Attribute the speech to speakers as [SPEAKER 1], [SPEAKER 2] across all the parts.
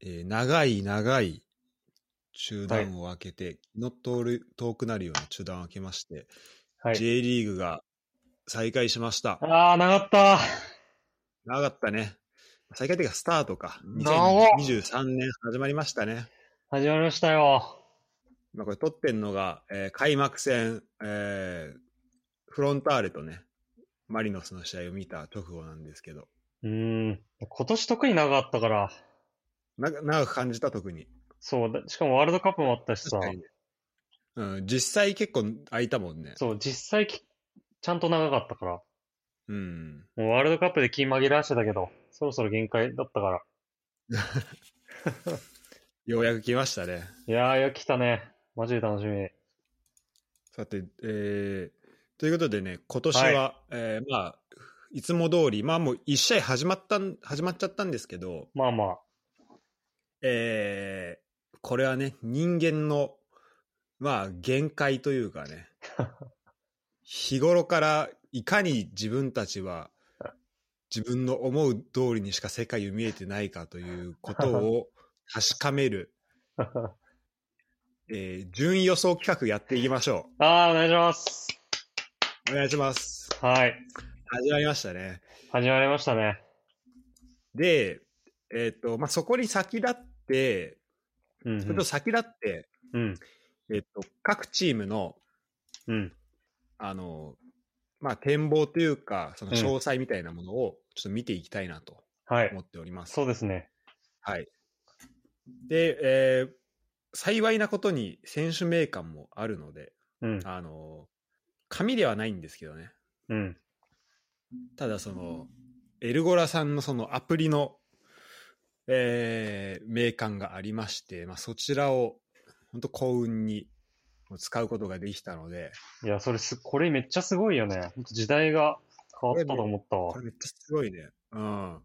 [SPEAKER 1] えー長い長い中断を開けて、気の遠る遠くなるような中断を開けまして、
[SPEAKER 2] はい。
[SPEAKER 1] J リーグが再開しました。
[SPEAKER 2] ああ、長かった。
[SPEAKER 1] 長かったね。再開というか、スタートか。
[SPEAKER 2] 長っ
[SPEAKER 1] 2023年始まりましたね。
[SPEAKER 2] 始まりましたよ。
[SPEAKER 1] 今これ撮ってんのが、えー開幕戦、えーフロンターレとね、マリノスの試合を見た直後なんですけど、
[SPEAKER 2] うーん。今年特に長かったから。
[SPEAKER 1] な長く感じた特に。
[SPEAKER 2] そう。だしかもワールドカップもあったしさ
[SPEAKER 1] 確。かにねうん、実際結構空いたもんね。
[SPEAKER 2] そう、実際き、ちゃんと長かったから。
[SPEAKER 1] うん。
[SPEAKER 2] もうワールドカップで気紛らわしてたけど、そろそろ限界だったから。
[SPEAKER 1] ようやく来ましたね。
[SPEAKER 2] いやー、よく来たね。マジで楽しみ。
[SPEAKER 1] さて、えーということでね、今年は、えーまあ、いつも通り、まあもう1試合始まったん、始まっちゃったんですけど、
[SPEAKER 2] まあまあ。
[SPEAKER 1] えーこれはね、人間の、まあ、限界というかね、日頃からいかに自分たちは、自分の思う通りにしか世界を見えてないかということを確かめる、えー順位予想企画やっていきましょ
[SPEAKER 2] ああ、お願いします。
[SPEAKER 1] う。お願いします。
[SPEAKER 2] はい。
[SPEAKER 1] 始まりましたね。
[SPEAKER 2] 始まりましたね。
[SPEAKER 1] で、えっ、と、まあ、そこに先立って、
[SPEAKER 2] うん、
[SPEAKER 1] そうれ
[SPEAKER 2] ん
[SPEAKER 1] と。先立って、
[SPEAKER 2] うん。
[SPEAKER 1] えっ、と、各チームの、
[SPEAKER 2] うん。
[SPEAKER 1] あの、まあ、展望というか、その
[SPEAKER 2] うん
[SPEAKER 1] 詳細みたいなものをちょっと見ていきたいなと
[SPEAKER 2] はい
[SPEAKER 1] 思。っております。
[SPEAKER 2] そうですね。
[SPEAKER 1] はい。で、えー幸いなことに選手名鑑もあるので、
[SPEAKER 2] うん。
[SPEAKER 1] あの、紙ではないんですけどね。
[SPEAKER 2] うん。
[SPEAKER 1] ただその、エルゴラさんのそのアプリの、えー、名鑑がありまして、まあ、そちらを本当幸運に使うことができたので、
[SPEAKER 2] いや、それす、これめっちゃすごいよね。ほんと時代が変わったと思ったわ
[SPEAKER 1] こ。れめっちゃすごいね。うん。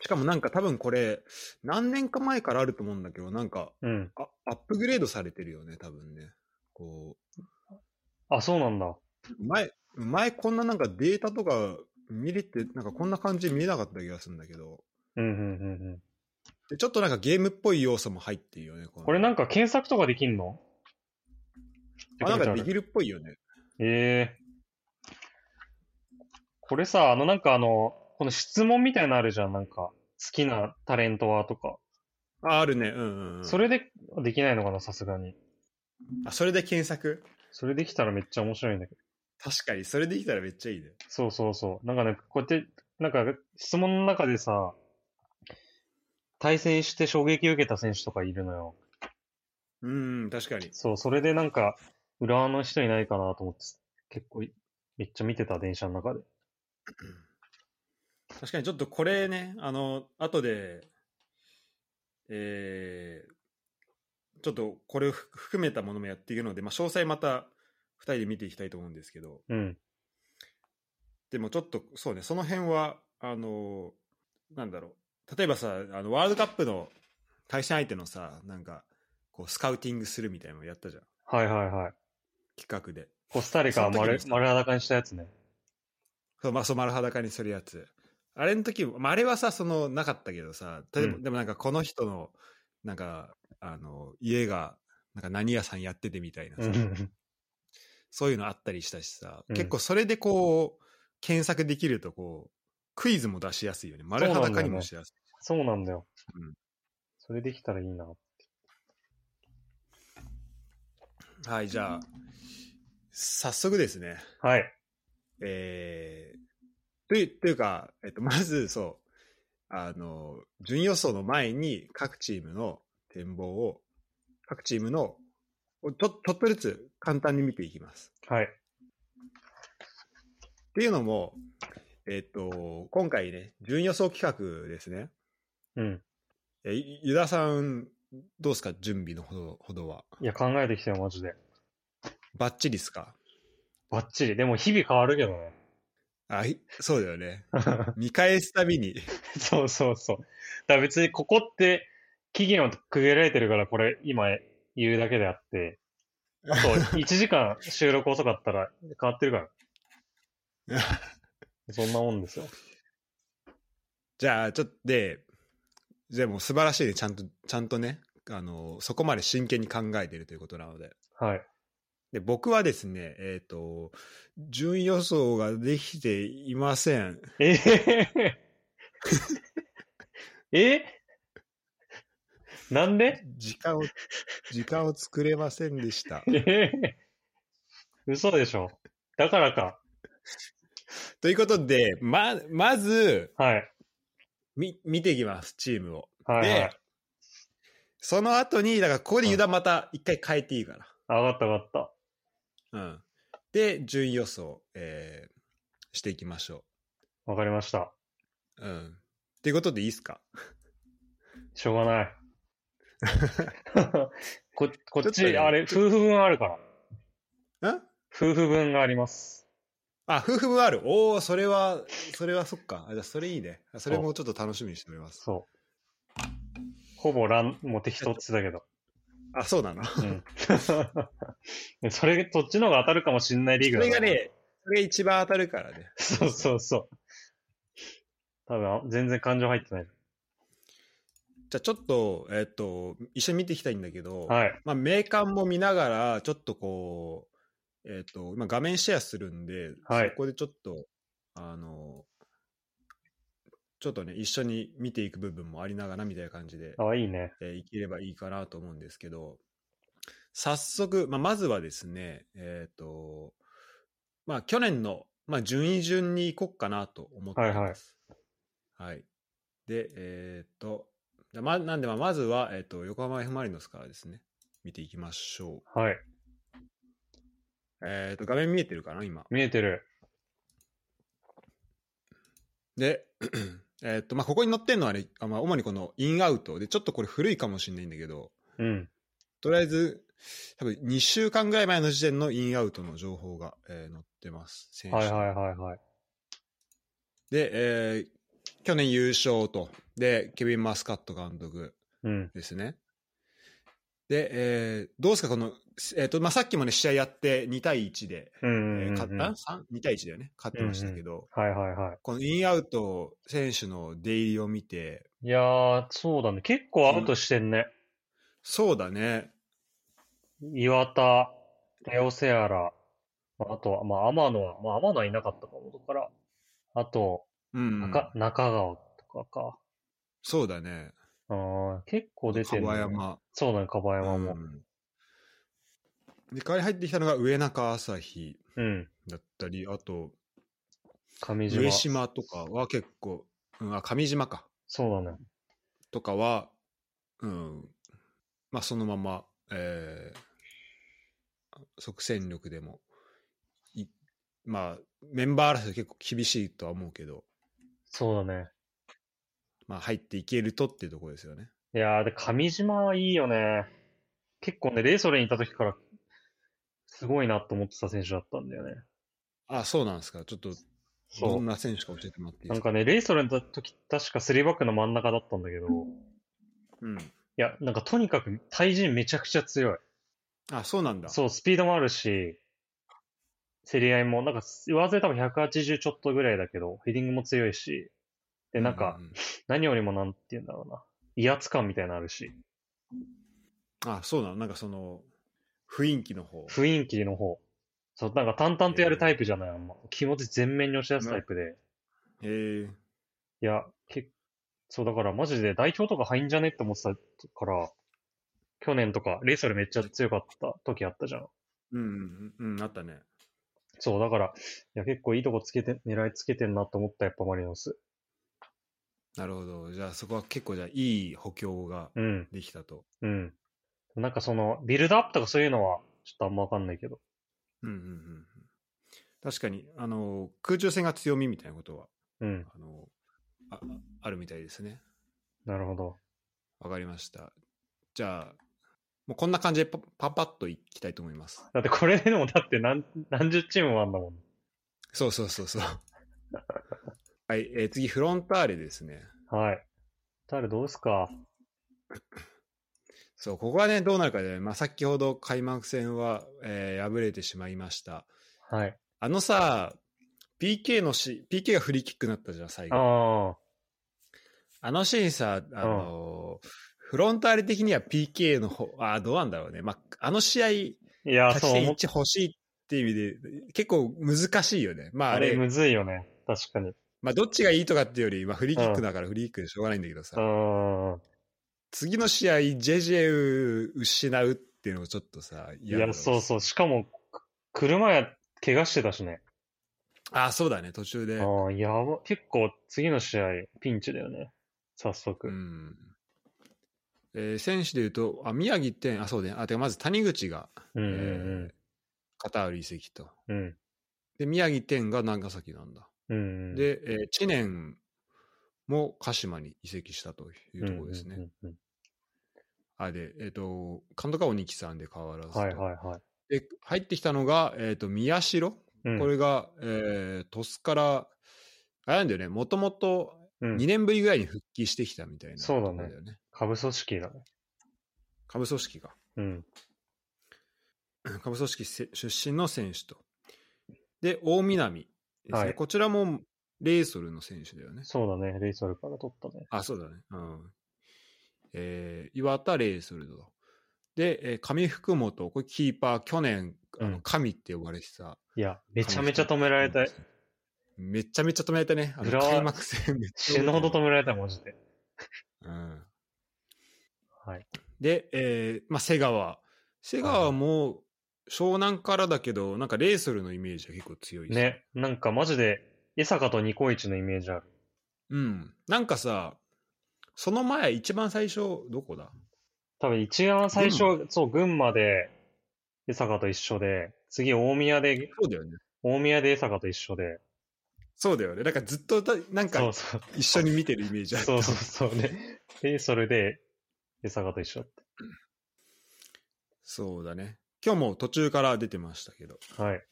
[SPEAKER 1] しかもなんか多分これ、何年か前からあると思うんだけど、なんか、
[SPEAKER 2] うん。
[SPEAKER 1] あアップグレードされてるよね、多分ね。こ
[SPEAKER 2] あ、そうなんだ。
[SPEAKER 1] う、前、前こんななんかデータとか見れて、なんかこんな感じで見えなかった気がするんだけど、
[SPEAKER 2] うん、うん、うん、うん。
[SPEAKER 1] で、ちょっとなんかゲームっぽい要素も入ってるよね。この
[SPEAKER 2] これなんか検索とかできんの
[SPEAKER 1] あなんかで
[SPEAKER 2] え
[SPEAKER 1] きるっぽいよね。
[SPEAKER 2] えこれさ、あのなんかあの、この質問みたいなのあるじゃん、なんか。好きなタレントはとか。
[SPEAKER 1] あ、あるね。うんうん、うん。
[SPEAKER 2] それで、できないのかな、さすがに。
[SPEAKER 1] あ、それで検索
[SPEAKER 2] それできたらめっちゃ面白いんだけど。
[SPEAKER 1] 確かに、それできたらめっちゃいいね。
[SPEAKER 2] そうそうそう。なんかね、こうやって、なんか質問の中でさ、対戦して衝撃を受けた選手とかいるのよ。
[SPEAKER 1] うん、確かに。
[SPEAKER 2] そう、それでなんか、浦和の人いないかなと思って、結構い、めっちゃ見てた、電車の中で。
[SPEAKER 1] 確かにちょっとこれね、あの、後で、えー、ちょっとこれをふ含めたものもやっていくので、まあ、詳細また2人で見ていきたいと思うんですけど、
[SPEAKER 2] うん。
[SPEAKER 1] でもちょっとそうね、その辺は、あの、なんだろう、例えばさ、あのワールドカップの対戦相手のさ、なんか、こう、スカウティングするみたいなのやったじゃん、
[SPEAKER 2] はいはいはい。
[SPEAKER 1] 企画で。
[SPEAKER 2] コスタリカ
[SPEAKER 1] その時に
[SPEAKER 2] 丸
[SPEAKER 1] さ
[SPEAKER 2] 丸裸にしたやつね。
[SPEAKER 1] そう、まあ、そう丸裸にするやつ。あれの時も、まあ、あれはさ、その、なかったけどさ、例えば、
[SPEAKER 2] うん
[SPEAKER 1] でもなんかこの人の、なんか、あの、家が、なんか何屋さんやっててみたいな
[SPEAKER 2] う
[SPEAKER 1] さ、
[SPEAKER 2] ん。
[SPEAKER 1] そういうのあったりしたしさ、
[SPEAKER 2] うん
[SPEAKER 1] 結構それでこう、検索できるとこう、クイズも出しやすいよね。丸
[SPEAKER 2] そうなんだ
[SPEAKER 1] 裸
[SPEAKER 2] よね
[SPEAKER 1] にもしやすい。
[SPEAKER 2] そうなんだよ。
[SPEAKER 1] うん
[SPEAKER 2] それできたらいいな。
[SPEAKER 1] はい、じゃあ、早速ですね。
[SPEAKER 2] はい。
[SPEAKER 1] えー、という、というか、えっと、ま ず、そう、あの、順位予想の前に各チームの展望を、各チームの、おちょちょっとずつ簡単に見ていきます。
[SPEAKER 2] はい。
[SPEAKER 1] っていうのも、えっと、今回ね、順位予想企画ですね。
[SPEAKER 2] うん。
[SPEAKER 1] え、いゆださん、どうですか準備のほど、ほどは。
[SPEAKER 2] いや、考えてきたよ、マジで。
[SPEAKER 1] バッチリっすか
[SPEAKER 2] バッチリ。でも、日々変わるけどね。
[SPEAKER 1] あ、いそうだよね。見返すたびに。
[SPEAKER 2] そうそうそう。だから別に、ここって、期限を区切られてるから、これ、今言うだけであって、あと、1 時間収録遅かったら変わってるから。そんなもんですよ。
[SPEAKER 1] じゃあ、ちょっと、で、でも素晴らしいね、ちゃんと、ちゃんとね、あの、そこまで真剣に考えているということなので。
[SPEAKER 2] はい。
[SPEAKER 1] で、僕はですね、えっ、と、順位予想ができていません。
[SPEAKER 2] ええ えなんで
[SPEAKER 1] 時 間を、時間を作れませんでした。
[SPEAKER 2] ええ嘘でしょ。だからか。
[SPEAKER 1] ということで、ま、まず、
[SPEAKER 2] はい。
[SPEAKER 1] み、見ていきます、チームを。
[SPEAKER 2] はい、は
[SPEAKER 1] で
[SPEAKER 2] い。、
[SPEAKER 1] その後に、だからここでユダまた一回変えていいか
[SPEAKER 2] あわかったわかっ
[SPEAKER 1] ら。うん。で、順位予想、えーしていきましょ
[SPEAKER 2] た。わかりました。
[SPEAKER 1] う。うん。っていうことでいいですか
[SPEAKER 2] しょうがない。 ここっ
[SPEAKER 1] ちょっと
[SPEAKER 2] ち、
[SPEAKER 1] ね
[SPEAKER 2] あれ、夫婦分あるから。
[SPEAKER 1] ん
[SPEAKER 2] 夫婦分があります。
[SPEAKER 1] あ、夫婦分ある。おお、それは、それはそっか。あじゃあそれいいね。それもちょっと楽しみにしております。
[SPEAKER 2] そう。ほぼ乱、もう適当って言ってたけど。
[SPEAKER 1] あ、そうなの。 そ
[SPEAKER 2] うん。それ、そっちの方が当たるかもしんないリーグだ
[SPEAKER 1] れ
[SPEAKER 2] な
[SPEAKER 1] がね、それ一番当たるからね。
[SPEAKER 2] そうそうそう。多分、全然感情入ってない。
[SPEAKER 1] じゃあちょっと、えっ、と、一緒に見ていきたいんだけど、
[SPEAKER 2] はい。
[SPEAKER 1] まあ、名鑑も見ながら、ちょっとこう、えっ、と、今画面シェアするんで、
[SPEAKER 2] はい
[SPEAKER 1] そこでちょっと、あの、ちょっとね、一緒に見ていく部分もありながらみたいな感じで、
[SPEAKER 2] ああ、いいね。
[SPEAKER 1] えーいければいいかなと思うんですけど、早速、まあ、まずはですね、えっ、と、まあ、去年の、まあ、順位順に行こうかなと思っています。はい、で、えっ、と、じゃあま、なんで、まあまずは、えっ、と、横浜 F ・マリノスからですね、見ていきましょう。
[SPEAKER 2] はい。
[SPEAKER 1] えっ、と、画面見えてるかな、今。
[SPEAKER 2] 見えてる。
[SPEAKER 1] で、 えっと、まあ、ここに載ってるのはね、あまあ、主にこのインアウトで、ちょっとこれ古いかもしれないんだけど、
[SPEAKER 2] うん。
[SPEAKER 1] とりあえず、多分2週間ぐらい前の時点のインアウトの情報が、えー載ってます。選手
[SPEAKER 2] はいはいはいはい。
[SPEAKER 1] で、えー去年優勝と。で、ケビン・マスカット監督
[SPEAKER 2] うん。
[SPEAKER 1] ですね。で、えーどうですか、この、えっ、と、まあ、さっきもね、試合やって2対1で、
[SPEAKER 2] うん
[SPEAKER 1] えー
[SPEAKER 2] うんうん、うん。
[SPEAKER 1] 勝った、三 ?2 対1だよね。勝ってましたけど、
[SPEAKER 2] はいはいは
[SPEAKER 1] このインアウト選手の出入りを見て、
[SPEAKER 2] い。いやー、そうだね。結構アウトしてんね。
[SPEAKER 1] そうだね。
[SPEAKER 2] 岩田、レオセアラ、あとは、まあ、天野は、まあ、天野はいなかったかも、だから、あと、
[SPEAKER 1] うん。
[SPEAKER 2] 中、中川とかか。
[SPEAKER 1] そうだね。
[SPEAKER 2] あー結構出て
[SPEAKER 1] 川
[SPEAKER 2] る、ね。
[SPEAKER 1] 山。
[SPEAKER 2] そうだね、かば山も。
[SPEAKER 1] うんで代わり入ってきたのが上中朝日
[SPEAKER 2] うん。
[SPEAKER 1] だったりあと
[SPEAKER 2] 上島。
[SPEAKER 1] 上島とかは結構、うん、あ上島か
[SPEAKER 2] そうだね。
[SPEAKER 1] とかは、うん、まあそのまま、えー即戦力でもいまあメンバー争い結構厳しいとは思うけど、
[SPEAKER 2] そうだね。
[SPEAKER 1] まあ、入っていけるとっていうところですよね。
[SPEAKER 2] いやー、で、上島はいいよね。結構ね、レイソルにいた時から、すごいなと思ってた選手だったんだよね。
[SPEAKER 1] あそうなんですかちょっと
[SPEAKER 2] そ
[SPEAKER 1] どん
[SPEAKER 2] う。
[SPEAKER 1] な選手か教えてもらっていい
[SPEAKER 2] な
[SPEAKER 1] で
[SPEAKER 2] ん
[SPEAKER 1] すか
[SPEAKER 2] かね、レイソルの時、確か3バックの真ん中だったんだけど、
[SPEAKER 1] うん、
[SPEAKER 2] いや、なんかとにかく対人めちゃくちゃ強い。
[SPEAKER 1] あそうなんだ
[SPEAKER 2] そう、スピードもあるし、競り合いも、なんか、上背多分180ちょっとぐらいだけど、ヘディングも強いし、で、なんか
[SPEAKER 1] う、う
[SPEAKER 2] 何よりもなんて言うんだろうな、威圧感みたいなのあるし、
[SPEAKER 1] あ、そうなのなんかその、雰囲気の方。
[SPEAKER 2] 雰囲気の方。そう、なんか淡々とやるタイプじゃない、あんま気持ち全面に押し出すタイプで。
[SPEAKER 1] へえ。
[SPEAKER 2] いや、けそう、だからマジで代表とか入んじゃねって思ってたから、去年とか、レイソルめっちゃ強かった時あったじゃん。
[SPEAKER 1] うんうんうん、うんあったね。
[SPEAKER 2] そう、だから、いや、結構いいとこつけて、狙いつけてんなと思った、やっぱマリノス。
[SPEAKER 1] なるほど。じゃあそこは結構じゃあいい補強が
[SPEAKER 2] うん、
[SPEAKER 1] できたと。
[SPEAKER 2] うん。なんかその、ビルドアップとかそういうのは、ちょっとあんまわかんないけど。
[SPEAKER 1] うんうんうんうん。確かに、あの、空中戦が強みみたいなことは、
[SPEAKER 2] うん、
[SPEAKER 1] あの、ああるみたいですね。
[SPEAKER 2] なるほど。
[SPEAKER 1] わかりました。じゃあ、もうこんな感じでパパパッといきたいと思います。
[SPEAKER 2] だってこれでもだって何、何十チームもあんだもん。
[SPEAKER 1] そうそうそうそう。はい、えー次、フロンターレですね。
[SPEAKER 2] はい。誰どうすか
[SPEAKER 1] そう、ここはね、どうなるかで、まあ、先ほど開幕戦は、えー敗れてしまいました。
[SPEAKER 2] はい。
[SPEAKER 1] あのさ、PK のし、PK がフリーキックになったじゃん、最後。あ
[SPEAKER 2] ああ。
[SPEAKER 1] あのシーンさ、あのーフロンターレ的には PK の方、あーどうなんだろうね。まあ、あの試合、
[SPEAKER 2] いや、
[SPEAKER 1] 勝
[SPEAKER 2] そ
[SPEAKER 1] ち
[SPEAKER 2] う
[SPEAKER 1] 点
[SPEAKER 2] 思っ
[SPEAKER 1] 1欲しいっていう意味で、結構難しいよね。まあ、
[SPEAKER 2] た。
[SPEAKER 1] あ
[SPEAKER 2] あれ、
[SPEAKER 1] れ、
[SPEAKER 2] むずいよね。確かに。う
[SPEAKER 1] まあ、どっちがいいとかっていうより、まあ、フリーキックだからフリーキックでしょうがないんだけどさ、
[SPEAKER 2] ーん。
[SPEAKER 1] 次の試合、ジェジェウ失うっていうのもちょっとさ、
[SPEAKER 2] い
[SPEAKER 1] 嫌だろ
[SPEAKER 2] や、
[SPEAKER 1] し
[SPEAKER 2] そうそう。しかも、く車や、怪我してたしね。
[SPEAKER 1] あー、そうだね、途中で。
[SPEAKER 2] ああ、やば。結構、次の試合、ピンチだよね。早
[SPEAKER 1] う
[SPEAKER 2] 速。
[SPEAKER 1] んえー選手でいうと、あ宮城って、あ、そうね、あてかまず谷口が、
[SPEAKER 2] うんうん
[SPEAKER 1] えーカタール移籍と。
[SPEAKER 2] うん。うん。
[SPEAKER 1] で、宮城天が長崎なんだ。
[SPEAKER 2] うんうん。
[SPEAKER 1] で、えー知念も鹿島に移籍したとい
[SPEAKER 2] うん、
[SPEAKER 1] うところですね。
[SPEAKER 2] うんうん
[SPEAKER 1] あで、えっ、と、監督は鬼木さんで変わらずと。
[SPEAKER 2] はいはいはい。
[SPEAKER 1] で、入ってきたのが、えっ、と、宮代。
[SPEAKER 2] うん
[SPEAKER 1] これが、えー鳥栖から、あれなんだよね、もともと
[SPEAKER 2] うん
[SPEAKER 1] 2年ぶりぐらいに復帰してきたみたいな、
[SPEAKER 2] そうだね
[SPEAKER 1] ところよね。
[SPEAKER 2] 下部組織だね。
[SPEAKER 1] 下部組織が。
[SPEAKER 2] うん。
[SPEAKER 1] 下部組織せ出身の選手と。で、大南ですね。
[SPEAKER 2] はい
[SPEAKER 1] こちらもレイソルの選手だよね。
[SPEAKER 2] そうだね。レイソルから取ったね。
[SPEAKER 1] あ、そうだね。うん。えー岩田レイソルド。で、えー上福本、これキーパー、去年、あ
[SPEAKER 2] う
[SPEAKER 1] の
[SPEAKER 2] ん
[SPEAKER 1] 神って呼ばれてた。
[SPEAKER 2] いや、めちゃめちゃ止められた。。
[SPEAKER 1] めちゃめちゃ止められたね。あの
[SPEAKER 2] 浦和
[SPEAKER 1] 開幕戦めっちゃ
[SPEAKER 2] 死ぬほど止められた、マジで。
[SPEAKER 1] うん。
[SPEAKER 2] はい。
[SPEAKER 1] で、えーまあ、瀬川。瀬川も湘南からだけど、なんかレイソルのイメージが結構強いです。
[SPEAKER 2] ね。なんかマジで、江坂とニコイチのイメージある。
[SPEAKER 1] うん。なんかさ、その前、一番最初、どこだ
[SPEAKER 2] 多分一番最初、そう、群馬で、江坂と一緒で、次大宮で、
[SPEAKER 1] そうだよね。
[SPEAKER 2] 大宮で江坂と一緒で、
[SPEAKER 1] そうだよね。だからずっとだ、なん
[SPEAKER 2] そ
[SPEAKER 1] か
[SPEAKER 2] うそう、
[SPEAKER 1] 一緒に見てるイメージある。
[SPEAKER 2] そうそうそうね。で、それで、江坂と一緒だっ
[SPEAKER 1] そうだね。今日も途中から出てましたけど。
[SPEAKER 2] た。はい。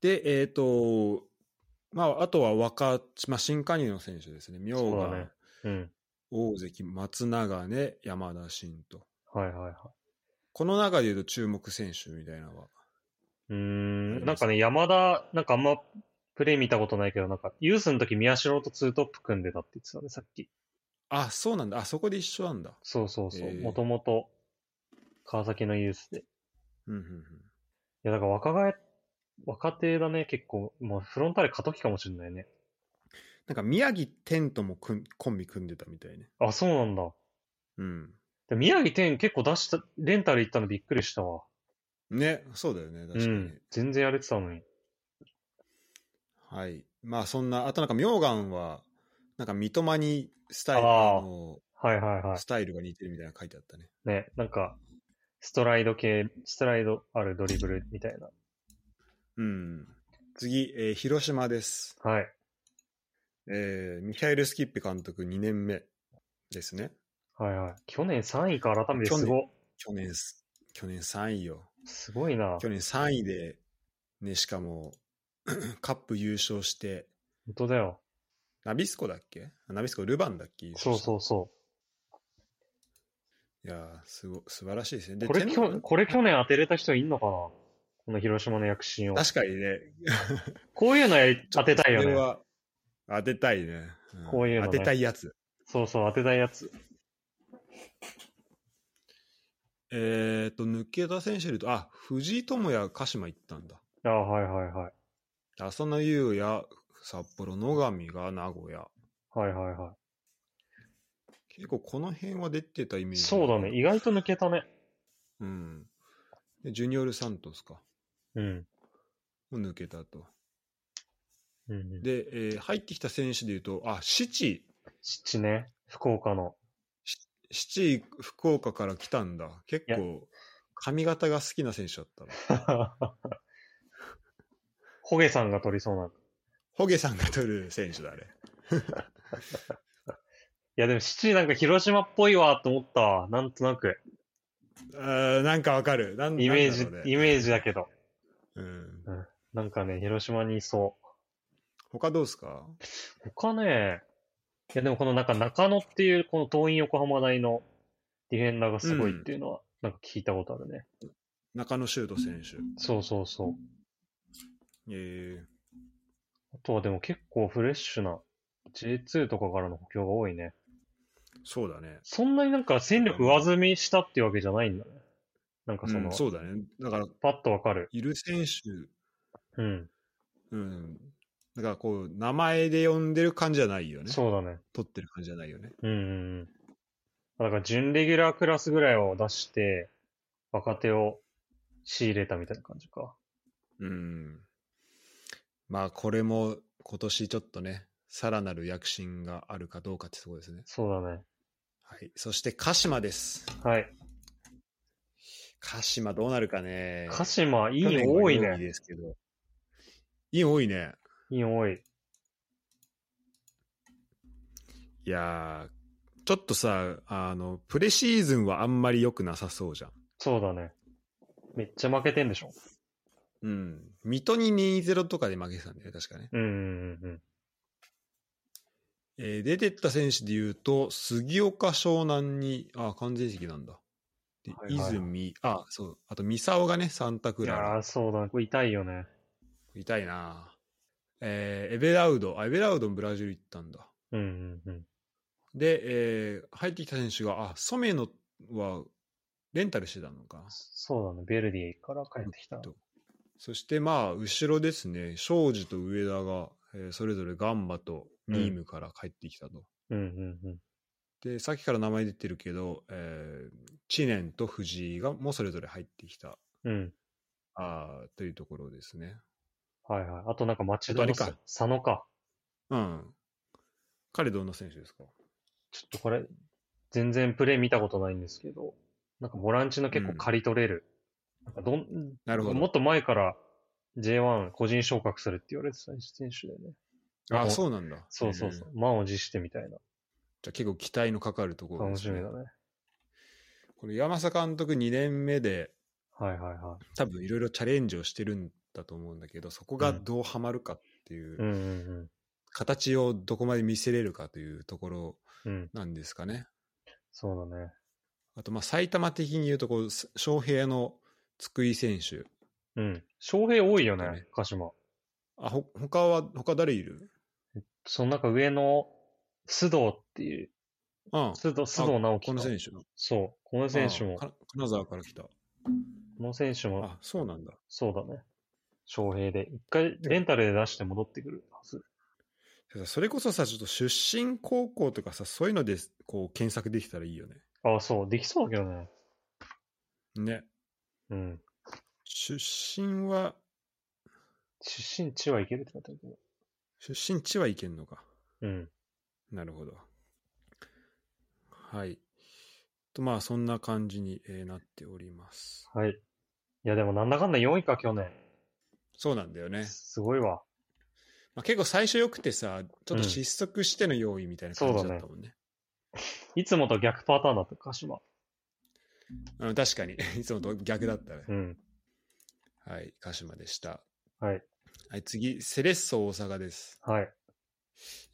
[SPEAKER 1] で、えっ、と、まあ、あとは若、まあ、新加入の選手ですね。明
[SPEAKER 2] そう
[SPEAKER 1] が、
[SPEAKER 2] だねうん。
[SPEAKER 1] 大関、松永根、山田慎と。
[SPEAKER 2] はいはいはい。
[SPEAKER 1] この中でいうと注目選手みたいなのは。
[SPEAKER 2] う
[SPEAKER 1] あ
[SPEAKER 2] ー
[SPEAKER 1] り
[SPEAKER 2] ん、
[SPEAKER 1] ま
[SPEAKER 2] なん
[SPEAKER 1] す
[SPEAKER 2] かね、山田、なんかあんまプレイ見たことないけど、なんか、ユースの時宮代とツートップ組んでたって言ってたね、さっき。
[SPEAKER 1] あ、そうなんだ。あそこで一緒なんだ。
[SPEAKER 2] そうそうそ
[SPEAKER 1] へ
[SPEAKER 2] う。
[SPEAKER 1] ー
[SPEAKER 2] もともと、川崎のユースで。い
[SPEAKER 1] うんうんうん。
[SPEAKER 2] や、だから若返、若手だね、結構。もうフロンターレ過渡期かもしれないね。
[SPEAKER 1] なんか宮城天とも組んコンビ組んでたみたいね。
[SPEAKER 2] あ、そうなんだ。
[SPEAKER 1] うん。
[SPEAKER 2] で宮城天結構出した、レンタル行ったのびっくりしたわ。
[SPEAKER 1] ね、そうだよね。確
[SPEAKER 2] う
[SPEAKER 1] かに。
[SPEAKER 2] ん。全然やれてたのに。
[SPEAKER 1] はい。まあそんな、あとなんか明眼は、なんか三笘にスタイル、
[SPEAKER 2] あー
[SPEAKER 1] あの
[SPEAKER 2] はいはいはい
[SPEAKER 1] ス。タイルが似てるみたいなの書いてあったね。
[SPEAKER 2] ね、なんか、ストライド系、ストライドあるドリブルみたいな。
[SPEAKER 1] うん。次、えー広島です。
[SPEAKER 2] はい。
[SPEAKER 1] えーミハイル・スキッピ監督2年目ですね。
[SPEAKER 2] はいはい。去年3位か改めてすご、
[SPEAKER 1] 去年す、去年3位よ。
[SPEAKER 2] すごいな。
[SPEAKER 1] 去年3位で、ね、しかも、 カップ優勝して、
[SPEAKER 2] 本当だよ。
[SPEAKER 1] ナビスコだっけあナビスコ、ルヴァンだっけ。
[SPEAKER 2] そうそううそ
[SPEAKER 1] いやーすご、素晴らしいですね。
[SPEAKER 2] う。
[SPEAKER 1] で
[SPEAKER 2] これ
[SPEAKER 1] チェン
[SPEAKER 2] きょ、これ去年当てれた人いんのかなこの広島の躍進を。
[SPEAKER 1] 確かにね、
[SPEAKER 2] こういうのや当てたいよ
[SPEAKER 1] それ
[SPEAKER 2] ね。
[SPEAKER 1] は当てたいね。うん
[SPEAKER 2] こういうのね
[SPEAKER 1] 当てたいやつ。
[SPEAKER 2] そうそう、当てたいやつ。
[SPEAKER 1] えっ、と、抜けた選手で言うと、あ、藤井智也、鹿島行ったんだ。
[SPEAKER 2] ああ、はいはいはい。
[SPEAKER 1] 浅野優也、札幌、野上が名古屋。
[SPEAKER 2] はいはいは
[SPEAKER 1] 結構この辺は出てたイメー
[SPEAKER 2] い。
[SPEAKER 1] ジ。
[SPEAKER 2] そうだね。。意外と抜けたね。
[SPEAKER 1] うん。で、ジュニオル・サントスか。
[SPEAKER 2] うん。
[SPEAKER 1] もう抜けたと。
[SPEAKER 2] うんうん、
[SPEAKER 1] で、えー入ってきた選手で言うと、あ、七、
[SPEAKER 2] 七ね。福岡の。
[SPEAKER 1] 七、福岡から来たんだ。結構、髪型が好きな選手だったな。
[SPEAKER 2] ホゲさんが取りそうな。い
[SPEAKER 1] ホゲさんが取る選手だ、あれ。
[SPEAKER 2] やでも七なんか広島っぽいわと思ったわ。なんとなく。
[SPEAKER 1] あーなんかわかる。なん
[SPEAKER 2] イメー
[SPEAKER 1] な
[SPEAKER 2] ジ
[SPEAKER 1] んだろう、ね
[SPEAKER 2] イメージだけど。
[SPEAKER 1] うん。
[SPEAKER 2] なんかね、広島にいそう。
[SPEAKER 1] 他どうですか
[SPEAKER 2] 他ね、いやでもこのなんか中野っていうこの東院横浜大のディフェンダーがすごいっていうのはなんか聞いたことあるね。
[SPEAKER 1] 中野修斗選手。
[SPEAKER 2] そうそうそう。
[SPEAKER 1] えー
[SPEAKER 2] あとはでも結構フレッシュな J2 とかからの補強が多いね。
[SPEAKER 1] そうだね。
[SPEAKER 2] そんなになんか戦力上積みしたっていうわけじゃないんだね。なんかその、
[SPEAKER 1] うんそうだね。だから、
[SPEAKER 2] パッとわかる。
[SPEAKER 1] いる選手、
[SPEAKER 2] うん。
[SPEAKER 1] うん。だからこう、名前で呼んでる感じじゃないよね。
[SPEAKER 2] そうだね。
[SPEAKER 1] 取ってる感じじゃないよね。
[SPEAKER 2] うんうんうん。だから、準レギュラークラスぐらいを出して、若手を仕入れたみたいな感じか。
[SPEAKER 1] うん。まあ、これも今年ちょっとね、さらなる躍進があるかどうかってところですね。
[SPEAKER 2] そうだね。
[SPEAKER 1] はい。そして、鹿島です。
[SPEAKER 2] はい。
[SPEAKER 1] 鹿島どうなるかね。
[SPEAKER 2] 鹿島、いい
[SPEAKER 1] 去年は
[SPEAKER 2] 多い
[SPEAKER 1] 四位
[SPEAKER 2] ね。
[SPEAKER 1] ですけど。いい多いね。
[SPEAKER 2] いい多い。
[SPEAKER 1] いやー、ちょっとさ、あの、プレシーズンはあんまり良くなさそうじゃん。
[SPEAKER 2] そうだね。めっちゃ負けてんでしょ。
[SPEAKER 1] うん。水戸に2-0とかで負けてたんだよね、確かね。
[SPEAKER 2] うんうんうんうん。
[SPEAKER 1] えー出てった選手で言うと、杉岡湘南に、あ、完全席なんだ。で
[SPEAKER 2] はいはい
[SPEAKER 1] 泉、あ、そう、あと、三沢がね、サンタク
[SPEAKER 2] い
[SPEAKER 1] ラ
[SPEAKER 2] や
[SPEAKER 1] ラ。
[SPEAKER 2] ー、そうだね。これ痛いよね。
[SPEAKER 1] 痛いなえーエベラウド、あ、エベラウドもブラジル行ったんだ。
[SPEAKER 2] うんうんうん。
[SPEAKER 1] で、えー入ってきた選手が、あ、ソメノは、レンタルしてたのか。
[SPEAKER 2] そうだね。ベルディから帰ってきた。
[SPEAKER 1] とそして、まあ、後ろですね、庄司と上田が、えーそれぞれガンバとニームから帰ってきたと。
[SPEAKER 2] うんうんうん。
[SPEAKER 1] で、さっきから名前出てるけど、えー、知念と藤井がもうそれぞれ入ってきた、
[SPEAKER 2] うん。
[SPEAKER 1] あーというところですね。
[SPEAKER 2] はいはい。あとなんか町
[SPEAKER 1] あ
[SPEAKER 2] 田
[SPEAKER 1] とあ
[SPEAKER 2] の
[SPEAKER 1] れか
[SPEAKER 2] 佐野か。
[SPEAKER 1] うん。彼どんな選手ですか
[SPEAKER 2] ちょっとこれ、全然プレイ見たことないんですけど、なんかボランチの結構刈り取れる。なんかどん
[SPEAKER 1] なるほ
[SPEAKER 2] も
[SPEAKER 1] ど。
[SPEAKER 2] っと前から J1 個人昇格するって言われてた選手でね。
[SPEAKER 1] あ、
[SPEAKER 2] う
[SPEAKER 1] そうなんだ。
[SPEAKER 2] そうそうそう
[SPEAKER 1] えー。
[SPEAKER 2] 満を持してみたい
[SPEAKER 1] じゃあ結構期待のかかるとこ
[SPEAKER 2] な。
[SPEAKER 1] ろで
[SPEAKER 2] 楽
[SPEAKER 1] す
[SPEAKER 2] し
[SPEAKER 1] ね
[SPEAKER 2] みだね。
[SPEAKER 1] この山佐監督2年目で、
[SPEAKER 2] はいはいは
[SPEAKER 1] 多分いろいろチャレンジをしてるんだと思うんだけど、そこがどうハマるかっていう、
[SPEAKER 2] い。うんうん
[SPEAKER 1] 形をどこまで見せれるかというところ
[SPEAKER 2] うん。うん。
[SPEAKER 1] なんですかね。
[SPEAKER 2] そうだね。
[SPEAKER 1] あと、まあ、埼玉的に言うとこう、翔平の津久井選手。
[SPEAKER 2] うん。翔平多いよ
[SPEAKER 1] だ
[SPEAKER 2] ね
[SPEAKER 1] ね、
[SPEAKER 2] 鹿島。
[SPEAKER 1] あ、ほ、他は、他誰いる
[SPEAKER 2] その中上の須藤っていう、
[SPEAKER 1] うん。
[SPEAKER 2] 須藤、須藤直樹
[SPEAKER 1] この
[SPEAKER 2] か。
[SPEAKER 1] 選手。
[SPEAKER 2] そう。この選手
[SPEAKER 1] あ
[SPEAKER 2] も、こ
[SPEAKER 1] か金沢から来た。
[SPEAKER 2] の選手も
[SPEAKER 1] あ、そうなんだ。
[SPEAKER 2] そうだね。翔平で。一回レンタルで出して戻ってくるはず。
[SPEAKER 1] それこそさ、ちょっと出身高校とかさ、そういうので、こう、検索できたらいいよね。
[SPEAKER 2] ああ、そう。できそうだけどね。
[SPEAKER 1] ね。
[SPEAKER 2] うん。
[SPEAKER 1] 出身は、
[SPEAKER 2] 出身地はいけるってなってるけど。
[SPEAKER 1] 出身地はいけんのか。
[SPEAKER 2] うん。
[SPEAKER 1] なるほど。はい。と、まあ、そんな感じにえーなっております。
[SPEAKER 2] はい。いや、でもなんだかんだ4位か、去年。
[SPEAKER 1] そうなんだよね。
[SPEAKER 2] すごいわ。
[SPEAKER 1] まあ、結構最初良くてさ、ちょっと失速しての用意みたいな感
[SPEAKER 2] うん
[SPEAKER 1] じ
[SPEAKER 2] そうだ
[SPEAKER 1] だっ
[SPEAKER 2] ね
[SPEAKER 1] たもんね。
[SPEAKER 2] いつもと逆パターンだった、鹿島。
[SPEAKER 1] うん、確かに。 いつもと逆だったね。
[SPEAKER 2] うん。
[SPEAKER 1] はい、鹿島でした。
[SPEAKER 2] はい。
[SPEAKER 1] はい、次、セレッソ大阪です。
[SPEAKER 2] はい。い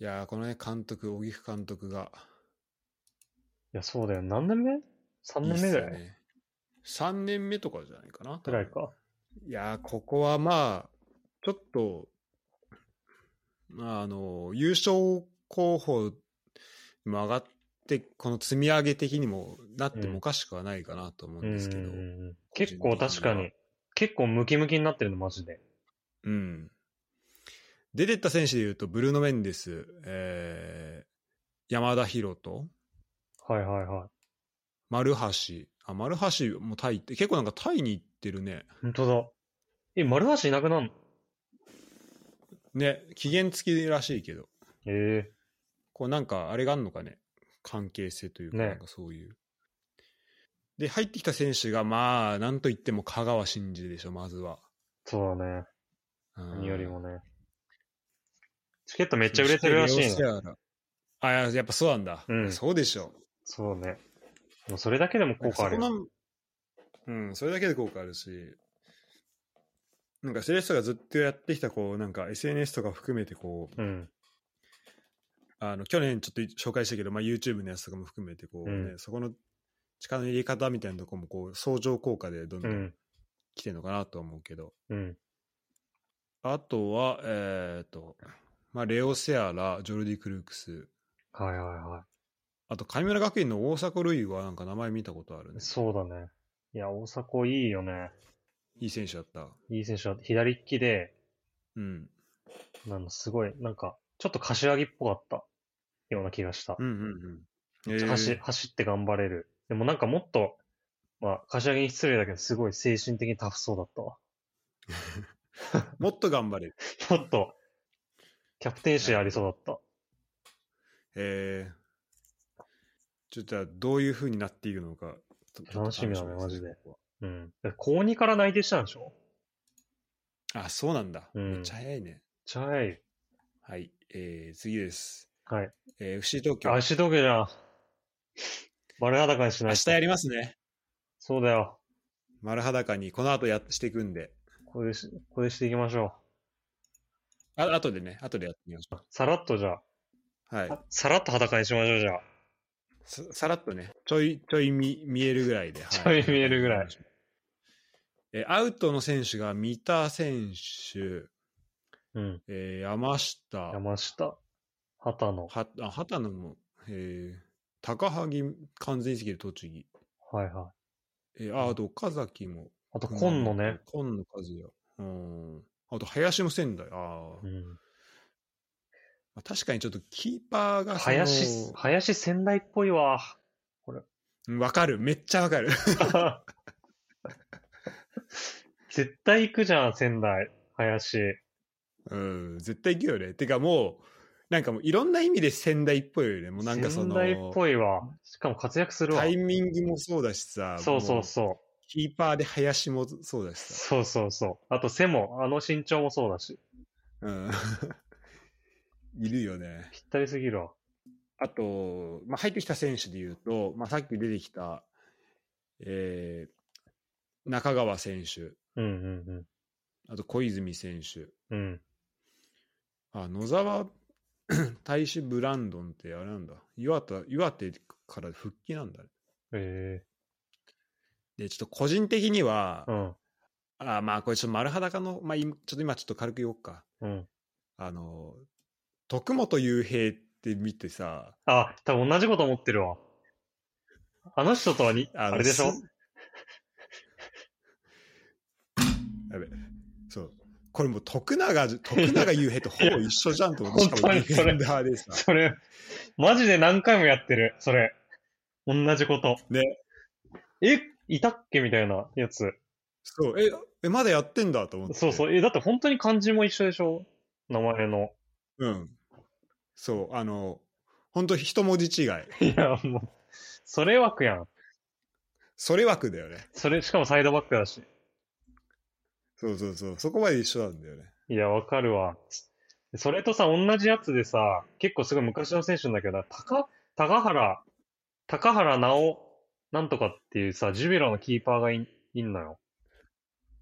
[SPEAKER 1] いやー、このね、監督、荻木監督が。
[SPEAKER 2] や、そうだよ。何年目
[SPEAKER 1] い
[SPEAKER 2] ?3
[SPEAKER 1] いっ
[SPEAKER 2] 年
[SPEAKER 1] す
[SPEAKER 2] 目ぐ
[SPEAKER 1] よ
[SPEAKER 2] らい
[SPEAKER 1] ね。3年目とかじゃないかな。
[SPEAKER 2] ぐらいか。
[SPEAKER 1] いやー、ここはまあ、ちょっと、まあ、あの、優勝候補にも上がって、この積み上げ的にもなって
[SPEAKER 2] うん
[SPEAKER 1] もおかしくはないかなと思
[SPEAKER 2] う
[SPEAKER 1] うん
[SPEAKER 2] ん
[SPEAKER 1] ですけど、
[SPEAKER 2] う
[SPEAKER 1] うん。
[SPEAKER 2] んうん。結構確かに、結構ムキムキになってるの、マジで。
[SPEAKER 1] 出てった選手でいうと、ブルーノ・メンデス、えー、山田博人、
[SPEAKER 2] はいはいはい。
[SPEAKER 1] 丸橋、あ、丸橋もタイって、結構なんかタイに行ってるね。
[SPEAKER 2] 本当だ。え、丸橋いなくなんの
[SPEAKER 1] ね、期限付きらしいけど。
[SPEAKER 2] え
[SPEAKER 1] こうなんかあれがあんのかね関係性というか
[SPEAKER 2] ね
[SPEAKER 1] なんかそういう、で入ってきた選手がまあなんといっても香川真司でしょまずは
[SPEAKER 2] えそうだね。
[SPEAKER 1] うん
[SPEAKER 2] 何よりもね。チケットめっちゃ売れてるらし
[SPEAKER 1] そ
[SPEAKER 2] い
[SPEAKER 1] して
[SPEAKER 2] ね。
[SPEAKER 1] レオセアラあややっぱそうなんだ、
[SPEAKER 2] うん
[SPEAKER 1] そうでしょ
[SPEAKER 2] そうね。もうそれだけでも効果あるよ
[SPEAKER 1] そこのうんそれだけで効果あるしなんかセレッソがずっとやってきたこうなんか SNS とか含めてこう
[SPEAKER 2] うん。
[SPEAKER 1] あの去年ちょっと紹介したけど、まあ、YouTube のやつとかも含めてこう、ね
[SPEAKER 2] う
[SPEAKER 1] そこの力の入れ方みたいなとこもこう相乗効果でどん
[SPEAKER 2] う
[SPEAKER 1] どん
[SPEAKER 2] ん。
[SPEAKER 1] 来てるのかなとは思うけど、
[SPEAKER 2] うん。
[SPEAKER 1] あとは、えっ、と、まあ、レオ・セアラ、ジョルディ・クルークス、
[SPEAKER 2] はいはいは
[SPEAKER 1] あと、神村学院の大迫塁はなんか名前見たことあるね。
[SPEAKER 2] そうだね。いや、大迫いいよね。
[SPEAKER 1] いい選手だった。
[SPEAKER 2] いい選手だ。左利きで、
[SPEAKER 1] うん。
[SPEAKER 2] なんかすごい、なんか、ちょっと柏木っぽかったような気がした
[SPEAKER 1] う。んうんうん。え
[SPEAKER 2] 走
[SPEAKER 1] ー、
[SPEAKER 2] 走って頑張れる。でもなんかもっと、まあ、柏木に失礼だけど、すごい精神的にタフそうだったわ。
[SPEAKER 1] もっと頑張れる。
[SPEAKER 2] ちょ っと、キャプテン心ありそうだった。
[SPEAKER 1] えーちょっとじゃあどういう風になっていくのか。ちょちょっと
[SPEAKER 2] 楽しみだね
[SPEAKER 1] 楽しみ
[SPEAKER 2] マジで
[SPEAKER 1] ここは
[SPEAKER 2] うん。だって高2から内定したんでしょめっ
[SPEAKER 1] あ、そうなんだ。
[SPEAKER 2] うん
[SPEAKER 1] めっちゃ早いね。
[SPEAKER 2] ちゃ早い。
[SPEAKER 1] はい。えー、次です。
[SPEAKER 2] はい。
[SPEAKER 1] えー、FC 東京。
[SPEAKER 2] 足時計じゃん。丸裸にしな
[SPEAKER 1] 明
[SPEAKER 2] い
[SPEAKER 1] 日
[SPEAKER 2] と。
[SPEAKER 1] やりますね。
[SPEAKER 2] そうだよ。
[SPEAKER 1] 丸裸に、この後やっしていくんで。
[SPEAKER 2] これでし、これでしていきましょ
[SPEAKER 1] あ後でね、後でやってみましょ
[SPEAKER 2] う。さらっとじゃ
[SPEAKER 1] う。はい
[SPEAKER 2] あ。。さらっと裸にしましょう、じゃあ。
[SPEAKER 1] ささらっとね、ちょい、ちょい見見えるぐらいで。は
[SPEAKER 2] ちょい見えるぐらい。
[SPEAKER 1] えーアウトの選手が三田選手、
[SPEAKER 2] うん。
[SPEAKER 1] えー山下、
[SPEAKER 2] 山下、畑野。
[SPEAKER 1] はあ畑野も、えー高萩完全移籍で栃木、
[SPEAKER 2] はいは
[SPEAKER 1] え
[SPEAKER 2] い。
[SPEAKER 1] ーああと岡崎も
[SPEAKER 2] あと、今野ね。
[SPEAKER 1] 今野和也うんあと林も仙台あー、
[SPEAKER 2] う
[SPEAKER 1] ま
[SPEAKER 2] ん。
[SPEAKER 1] あ確かにちょっとキーパーがその
[SPEAKER 2] 林、林仙台っぽ いわ。
[SPEAKER 1] うんわかるめっちゃわかる
[SPEAKER 2] 絶対行くじゃん、仙台。林。
[SPEAKER 1] うん絶対行くよねてかもうなんかもういろんな意味で仙台っぽいよねもうなんかそ
[SPEAKER 2] 仙
[SPEAKER 1] の
[SPEAKER 2] 台っぽいわ。しかも活躍するわ
[SPEAKER 1] タ。イミングもそうだしさ
[SPEAKER 2] そうそ
[SPEAKER 1] も
[SPEAKER 2] うそう。
[SPEAKER 1] キーパーで林もそうだしさ
[SPEAKER 2] そうそうそう。あと背も、あの身長もそうだし。
[SPEAKER 1] うん、 いるよね。
[SPEAKER 2] ぴったりすぎるわ。
[SPEAKER 1] あと、まあ、入ってきた選手でいうと、まあ、さっき出てきた、えー中川選手、
[SPEAKER 2] うんうん
[SPEAKER 1] あと小泉選手、
[SPEAKER 2] うん。うん。
[SPEAKER 1] あ野沢 大使ブランドンってあれなんだ、岩手岩手から復帰なんだね。
[SPEAKER 2] え
[SPEAKER 1] で、ちょっと個人的には、
[SPEAKER 2] えうん。
[SPEAKER 1] あまあ、これちょっと丸裸の、まあ、今ちょっと今ちょっと軽く言おうか。
[SPEAKER 2] うん。
[SPEAKER 1] あの、徳本雄平って見てさ、
[SPEAKER 2] あ、多分同じこと思ってるわ。あの人とはに、
[SPEAKER 1] あ
[SPEAKER 2] あ
[SPEAKER 1] の
[SPEAKER 2] れでしょ
[SPEAKER 1] すやべ。そう。これもう徳永、 徳永雄平とほぼ一緒じゃんと思って、し
[SPEAKER 2] いや
[SPEAKER 1] かもディ
[SPEAKER 2] 本当にそ
[SPEAKER 1] フ
[SPEAKER 2] れ
[SPEAKER 1] ェンダーでさ。
[SPEAKER 2] それ、マジで何回もやってる、それ。同じこと。
[SPEAKER 1] ね。
[SPEAKER 2] え、いたっけみたいなやつ。
[SPEAKER 1] そう。え、え、まだやってんだと思って。。
[SPEAKER 2] そうそうう。え、だって本当に漢字も一緒でしょ名前の。
[SPEAKER 1] うん。そう。あの、本当一文字違 い。
[SPEAKER 2] いや、もう、それ枠やん。
[SPEAKER 1] それ枠だよね。
[SPEAKER 2] それ、しかもサイドバックだし。
[SPEAKER 1] そうそうそう。そこまで一緒なんだよね。
[SPEAKER 2] いや、わかるわ。それとさ、同じやつでさ、結構すごい昔の選手なんだけど、高、高原、高原直、なんとかっていうさ、ジュビロのキーパーがいんいんのよ。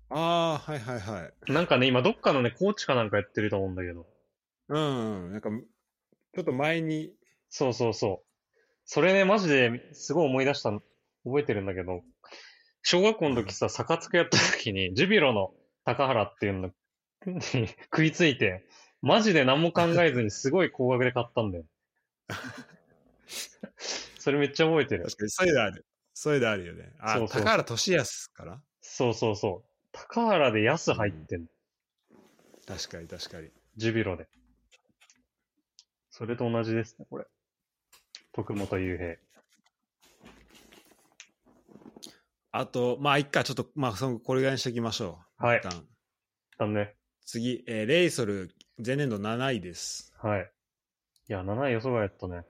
[SPEAKER 1] ああ、はいはいはい。
[SPEAKER 2] なんかね、今どっかのね、コーチかなんかやってると思うんだけど。
[SPEAKER 1] うん、うん。なんか、ちょっと前に、
[SPEAKER 2] そうそうそう。それね、マジですごい思い出したの、覚えてるんだけど、小学校の時さ、逆付けやった時に、ジュビロの高原っていうの に食いついて、マジで何も考えずにすごい高額で買ったんだよ。それめっちゃ覚えてる。
[SPEAKER 1] 確かにそういうのある。そういうのあるよね。あ、
[SPEAKER 2] そうそう
[SPEAKER 1] 高原俊康かな
[SPEAKER 2] そうそうそう。高原で安入ってんの。
[SPEAKER 1] 確かに確かに。
[SPEAKER 2] ジュビロで。それと同じですね、これ。徳本雄平。
[SPEAKER 1] あと、まあ、一回ちょっと、まあ、その、これぐらいにしておきましょう。
[SPEAKER 2] はい
[SPEAKER 1] 一。旦。
[SPEAKER 2] だね。
[SPEAKER 1] 次、えーレイソル、前年度7位です。
[SPEAKER 2] はい。いや、7位予想外やったね。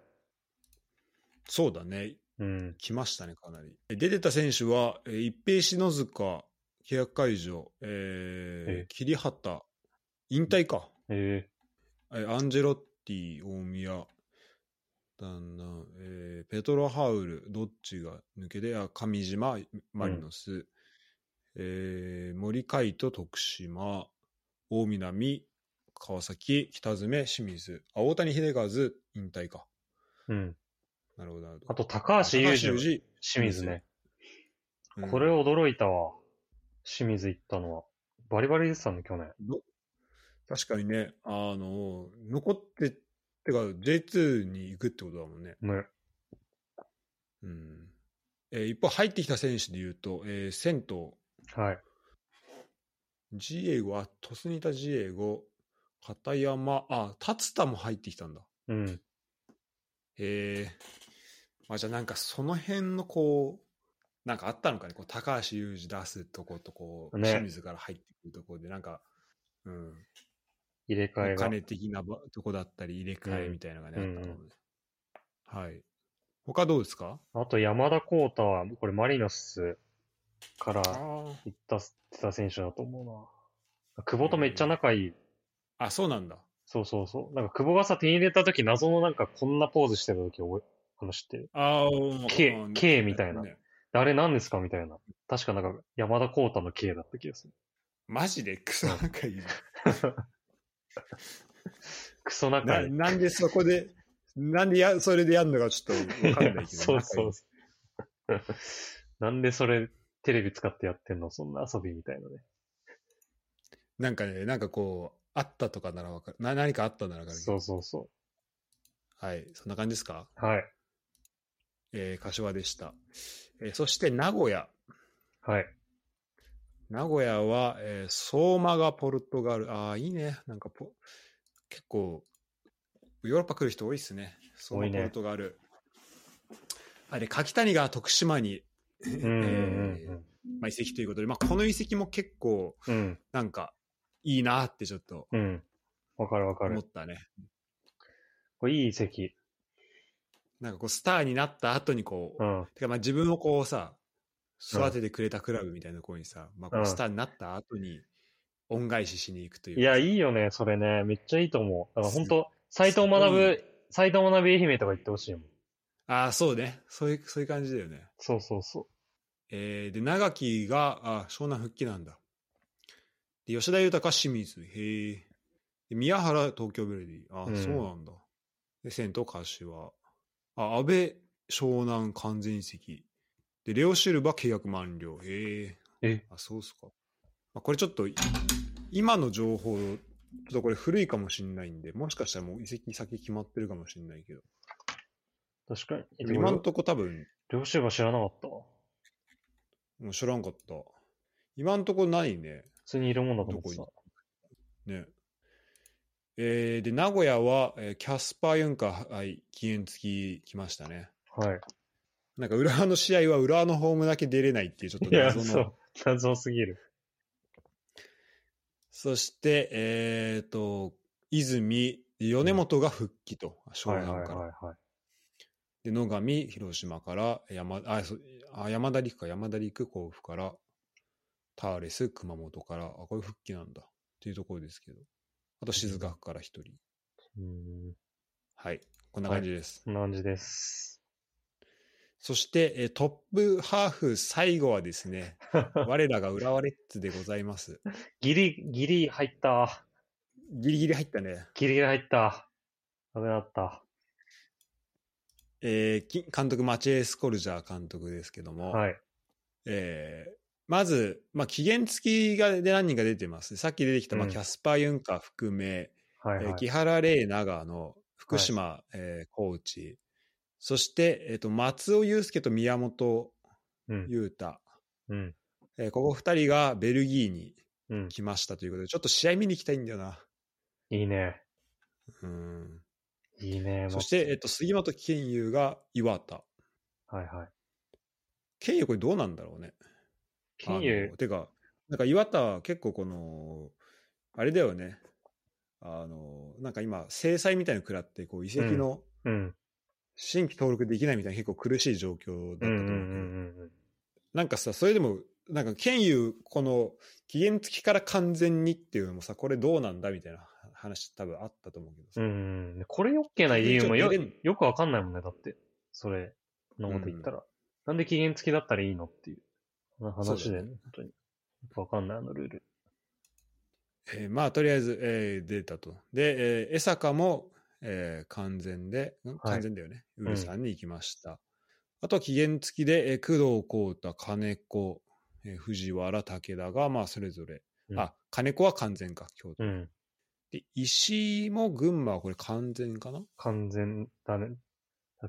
[SPEAKER 1] そうだね、
[SPEAKER 2] うん。
[SPEAKER 1] 来ましたね、かなり。え出てた選手は、えー一平篠塚、契約解除、
[SPEAKER 2] え
[SPEAKER 1] え
[SPEAKER 2] え
[SPEAKER 1] ー、桐畑、引退か、
[SPEAKER 2] え
[SPEAKER 1] えーアンジェロッティ、大宮、旦那、えーペトロハウル、どっちが抜けで、あ上島、マリノス、えー森海斗、徳島、大南、川崎、北爪、清水、あ大谷秀和、引退か。
[SPEAKER 2] ーうん。
[SPEAKER 1] なるほど、なるほ
[SPEAKER 2] あ
[SPEAKER 1] ど。
[SPEAKER 2] と、高橋
[SPEAKER 1] 高
[SPEAKER 2] 祐
[SPEAKER 1] 橋祐
[SPEAKER 2] 二も
[SPEAKER 1] 二
[SPEAKER 2] 清水ね。
[SPEAKER 1] うん
[SPEAKER 2] これ驚いたわ。清水行ったのは。バリバリ出てたの、去年。
[SPEAKER 1] ど確かにね、あの、残って、てか J2 に行くってことだもんね。
[SPEAKER 2] む。
[SPEAKER 1] うんえー一方、入ってきた選手でいうと、えー、銭湯、
[SPEAKER 2] はい。
[SPEAKER 1] ジエゴ、はトスニタジエゴ、片山、あ、達田も入ってきたんだ。
[SPEAKER 2] うん。
[SPEAKER 1] えー、まあじゃあなんかその辺のこう、なんかあったのかね、こう高橋祐二出すとことこう、
[SPEAKER 2] ね
[SPEAKER 1] 清水から入ってくるところで、なんか、うん、
[SPEAKER 2] 入れ
[SPEAKER 1] お
[SPEAKER 2] 替えが。
[SPEAKER 1] 金的なばとこだったり、入れ替えみたいなのがね、
[SPEAKER 2] うん
[SPEAKER 1] あったので、はい。他どうですか
[SPEAKER 2] あと山田光太は、これマリノスから
[SPEAKER 1] あ
[SPEAKER 2] 行った、ってた選手だと思うな。久保とめっちゃ仲いい。
[SPEAKER 1] あ、そうなんだ。
[SPEAKER 2] そうそうそう。なんか久保がさ、手に入れた時、謎のなんかこんなポーズしてた時、覚え、話してる。
[SPEAKER 1] ああ、
[SPEAKER 2] K-
[SPEAKER 1] うん
[SPEAKER 2] K みたいな
[SPEAKER 1] ね
[SPEAKER 2] あれ何ですかみたいな。確かなんか山田光太の K だった気がする。
[SPEAKER 1] マジでクソ
[SPEAKER 2] うん
[SPEAKER 1] 仲いい
[SPEAKER 2] クソ
[SPEAKER 1] な。
[SPEAKER 2] 仲
[SPEAKER 1] ない
[SPEAKER 2] い。
[SPEAKER 1] なんでそこで、なんでやそれでやるのかちょっとわかんないけど。
[SPEAKER 2] そうそう
[SPEAKER 1] 仲いい
[SPEAKER 2] そう。 なんでそれ、テレビ使ってやってんのそんな遊びみたいなね。
[SPEAKER 1] なんかね、なんかこう、あったとかならわかる。な何かあったならわかるけど。
[SPEAKER 2] そうそうそ
[SPEAKER 1] はい、そんな感じですか。
[SPEAKER 2] う。はい。
[SPEAKER 1] えー柏でした。えーそして名古屋。
[SPEAKER 2] はい。
[SPEAKER 1] 名古屋は、えー相馬がポルトガル。ああ、いいね。なんかポ、結構、ヨーロッパ来る人多いですね。相馬
[SPEAKER 2] 多いね
[SPEAKER 1] ポルトガル。あれ、柿谷が徳島に、
[SPEAKER 2] うんうん
[SPEAKER 1] まあ、移籍ということで、まあ、この移籍も結構、
[SPEAKER 2] うんうん。うん。
[SPEAKER 1] なんか、いいなってちょっと
[SPEAKER 2] うん。わかるわか
[SPEAKER 1] 思
[SPEAKER 2] る
[SPEAKER 1] っ。たね。
[SPEAKER 2] これいい席。
[SPEAKER 1] なんかこう、スターになった後にこう、
[SPEAKER 2] うん。
[SPEAKER 1] てかまあ自分をこうさ育ててくれたクラブみたいなところにさ、まあ、こ
[SPEAKER 2] う
[SPEAKER 1] うんスターになった後に恩返ししに行くという
[SPEAKER 2] いや、
[SPEAKER 1] い
[SPEAKER 2] いいよね、それね。めっちゃいいと思う。だから本当斎
[SPEAKER 1] す
[SPEAKER 2] 藤
[SPEAKER 1] すごい
[SPEAKER 2] 学、斎藤学愛媛とか言ってほしいもん。
[SPEAKER 1] ああそうねそういうそういう感じだよね
[SPEAKER 2] そうそうそ
[SPEAKER 1] えー、で長木があ湘南復帰なんだで吉田豊清水へえで宮原東京ベルディあ、
[SPEAKER 2] うん
[SPEAKER 1] そうなんだで仙東柏あ安倍湘南完全移籍でレオシルバ契約満了へえ
[SPEAKER 2] う。え、
[SPEAKER 1] あ、そうっすか。まあ、これちょっと、い今の情報、ちょっとこれ古いかもしれないんで、もしかしたらもう移籍先決まってるかもしれないけど、
[SPEAKER 2] 確かに。え
[SPEAKER 1] 今んとこ多分、
[SPEAKER 2] 両親は知らなかったわ。
[SPEAKER 1] もう知らんかった。今んとこないね。
[SPEAKER 2] 普通にいるもんだと思ってた
[SPEAKER 1] ど。ね。えーで、名古屋は、えーキャスパー・ユンカー、はい、期限付き来ましたね。
[SPEAKER 2] はい。
[SPEAKER 1] なんか、浦和の試合は浦和のホームだけ出れないっていう、ちょっと
[SPEAKER 2] いや、
[SPEAKER 1] 謎の。
[SPEAKER 2] そう。謎すぎる。
[SPEAKER 1] そして、えっ、と、泉、米本が復帰と、湘
[SPEAKER 2] はいはい
[SPEAKER 1] 南から。
[SPEAKER 2] はいは
[SPEAKER 1] で野上、広島から山あそあ山田陸か、山田陸、甲府から、ターレス、熊本から、あこれ復帰なんだっていうところですけど、あと静学から一人、
[SPEAKER 2] い。うーん。
[SPEAKER 1] はい、こんな感じです。
[SPEAKER 2] こんな感じです。
[SPEAKER 1] そして、えートップハーフ、最後はです ね、我らが浦和レッズでございます。
[SPEAKER 2] ギリ、ギリ入った。
[SPEAKER 1] ギリギリ入ったね。
[SPEAKER 2] ギリギリ入った。ダメだった。
[SPEAKER 1] えーき監督、マチェイ・スコルジャー監督ですけども、
[SPEAKER 2] はい。
[SPEAKER 1] えーまず、まあ、期限付きがで何人か出てます。さっき出てきた、まあ、
[SPEAKER 2] うん
[SPEAKER 1] キャスパー・ユンカー含め、
[SPEAKER 2] はい
[SPEAKER 1] え
[SPEAKER 2] は
[SPEAKER 1] ー
[SPEAKER 2] い。
[SPEAKER 1] 木原玲長野、福島、えー高知、そして、えー、と松尾雄介と宮本
[SPEAKER 2] うん。
[SPEAKER 1] 裕太、
[SPEAKER 2] うん。
[SPEAKER 1] えーここ二人がベルギーに
[SPEAKER 2] うん。
[SPEAKER 1] 来ましたということで、ちょっと試合見に行きたいんだよな。
[SPEAKER 2] いいね。
[SPEAKER 1] うん
[SPEAKER 2] いいね。
[SPEAKER 1] そして、えー、
[SPEAKER 2] と。
[SPEAKER 1] と杉本健佑が岩田。
[SPEAKER 2] はいはい。
[SPEAKER 1] 健佑これどうなんだろうね。
[SPEAKER 2] 金
[SPEAKER 1] あ
[SPEAKER 2] 融
[SPEAKER 1] の。てか、なんか岩田は結構この、あれだよね。あの、なんか今、制裁みたいなの食らって、こう、遺跡の
[SPEAKER 2] うん。
[SPEAKER 1] 新規登録できないみたいな結構苦しい状況だったと
[SPEAKER 2] うん
[SPEAKER 1] 思
[SPEAKER 2] う
[SPEAKER 1] うけ
[SPEAKER 2] ん
[SPEAKER 1] ど、
[SPEAKER 2] うんうん。
[SPEAKER 1] なんかさ、それでも、なんか、ケンユこの、期限付きから完全にっていうのもさ、これどうなんだみたいな話多分あったと思うけど
[SPEAKER 2] う
[SPEAKER 1] さ。
[SPEAKER 2] んうん、これ OK な理由もよ
[SPEAKER 1] ちょっと出れん
[SPEAKER 2] よくわかんないもんね、だって。それのこと言ったら。なんで期限付きだったらいいのっていう話で、
[SPEAKER 1] そうだよね
[SPEAKER 2] 本当に。よくわかんない、あのルール。
[SPEAKER 1] えーまあ、とりあえず、えー出たと。で、えー江坂も、えー完全で、ん完全だよね。ウルさんに行きました。あとは期限付きで、えー工藤幸太、金子、えー藤原、武田が、まあ、それぞれ。
[SPEAKER 2] うん
[SPEAKER 1] あ、金子は完全か、京都。
[SPEAKER 2] うん。
[SPEAKER 1] で、石井も群馬はこれ完全かな
[SPEAKER 2] 完全だね。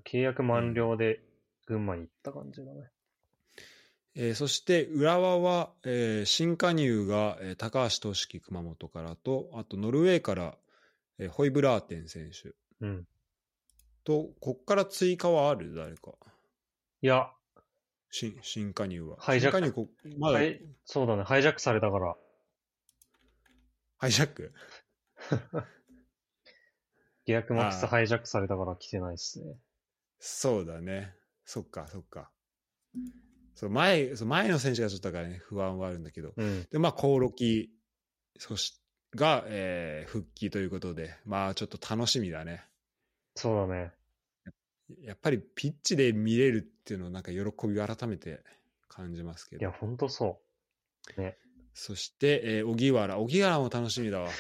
[SPEAKER 2] 契約満了で群馬に行った感じだね。
[SPEAKER 1] えーそして浦和は、えー新加入が、えー高橋俊樹熊本からとあとノルウェーから、えーホイブラーテン選手
[SPEAKER 2] うん。
[SPEAKER 1] とこっから追加はある誰か
[SPEAKER 2] いや、
[SPEAKER 1] 新新加入は
[SPEAKER 2] ハイジャック
[SPEAKER 1] 新加入こまだ、
[SPEAKER 2] はい、そうだね、ハイジャックされたから。
[SPEAKER 1] ハイジャック
[SPEAKER 2] 疑惑マック
[SPEAKER 1] あ
[SPEAKER 2] ス
[SPEAKER 1] ー
[SPEAKER 2] ハイジャックされたから来てないっすね。
[SPEAKER 1] そうだねそっかそっかそう前そう前の選手がちょっとだからね不安はあるんだけど
[SPEAKER 2] うん。
[SPEAKER 1] でまあ興梠そしが、えー復帰ということでまあちょっと楽しみだね
[SPEAKER 2] そうだね。
[SPEAKER 1] やっぱりピッチで見れるっていうのをなんか喜びを改めて感じますけ
[SPEAKER 2] いや、
[SPEAKER 1] ど。
[SPEAKER 2] ほんとそ
[SPEAKER 1] そして、えー、荻原。荻原も楽しみだわ。
[SPEAKER 2] う。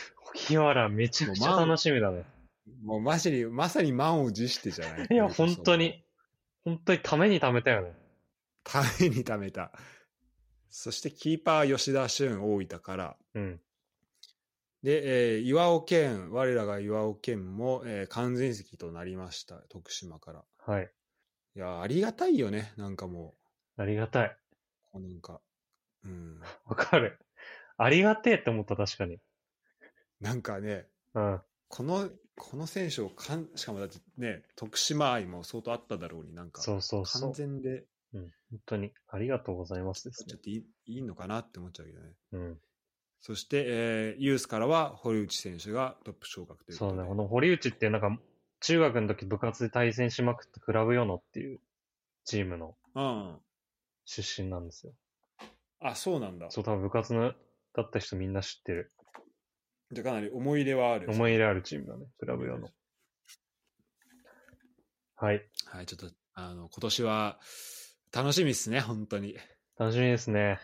[SPEAKER 2] 荻原めちゃくちゃ楽しみだね。
[SPEAKER 1] もうまさに、まさに満を持してじゃない
[SPEAKER 2] いや、本当。に。本当にためにためたよね。
[SPEAKER 1] ために貯めた。そして、キーパー吉田俊、大分から。
[SPEAKER 2] うん。
[SPEAKER 1] で、えー岩尾健、我らが岩尾健も、えー完全席となりました。徳島から。
[SPEAKER 2] はい。
[SPEAKER 1] いや、ありがたいよね。なんかも
[SPEAKER 2] ありがたい。
[SPEAKER 1] う、こうなんか、うん。
[SPEAKER 2] わかる。ありがてえって思った、確かに。
[SPEAKER 1] なんかね、
[SPEAKER 2] うん。
[SPEAKER 1] この、この選手をかん、しかもだってね、徳島愛も相当あっただろうに、なんか、
[SPEAKER 2] そうそうそう。
[SPEAKER 1] 完
[SPEAKER 2] 本
[SPEAKER 1] 全で、
[SPEAKER 2] 当に。ありがとうございますです
[SPEAKER 1] ち
[SPEAKER 2] ね
[SPEAKER 1] ょっ。といいいいのかなって思っちゃうけどね。
[SPEAKER 2] うん。
[SPEAKER 1] そして、えーユースからは堀内選手がトップ昇格というこ
[SPEAKER 2] そ
[SPEAKER 1] と
[SPEAKER 2] う
[SPEAKER 1] で。
[SPEAKER 2] ね。この堀内って、なんか、中学の時部活で対戦しまくったクラブヨノっていうチームの
[SPEAKER 1] うん。
[SPEAKER 2] 出身なんですよ。
[SPEAKER 1] あ、そうなんだ。
[SPEAKER 2] そう、多分部活のだった人みんな知ってる。
[SPEAKER 1] じゃあかなり思い入れはある。
[SPEAKER 2] 思い入れあるチームだね、クラブ用の。はい。
[SPEAKER 1] はい、ちょっと、あの、今年は、楽しみですね、本当に。
[SPEAKER 2] 楽しみですね。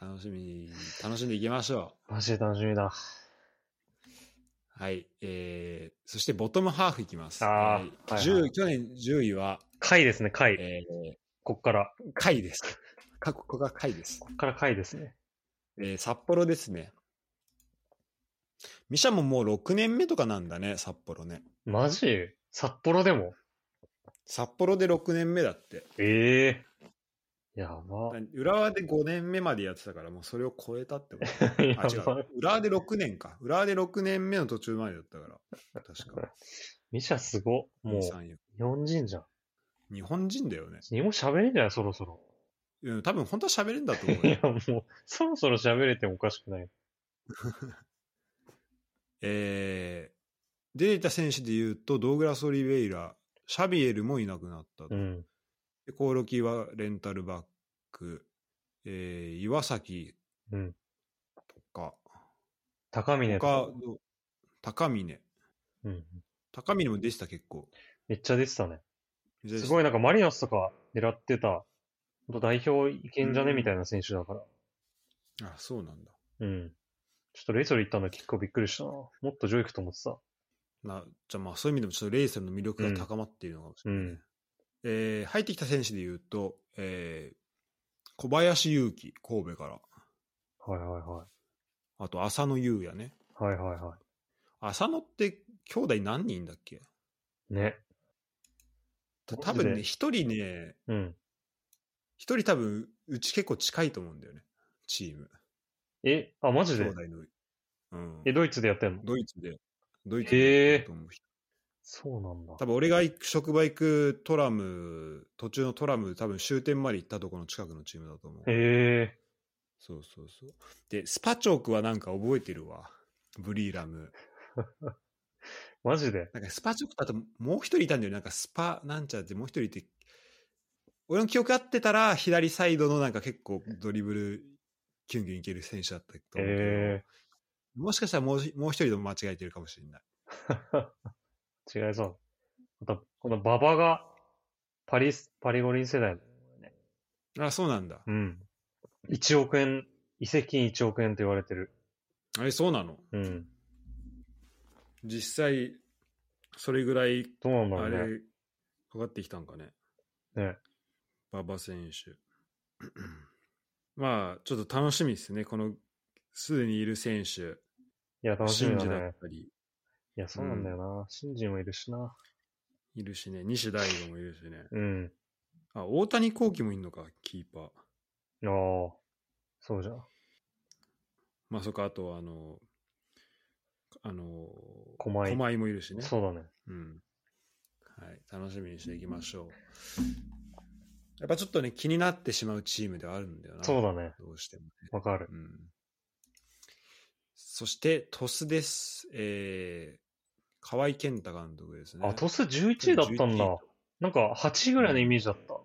[SPEAKER 1] 楽しみに、楽しんでいきましょ
[SPEAKER 2] マジで楽しみだ。
[SPEAKER 1] う。はい。えー、そして、ボトムハーフいきます。
[SPEAKER 2] あー
[SPEAKER 1] え
[SPEAKER 2] はいはい
[SPEAKER 1] ー10去年10位は、
[SPEAKER 2] 回ですね、回。
[SPEAKER 1] えー、
[SPEAKER 2] こっから。
[SPEAKER 1] 貝です。過去が貝です。
[SPEAKER 2] こっから回ですね。
[SPEAKER 1] えー札幌ですね。ミシャももう6年目とかなんだね、札幌ね。
[SPEAKER 2] マジ札幌でも
[SPEAKER 1] 札幌で6年目だって。
[SPEAKER 2] ええやば。
[SPEAKER 1] 浦和で5年目までやってたから、もうそれを超えたってこと
[SPEAKER 2] や
[SPEAKER 1] あ、違
[SPEAKER 2] ば
[SPEAKER 1] う。。浦和で6年か。浦和で6年目の途中までだったから。確か。
[SPEAKER 2] ミシャすご。 もう、
[SPEAKER 1] 2 3 4
[SPEAKER 2] 日本人じゃん。
[SPEAKER 1] 日本人だよね。
[SPEAKER 2] 日本喋れんじゃないそろそろ。
[SPEAKER 1] うん、多分本当は喋れんだと思う
[SPEAKER 2] い
[SPEAKER 1] よ
[SPEAKER 2] や、。もう、そろそろ喋れてもおかしくない。
[SPEAKER 1] えー、出ていた選手で言うと、ドーグラス・オリベイラ、シャビエルもいなくなったと。
[SPEAKER 2] うん。
[SPEAKER 1] で、コオロキはレンタルバック、えー、岩崎
[SPEAKER 2] うん。
[SPEAKER 1] とか、
[SPEAKER 2] 高峰とか
[SPEAKER 1] 他の、高峰。
[SPEAKER 2] うん。
[SPEAKER 1] 高峰も出てた結構。
[SPEAKER 2] めっちゃ出てたね。す
[SPEAKER 1] い。
[SPEAKER 2] ごいなんかマリノスとか狙ってた、ほんと代表いけんじゃねみたいな選手だから。
[SPEAKER 1] あ、そうなんだ。
[SPEAKER 2] うん。ちょっとレイソル行ったの結構びっくりしたな。もっと上行くと思ってた。
[SPEAKER 1] なじゃあまあそういう意味でもちょっとレイセルの魅力が高まっているのかもしれない、ね
[SPEAKER 2] うんうん
[SPEAKER 1] えー入ってきた選手で言うと、えー小林勇輝、神戸から。
[SPEAKER 2] はいはいは
[SPEAKER 1] あと浅野優也ね。
[SPEAKER 2] い。はいはいは
[SPEAKER 1] 浅野って兄弟何人だっけ
[SPEAKER 2] い。ね。
[SPEAKER 1] た
[SPEAKER 2] マジで
[SPEAKER 1] 多分ね、一人ね、
[SPEAKER 2] うん。
[SPEAKER 1] 一人多分うち結構近いと思うんだよね。チーム。
[SPEAKER 2] え、あ、マジ
[SPEAKER 1] 兄
[SPEAKER 2] で
[SPEAKER 1] 弟の。うん。
[SPEAKER 2] え、ドイツでやってんの
[SPEAKER 1] ドイツで。ドイツ
[SPEAKER 2] へ
[SPEAKER 1] で
[SPEAKER 2] ー。そうなんだ
[SPEAKER 1] 多。分俺が行く職場行くトラム、途中のトラム、多分終点まで行ったところの近くのチームだと思う。
[SPEAKER 2] へえ
[SPEAKER 1] そうそうそう。で、スパチョークはなんか覚えてるわ。ブリーラム。
[SPEAKER 2] マジで
[SPEAKER 1] なんかスパチョークだともう一人いたんだよね。なんかスパなんちゃってもう一人いて。俺の記憶あってたら、左サイドのなんか結構ドリブル、キュンキュンいける選手だったと思うけど、
[SPEAKER 2] へえ
[SPEAKER 1] もしかしたらもうもう一人でも間違えてるかもしれない。
[SPEAKER 2] 違いそう。また、この馬場が、パリス、パリ五輪世代の。
[SPEAKER 1] あ、そうなんだ。
[SPEAKER 2] うん。1億円、移籍金1億円と言われてる。
[SPEAKER 1] あれ、そうなの
[SPEAKER 2] うん。
[SPEAKER 1] 実際、それぐらい
[SPEAKER 2] どうなんだろ
[SPEAKER 1] あ
[SPEAKER 2] うね。
[SPEAKER 1] れ、かかってきたんかね。
[SPEAKER 2] ね。
[SPEAKER 1] 馬場選手。 まあ、ちょっと楽しみですね。この、すでにいる選手。
[SPEAKER 2] いや、楽しみだ
[SPEAKER 1] シンジだ
[SPEAKER 2] ね
[SPEAKER 1] っ。たり、
[SPEAKER 2] いや、そうなんだよな。新人もいるしな。
[SPEAKER 1] いるしね。西大悟もいるしね。
[SPEAKER 2] うん。
[SPEAKER 1] あ、大谷幸喜もいんのか、キーパー。
[SPEAKER 2] ああ、そうじゃん。
[SPEAKER 1] まあ、そっか、あと、あの、あの、
[SPEAKER 2] 狛江
[SPEAKER 1] 狛江もいるしね。
[SPEAKER 2] そうだね。
[SPEAKER 1] うん。はい、楽しみにしていきましょう。やっぱちょっとね、気になってしまうチームではあるんだよな。
[SPEAKER 2] そうだね。
[SPEAKER 1] どうしてもね。
[SPEAKER 2] わかる。
[SPEAKER 1] うん。そして、鳥栖です。えー、河合健太監督ですね。
[SPEAKER 2] あ、トス11位だったんだ
[SPEAKER 1] 11位。
[SPEAKER 2] なんか8位ぐらいのイメージだった。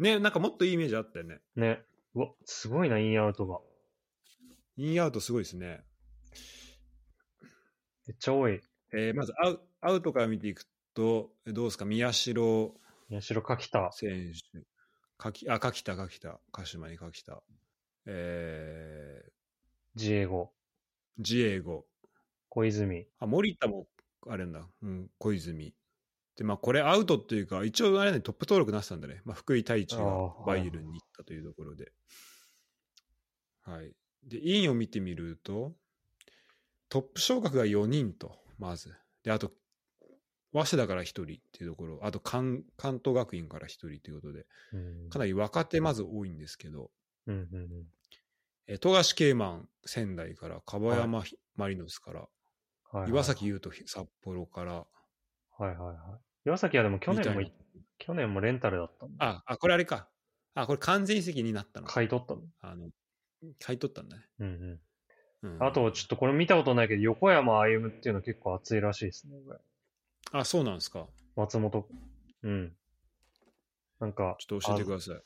[SPEAKER 1] ね、なんかもっといいイメージあったよね。
[SPEAKER 2] ね。うわ、すごいな、インアウトが。
[SPEAKER 1] インアウトすごいですね。
[SPEAKER 2] めっちゃ多い。
[SPEAKER 1] えーまずアウ、アウトから見ていくと、どうですか、宮代
[SPEAKER 2] 八代かきた。
[SPEAKER 1] 選手、かき、あ、柿田、柿田、鹿島に柿田、え
[SPEAKER 2] ジエゴ、
[SPEAKER 1] ー、ジエゴ、
[SPEAKER 2] 小泉。
[SPEAKER 1] あ、森田も、あれなんだ、うん、小泉。で、まあ、これアウトっていうか、一応あれね、トップ登録なってたんだね。まあ、福井太一が
[SPEAKER 2] あー
[SPEAKER 1] バイエルンに行ったというところで。はい。で、委員を見てみると、トップ昇格が4人と、まず。で、あと、早稲田から1人っていうところ、あと関関東学院から1人ということで、
[SPEAKER 2] うん。
[SPEAKER 1] かなり若手まず多いんですけど、
[SPEAKER 2] うんうんうん。
[SPEAKER 1] え富樫慶満仙台から、樺山ひマリノスから、
[SPEAKER 2] はいはい
[SPEAKER 1] 岩崎優斗札幌から、
[SPEAKER 2] はいはいはい。岩崎はでも去年もい
[SPEAKER 1] み、
[SPEAKER 2] 去年もレンタルだったんだ。
[SPEAKER 1] あ、あ、これあれか。あ、これ完全移籍になったのか。
[SPEAKER 2] 買い取ったの。
[SPEAKER 1] あの、買い取ったんだね。
[SPEAKER 2] うんうん。
[SPEAKER 1] うん、
[SPEAKER 2] あと、ちょっとこれ見たことないけど、横山歩夢っていうの結構熱いらしいですね。これ
[SPEAKER 1] あ、そうなんですか。
[SPEAKER 2] 松本。うん。なんか、
[SPEAKER 1] ちょっと教えてください。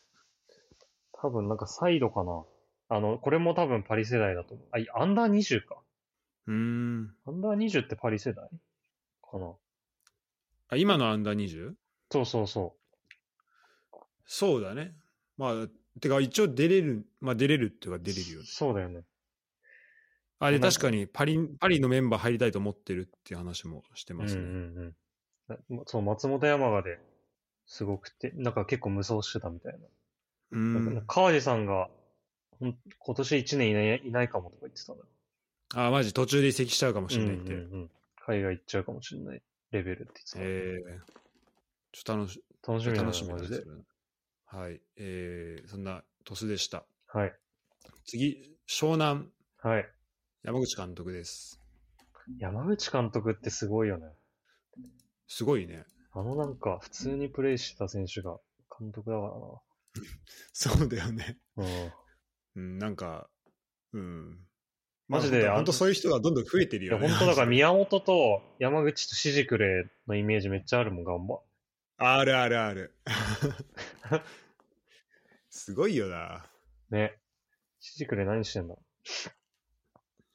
[SPEAKER 2] 多分なんかサイドかな。あの、これも多分パリ世代だと思う。あ、いアンダー20か。
[SPEAKER 1] うーん。
[SPEAKER 2] アンダー20ってパリ世代かな。
[SPEAKER 1] あ、今のアンダー 20?
[SPEAKER 2] そうそうそ
[SPEAKER 1] そうだね。まあ、てか一応出れる、まあ出れるっていうか
[SPEAKER 2] う。
[SPEAKER 1] 出れるよね。
[SPEAKER 2] そうだよね。
[SPEAKER 1] あれ
[SPEAKER 2] なんか
[SPEAKER 1] 確かにパリ、パリのメンバー入りたいと思ってるっていう話もしてますね。
[SPEAKER 2] うんうんうんな。そう、松本山雅ですごくて、なんか結構無双してたみたいな。
[SPEAKER 1] う
[SPEAKER 2] なんか
[SPEAKER 1] ん。
[SPEAKER 2] 川地さんが、ほん今年1年いないいないかもとか言ってたのよ。
[SPEAKER 1] あ、マジ途中で移籍しちゃうかもしれないって。
[SPEAKER 2] うんうんうん海外行っちゃうかもしれないレベルって言って
[SPEAKER 1] えー、ちょっと楽し、
[SPEAKER 2] た。楽しみだな、
[SPEAKER 1] 楽しみだ
[SPEAKER 2] マ
[SPEAKER 1] ね
[SPEAKER 2] ジで
[SPEAKER 1] そ。れはい。えー、そんな、鳥栖でした。
[SPEAKER 2] はい。
[SPEAKER 1] 次、湘南、
[SPEAKER 2] はい。
[SPEAKER 1] 山口監督です。
[SPEAKER 2] 山口監督ってすごいよね。
[SPEAKER 1] すごいね。
[SPEAKER 2] あのなんか、普通にプレイしてた選手が監督だか
[SPEAKER 1] そうだよね。
[SPEAKER 2] らな。うん。
[SPEAKER 1] うん、なんか、うん。
[SPEAKER 2] マジで
[SPEAKER 1] まあ
[SPEAKER 2] あ
[SPEAKER 1] 本当そういう人がどんどん増えてる
[SPEAKER 2] い
[SPEAKER 1] よ
[SPEAKER 2] や、
[SPEAKER 1] ね。
[SPEAKER 2] 本当だから
[SPEAKER 1] マジで
[SPEAKER 2] 宮本と山口とシジクレのイメージめっちゃあるもん、ガンバ。
[SPEAKER 1] あるあるあ る。すごいよな。
[SPEAKER 2] ね。シジクレ何してんだ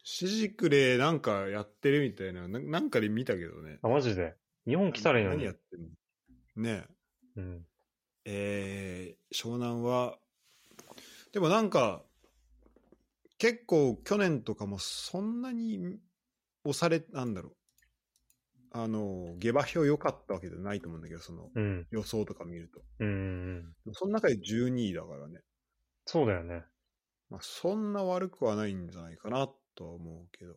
[SPEAKER 1] シジクレなんかやってるみたいな、ななんかで見たけどね。
[SPEAKER 2] あ、マジで。日本来たらいいの
[SPEAKER 1] 何
[SPEAKER 2] に
[SPEAKER 1] やっ。てんのねえ。
[SPEAKER 2] うん。
[SPEAKER 1] えー湘南は、でもなんか、結構去年とかもそんなに押され、なんだろう、あの、下馬評良かったわけじゃないと思うんだけど、その
[SPEAKER 2] うん。
[SPEAKER 1] 予想とか見ると。
[SPEAKER 2] うんうんうん。
[SPEAKER 1] その中で12位だからね、
[SPEAKER 2] そうだよね。
[SPEAKER 1] まあ、そんな悪くはないんじゃないかなとは思うけど、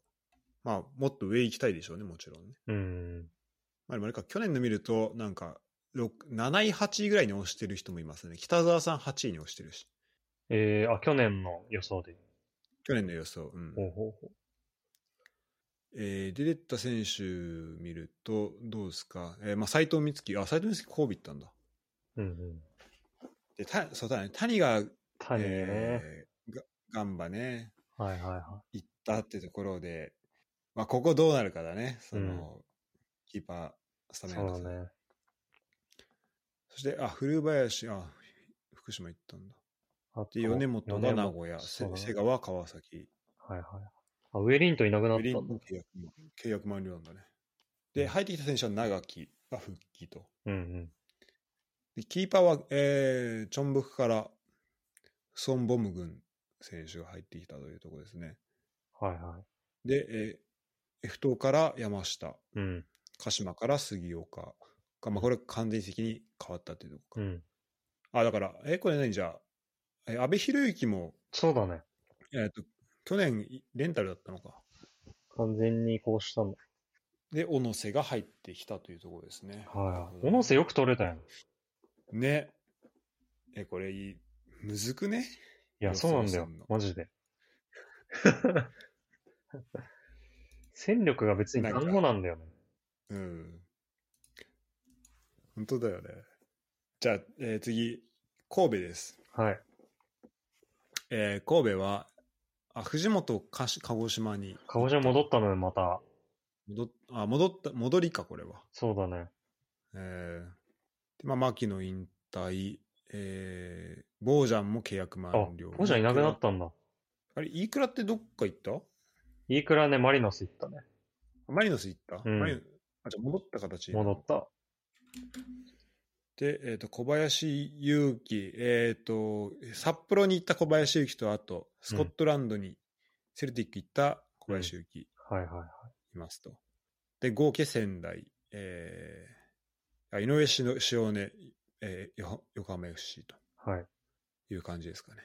[SPEAKER 1] まあ、もっと上行きたいでしょうね、もちろんね。
[SPEAKER 2] うん。
[SPEAKER 1] まあ、でもあれか、去年の見ると、なんか、6 7位、8位ぐらいに押してる人もいますね。北澤さん8位に押してるし、
[SPEAKER 2] えー、あ、去年の予想で。
[SPEAKER 1] 去年の予想。うん
[SPEAKER 2] ほうほうほう。
[SPEAKER 1] えー出てった選手見ると、どうですか、えーまあ、斎藤光希、あ、斎藤光希、神戸行ったんだ。
[SPEAKER 2] うんうん。
[SPEAKER 1] で、たそうだね、谷が、
[SPEAKER 2] 谷ね、
[SPEAKER 1] えーがガンバね、
[SPEAKER 2] はいはいは
[SPEAKER 1] 行ったってところで、まあ、ここどうなるかだね、その、キーパー、スタ
[SPEAKER 2] い。
[SPEAKER 1] メン
[SPEAKER 2] そ
[SPEAKER 1] 争
[SPEAKER 2] うだ
[SPEAKER 1] い
[SPEAKER 2] ね。
[SPEAKER 1] そして、あ、古林、あ、福島行ったんだ。
[SPEAKER 2] あと
[SPEAKER 1] で、米本が名
[SPEAKER 2] 米
[SPEAKER 1] 古屋、せ
[SPEAKER 2] そうだね
[SPEAKER 1] 瀬川、川崎、
[SPEAKER 2] はいはい。あ、ウェリントンいなくな
[SPEAKER 1] ウ
[SPEAKER 2] っ
[SPEAKER 1] ェリン
[SPEAKER 2] た
[SPEAKER 1] ト
[SPEAKER 2] んだ
[SPEAKER 1] ン。契約も契約満了なんだね。で、入ってきた選手は長木が復帰と。
[SPEAKER 2] うんうん。
[SPEAKER 1] でキーパーは、えーチョンブクからソン・ボムグン選手が入ってきたというところですね。
[SPEAKER 2] はいはい。
[SPEAKER 1] で、えー F 党から山下、
[SPEAKER 2] うん。
[SPEAKER 1] 鹿島から杉岡が、まあ、これ完全席に変わったというとこ
[SPEAKER 2] う
[SPEAKER 1] ろか。
[SPEAKER 2] ん。
[SPEAKER 1] あ、だから、えーこれ何じゃあ、えー、安倍博之も、
[SPEAKER 2] そうだね。
[SPEAKER 1] えーと、去年いレンタルだったのか。
[SPEAKER 2] 完全に移行したの。
[SPEAKER 1] で、小野瀬が入ってきたというところですね。
[SPEAKER 2] はいはい。
[SPEAKER 1] うん
[SPEAKER 2] 小野瀬よく取れたよね。
[SPEAKER 1] ね。え、これいい、むずくね
[SPEAKER 2] いや、
[SPEAKER 1] 予
[SPEAKER 2] そうなん
[SPEAKER 1] 想
[SPEAKER 2] だ
[SPEAKER 1] す
[SPEAKER 2] よ
[SPEAKER 1] んの。
[SPEAKER 2] マジで。戦力が別に
[SPEAKER 1] なんか
[SPEAKER 2] 単語なんだよね。
[SPEAKER 1] うん。本当だよね。じゃあ、えー次、神戸です。
[SPEAKER 2] はい。
[SPEAKER 1] えー神戸は、あ、藤本かし鹿児島に
[SPEAKER 2] 鹿児島戻ったのよ、また。
[SPEAKER 1] 戻っあ戻った、戻りか、これは。
[SPEAKER 2] そうだね。
[SPEAKER 1] えー、で、まあ、牧の引退、えー、ボージャンも契約満
[SPEAKER 2] あ、
[SPEAKER 1] 了。
[SPEAKER 2] こうじゃいなくなったんだ。
[SPEAKER 1] あれ、飯倉ってどっか行った
[SPEAKER 2] いいくらね、マリノス行ったね。
[SPEAKER 1] マリノス行った、
[SPEAKER 2] うん
[SPEAKER 1] マリノあ、じゃあ戻った形。
[SPEAKER 2] 戻った。
[SPEAKER 1] で、えっ、と、小林祐希、えっ、と、札幌に行った小林祐希と、あと、スコットランドに、セルティック行った小林祐希、
[SPEAKER 2] はいはいはい。
[SPEAKER 1] いますと。で、合計仙台、えー、あ井上しの塩根、えーよ横浜 FC と
[SPEAKER 2] はい。
[SPEAKER 1] いう感じですかね。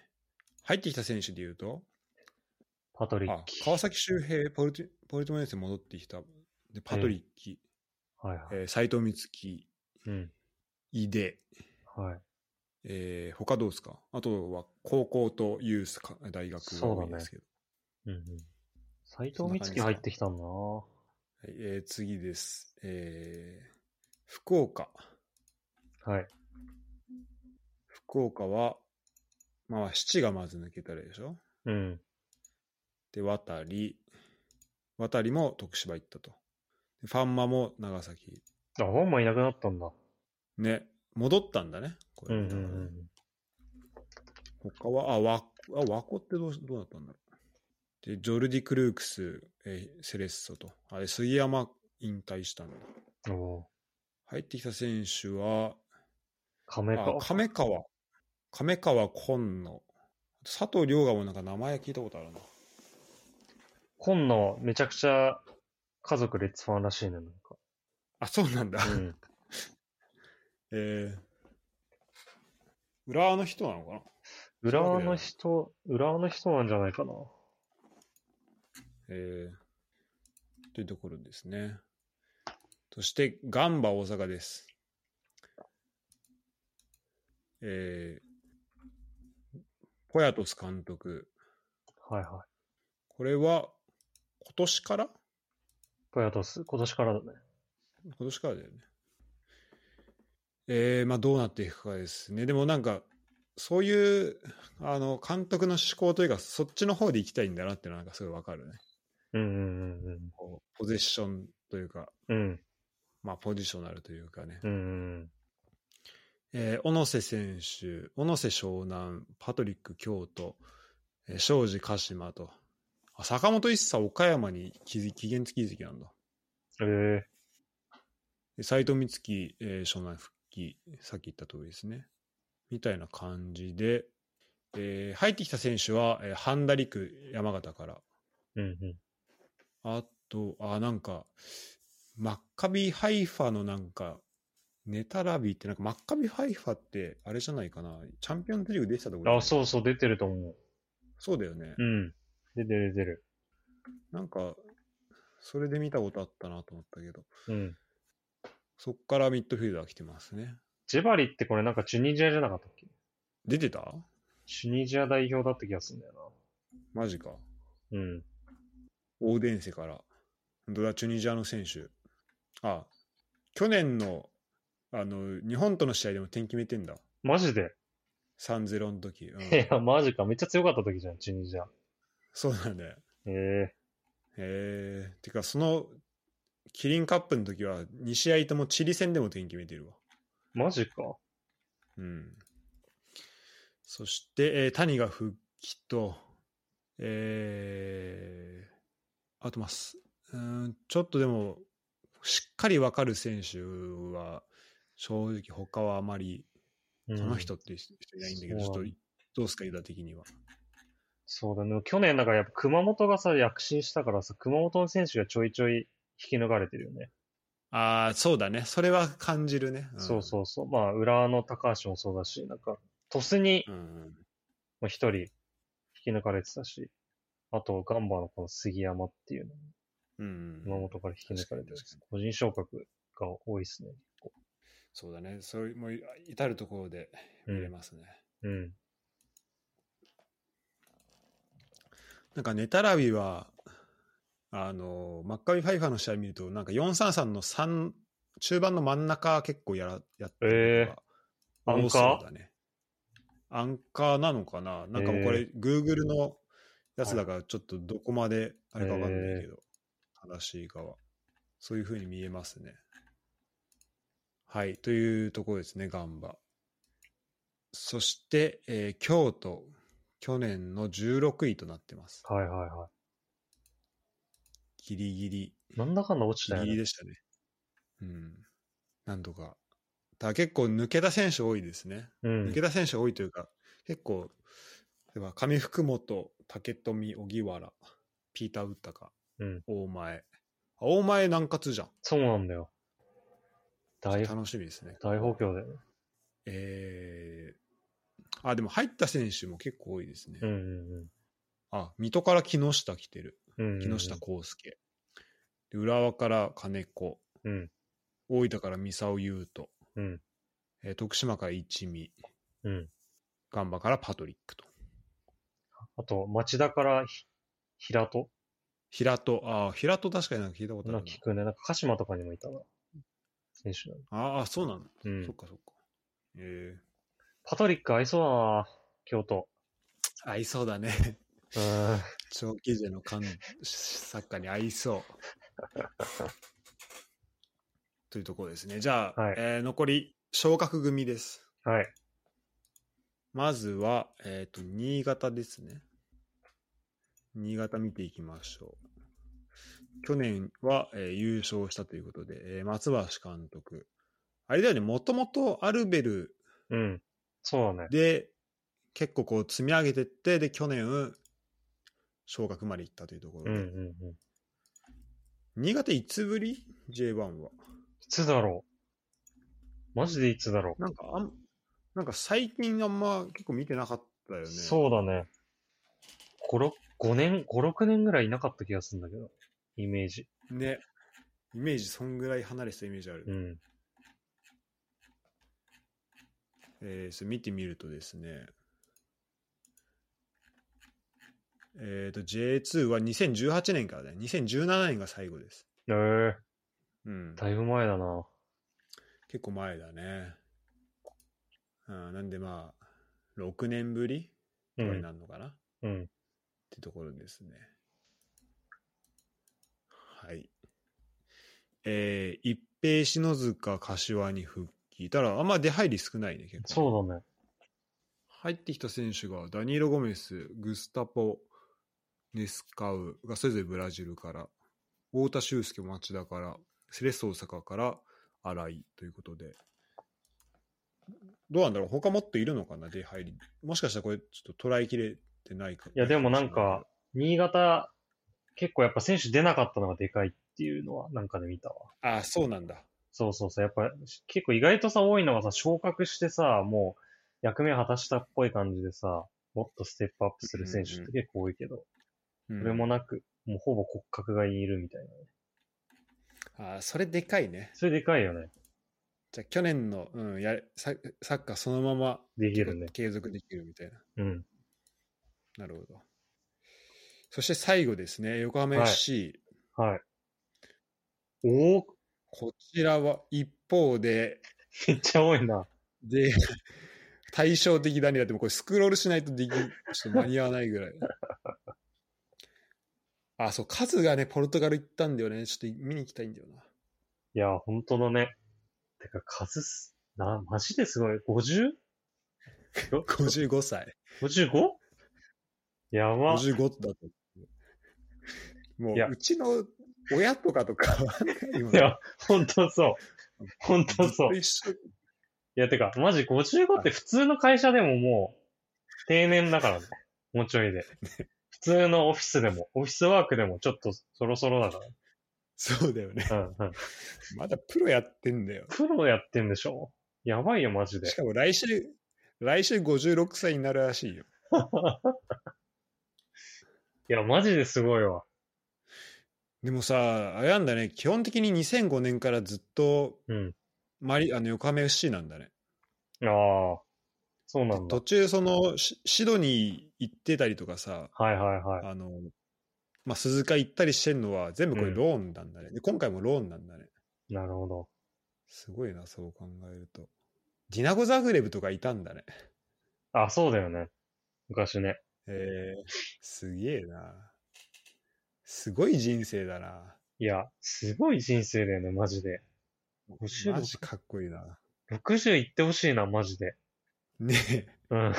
[SPEAKER 1] 入ってきた選手でいうと、
[SPEAKER 2] パトリッ
[SPEAKER 1] あ
[SPEAKER 2] キ、
[SPEAKER 1] 川崎周平、ポルティポルティモネスに戻ってきた、でパトリッキ、
[SPEAKER 2] はいはい。
[SPEAKER 1] えー、斉藤光希、
[SPEAKER 2] うん。
[SPEAKER 1] 井出、
[SPEAKER 2] はい。
[SPEAKER 1] えー、他どうですかあとは高校とユースか大学が多いですけど、
[SPEAKER 2] うんうん。斎藤
[SPEAKER 1] そんな
[SPEAKER 2] 美
[SPEAKER 1] 感じ
[SPEAKER 2] 月
[SPEAKER 1] ですか
[SPEAKER 2] 入ってきたんだなは
[SPEAKER 1] はいえー次です、えー、福岡
[SPEAKER 2] い。
[SPEAKER 1] 福岡はまあ七がまず抜けたらでしょ
[SPEAKER 2] うん。
[SPEAKER 1] で渡り渡りも徳島行ったとでファンマも長崎
[SPEAKER 2] あ、ホンマいなくなったんだ。
[SPEAKER 1] ね戻ったんだねこ
[SPEAKER 2] う
[SPEAKER 1] れ
[SPEAKER 2] ん
[SPEAKER 1] ね、
[SPEAKER 2] うんうん。
[SPEAKER 1] 他はあわあ和子ってどうしどうなったんだろうでジョルディ・クルークス、えーセレッソとあれ杉山引退したんだ
[SPEAKER 2] おー
[SPEAKER 1] 入ってきた選手は、
[SPEAKER 2] 亀
[SPEAKER 1] あ
[SPEAKER 2] か。
[SPEAKER 1] 亀川、亀川紺野、佐藤涼河もなんか名前聞いたことあるな。
[SPEAKER 2] 今野、めちゃくちゃ家族レッツファンらしいね、なんか。
[SPEAKER 1] あ、そうなんだ。
[SPEAKER 2] うん。
[SPEAKER 1] えー、浦和の人なのかな
[SPEAKER 2] 裏の人、裏の人なんじゃないかな。
[SPEAKER 1] えー、というところですね。そして、ガンバ大阪です。えー、ポヤトス監督。
[SPEAKER 2] はいはい。
[SPEAKER 1] これは、今年から
[SPEAKER 2] ポヤトス、今年からだね。
[SPEAKER 1] 今年からだよね。えー、まあどうなっていくかですね。でもなんか、そういう、あの、監督の思考というか、そっちの方で行きたいんだなっていうのはなんかすごいわかるね。
[SPEAKER 2] うんうんうん
[SPEAKER 1] こうポゼッションというか、
[SPEAKER 2] うん。うん
[SPEAKER 1] まあポジショナルというかね。
[SPEAKER 2] うんうん。
[SPEAKER 1] えー小野瀬選手、小野瀬湘南、パトリック京都、えー庄司鹿島と、あ坂本一茶岡山に期期限付き移籍なんだ。
[SPEAKER 2] ええ
[SPEAKER 1] 斎藤光希、えー湘南復帰、さっき言った通りですね。みたいな感じで、えー入ってきた選手は、えー、半田陸、山形から。
[SPEAKER 2] うんうん。
[SPEAKER 1] あと、あ、なんか、マッカビハイファのなんか、ネタラビーって、なんかマッカビハイファって、あれじゃないかな、チャンピオンズリーグ出てたところ
[SPEAKER 2] あ、そうそう、出てると思う。
[SPEAKER 1] そうだよね。
[SPEAKER 2] うん。出てる出てる。
[SPEAKER 1] なんか、それで見たことあったなと思ったけど、
[SPEAKER 2] うん。
[SPEAKER 1] そっからミッドフィルダー来てますね。
[SPEAKER 2] ジェバリってこれなんかチュニジアじゃなかったっけ
[SPEAKER 1] 出てた
[SPEAKER 2] チュニジア代表だった気がするんだよ
[SPEAKER 1] マジか。
[SPEAKER 2] な。うん。
[SPEAKER 1] オーデンセから、ドラチュニジアの選手。あ、去年の、あの、日本との試合でも点決めてんだ。
[SPEAKER 2] マジで、
[SPEAKER 1] 3-0の時。うん、
[SPEAKER 2] いや、マジか。めっちゃ強かった時じゃん、チュニジア。
[SPEAKER 1] そうなんだよ。
[SPEAKER 2] ええ
[SPEAKER 1] へえ。てか、その、キリンカップの時は、2試合ともチリ戦でも点決めてるわ。
[SPEAKER 2] マジか。
[SPEAKER 1] うん。そして、えー谷が復帰と、えー、あとます。うーん、ちょっとでも、しっかりわかる選手は、正直他はあまり、
[SPEAKER 2] こ
[SPEAKER 1] この人っていう人いないんだけど、ちょっ
[SPEAKER 2] そ
[SPEAKER 1] と
[SPEAKER 2] う、
[SPEAKER 1] どうすか、ユダ的には。
[SPEAKER 2] そうだね。去年なんかやっぱ熊本がさ、躍進したからさ、熊本の選手がちょいちょい引き抜かれてるよね。
[SPEAKER 1] ああ、そうだね。それは感じるね。ん
[SPEAKER 2] そうそうそう。まあ、裏の高橋もそうだし、なんか、鳥栖に
[SPEAKER 1] うん。
[SPEAKER 2] も一人引き抜かれてたし、あと、ガンバのこの杉山っていうのも、
[SPEAKER 1] うん。
[SPEAKER 2] 熊本から引き抜かれてる
[SPEAKER 1] 確かに確か。
[SPEAKER 2] 個人昇格が多いですね。
[SPEAKER 1] そうだね。それも、至るところで見れますね。
[SPEAKER 2] うん。
[SPEAKER 1] なんかネタラビは、あの、マッカビファイファーの試合見ると、なんか433の3、中盤の真ん中結構やら、やってるのが
[SPEAKER 2] えー
[SPEAKER 1] 多そうだね。アンカーなのかななんかもうこれ、Google のやつだから、ちょっとどこまであれかわかんないけど、正しい側。そういうふうに見えますね。はい、というところですね、ガンバ。そして、えー京都、去年の16位となってます。
[SPEAKER 2] はいはいは
[SPEAKER 1] ギリギリ、
[SPEAKER 2] い。なんだかんだ落ち
[SPEAKER 1] ギ
[SPEAKER 2] た
[SPEAKER 1] リギ
[SPEAKER 2] よ
[SPEAKER 1] リ
[SPEAKER 2] ね。
[SPEAKER 1] でしたね。うん。なんとか。ただ結構抜けた選手多いですね。
[SPEAKER 2] うん。
[SPEAKER 1] 抜けた選手多いというか、結構、例えば上福本、竹富、荻原、ピーター・ウッタカ、
[SPEAKER 2] うん
[SPEAKER 1] 大前。あ大前南葛じゃん。
[SPEAKER 2] そうなんだよ。大、
[SPEAKER 1] 楽しみですね。
[SPEAKER 2] 大補強で。
[SPEAKER 1] えー、あ、でも入った選手も結構多いですね。
[SPEAKER 2] うんうん
[SPEAKER 1] あ、水戸から木下来てる。
[SPEAKER 2] うん。うんうんうん
[SPEAKER 1] 木下康介。で浦和から金子。
[SPEAKER 2] うん
[SPEAKER 1] 大分から三沢優斗。
[SPEAKER 2] うん
[SPEAKER 1] えー徳島から一味。
[SPEAKER 2] うん。
[SPEAKER 1] ガンバからパトリックと。
[SPEAKER 2] あと、町田からひ平戸
[SPEAKER 1] 平戸。ああ、平戸確かになんか聞いたことあ
[SPEAKER 2] な
[SPEAKER 1] る
[SPEAKER 2] んか聞くね。なんか鹿島とかにもいたな。選手なの。
[SPEAKER 1] な。ああ、そうなの。
[SPEAKER 2] うん
[SPEAKER 1] そっ。かそっか。え
[SPEAKER 2] パトリック合いそうだな京都。
[SPEAKER 1] ー、合いそうだね。
[SPEAKER 2] うん。
[SPEAKER 1] 長期勢の感サッカーに合いそう。 というところですね。じゃあ、
[SPEAKER 2] はい
[SPEAKER 1] えー残り昇格組です。
[SPEAKER 2] はい。
[SPEAKER 1] まずは、えっ、と、新潟ですね。新潟見ていきましょう。去年は、えー優勝したということで、えー松橋監督。あれだよね、もともとアルベル
[SPEAKER 2] うん。そうだね。
[SPEAKER 1] で結構こう積み上げてって、で、去年、昇格まで行ったというところで。
[SPEAKER 2] うんうんうん。い
[SPEAKER 1] 新潟いつぶり ?J1 は。
[SPEAKER 2] つだろうマジでいつだろ
[SPEAKER 1] なんかあん、なんか最近あんま結構見てなかったよ
[SPEAKER 2] う
[SPEAKER 1] ね。
[SPEAKER 2] そうだね。5、5年、5、6年ぐらいいなかった気がするんだけど。イメージ。
[SPEAKER 1] う。ね。イメージ、そんぐらい離れてたイメージある。
[SPEAKER 2] うん。
[SPEAKER 1] えー、それ見てみるとですね、えー、と J2 は2018年からね、2017年が最後です。
[SPEAKER 2] ええ
[SPEAKER 1] うん、
[SPEAKER 2] だいぶ前だな。
[SPEAKER 1] 結構前だね。あーなんでまあ、6年ぶり
[SPEAKER 2] う
[SPEAKER 1] とかに
[SPEAKER 2] ん。
[SPEAKER 1] なるのかな、っ
[SPEAKER 2] うん。
[SPEAKER 1] てところですね。はい。えー、一平篠塚柏に復帰。たら、あんま出入り少ないね、結構ね。
[SPEAKER 2] そうだね。
[SPEAKER 1] 入ってきた選手がダニーロ・ゴメス、グスタポ、ネスカウがそれぞれブラジルから、太田修介、町田から、セレッソ大阪から新井ということで、どうなんだろう、他もっといるのかな、出入り、もしかしたらこれ、ちょっと捉えきれてないか
[SPEAKER 2] いや、でもなんか、、新潟、結構やっぱ選手出なかったのがでかいっていうのは、なんかで見たわ。
[SPEAKER 1] ああ、そうなんだ、
[SPEAKER 2] そうそうそう。やっぱ、結構意外とさ、多いのがさ、昇格してさ、もう、役目果たしたっぽい感じでさ、もっとステップアップする選手って結構多いけど、
[SPEAKER 1] うん
[SPEAKER 2] それもなく、もうほぼ骨格がいるみたいなね。
[SPEAKER 1] ああそれでかいね、
[SPEAKER 2] それでかいよね。
[SPEAKER 1] じゃあ、去年の、うん、やササッカーそのまま
[SPEAKER 2] できるね。
[SPEAKER 1] 継続できるみたいな。
[SPEAKER 2] うん。
[SPEAKER 1] なるほど。そして最後ですね、横浜 FC。
[SPEAKER 2] はい。おお
[SPEAKER 1] こちらは一方で、
[SPEAKER 2] めっちゃ多いな。
[SPEAKER 1] で、 対照的だね。だってもうこれスクロールしないとでき、ちょっと間に合わないぐらい。あ、そう、カズがね、ポルトガル行ったんだよね。ちょっと見に行きたいんだよな。
[SPEAKER 2] いや、本当だね。てか、数す、な、マジですごい。50?
[SPEAKER 1] 55歳。
[SPEAKER 2] 55? やば。
[SPEAKER 1] 55だと。も
[SPEAKER 2] いうや、
[SPEAKER 1] うちの親とかとかわかんない今
[SPEAKER 2] いや、本当そう。本当
[SPEAKER 1] ずっ
[SPEAKER 2] そう
[SPEAKER 1] と。一緒
[SPEAKER 2] いや、てか、マジ55って普通の会社でももう、定年だからね。もうちょいで。普通のオフィスでも、オフィスワークでもちょっとそろそろだか
[SPEAKER 1] そうだよね。
[SPEAKER 2] ら。うんうん。
[SPEAKER 1] まだプロやってんだよ。
[SPEAKER 2] プロやってんでしょやばいよ、マ ジで
[SPEAKER 1] し。かも来週、来週56歳になるらしいよ。
[SPEAKER 2] いや、マジですごいわ。
[SPEAKER 1] でもさ、あれなんだね、基本的に2005年からずっと
[SPEAKER 2] うん。
[SPEAKER 1] マリあの横浜 FC なんだね。
[SPEAKER 2] ああ。そうなんだ
[SPEAKER 1] 途。中そのシシドニー行ってたりとかさ
[SPEAKER 2] はいはいはい。
[SPEAKER 1] あの、まあ、鈴鹿行ったりしてんのは全部これ
[SPEAKER 2] うん
[SPEAKER 1] ローンなんだね、で今回もローンなんだね
[SPEAKER 2] なるほど。
[SPEAKER 1] すごいなそう考えるとディナゴザグレブとかいたんだね
[SPEAKER 2] あ、そうだよね。昔ね。
[SPEAKER 1] えー、すげえなすごい人生だない
[SPEAKER 2] や、すごい人生だよね、マジで。
[SPEAKER 1] マ
[SPEAKER 2] 56
[SPEAKER 1] ジかっこいいな
[SPEAKER 2] 60いってほしいな、マジで。
[SPEAKER 1] ねえ
[SPEAKER 2] うん。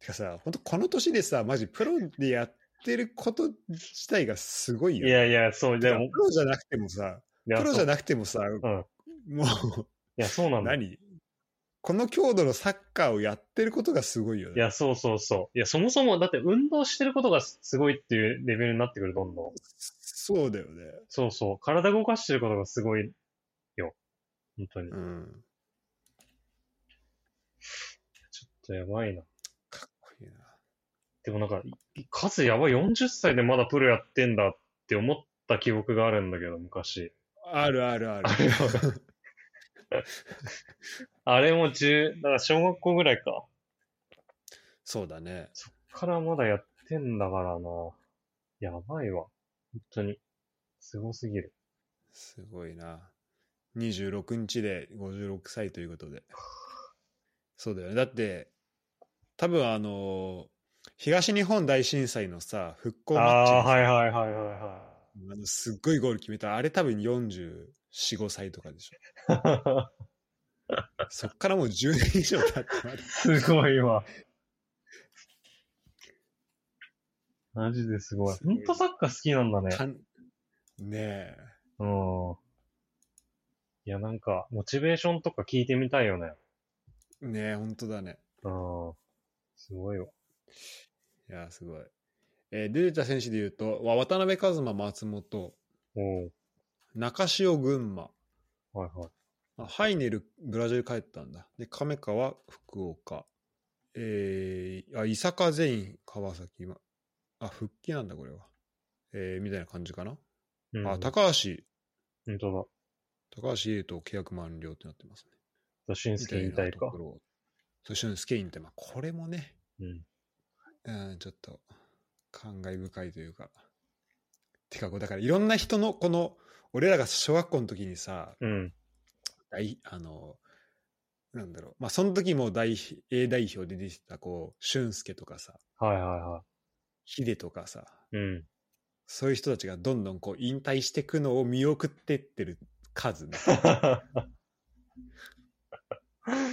[SPEAKER 1] てかさ、本当この年でさ、マジプロでやってること自体がすごい
[SPEAKER 2] い
[SPEAKER 1] よね。
[SPEAKER 2] やいや、そう、でも、い
[SPEAKER 1] プロじゃなくてもさ、
[SPEAKER 2] や、
[SPEAKER 1] プロじ
[SPEAKER 2] そ
[SPEAKER 1] ゃ
[SPEAKER 2] う
[SPEAKER 1] なくてもさ、
[SPEAKER 2] ん
[SPEAKER 1] も
[SPEAKER 2] いや、そうな
[SPEAKER 1] う、
[SPEAKER 2] んだ。い
[SPEAKER 1] 何この強度のサッカーをやってることがすごいよね。
[SPEAKER 2] や、そうそうそう。いや、そもそも、だって運動してることがすすごいっていうレベルになってくる、どんどん。
[SPEAKER 1] そうだよね。
[SPEAKER 2] そうそう。体動かしてることがすごいよ。本当に。
[SPEAKER 1] うん。
[SPEAKER 2] ちょっとやばいな。
[SPEAKER 1] かっこいいな。
[SPEAKER 2] でもなんか、い数やばい。40歳でまだプロやってんだって思った記憶があるんだけど、昔。
[SPEAKER 1] あるあるある。
[SPEAKER 2] あれも10、だから小学校ぐらいか。
[SPEAKER 1] そうだね。
[SPEAKER 2] そっからまだやってんだからな。やばいわ。本当に。すごすぎる。
[SPEAKER 1] すごいな。26日で56歳ということで。そうだよね。だって、多分あのー東日本大震災のさ、復興マッチ
[SPEAKER 2] ああー、
[SPEAKER 1] のさ
[SPEAKER 2] はいはいはいは
[SPEAKER 1] あのすっごいゴール決めた、あれ多分44、5歳とかでしょ。
[SPEAKER 2] いは
[SPEAKER 1] そっからもう10年以上経ってまで
[SPEAKER 2] い。。 すごいわ。マジですごい。
[SPEAKER 1] すご
[SPEAKER 2] ほ
[SPEAKER 1] い
[SPEAKER 2] んとサッカー好きなん だね。
[SPEAKER 1] かんねえ。
[SPEAKER 2] うん。いや、なんか、モチベーションとか聞いてみたいよね。
[SPEAKER 1] ねえ、本当だね。
[SPEAKER 2] うん。すごいわ。
[SPEAKER 1] いや、すごい。えー出てた選手で言うと、わ渡辺一馬、松本、
[SPEAKER 2] おう
[SPEAKER 1] 中潮群馬、
[SPEAKER 2] はいはい。
[SPEAKER 1] あハイネル、ブラジル帰ったんだ。で、亀川、福岡。えー、あ、伊坂全員、川崎、まあ、復帰なんだ、これは。えー、みたいな感じかな。
[SPEAKER 2] うん、
[SPEAKER 1] あ、高橋、
[SPEAKER 2] 本当だ。
[SPEAKER 1] 高橋優斗契約満了ってなってますね。
[SPEAKER 2] 俊
[SPEAKER 1] みた
[SPEAKER 2] 介
[SPEAKER 1] い
[SPEAKER 2] 引退
[SPEAKER 1] なと
[SPEAKER 2] か
[SPEAKER 1] こ。ろを。そう、俊介引退。まあ、これもね、
[SPEAKER 2] うん。
[SPEAKER 1] うん、ちょっと、感慨深いというか。てか、こうだから、いろんな人の、この、俺らが小学校の時にさ、
[SPEAKER 2] うん。
[SPEAKER 1] 大あのなんだろうまあその時も代 A 代表で出てたこう俊介とかさ
[SPEAKER 2] はいはいは
[SPEAKER 1] ヒデとかさ
[SPEAKER 2] い。 うん。
[SPEAKER 1] そういう人たちがどんどんこう引退してくのを見送ってってる数 ね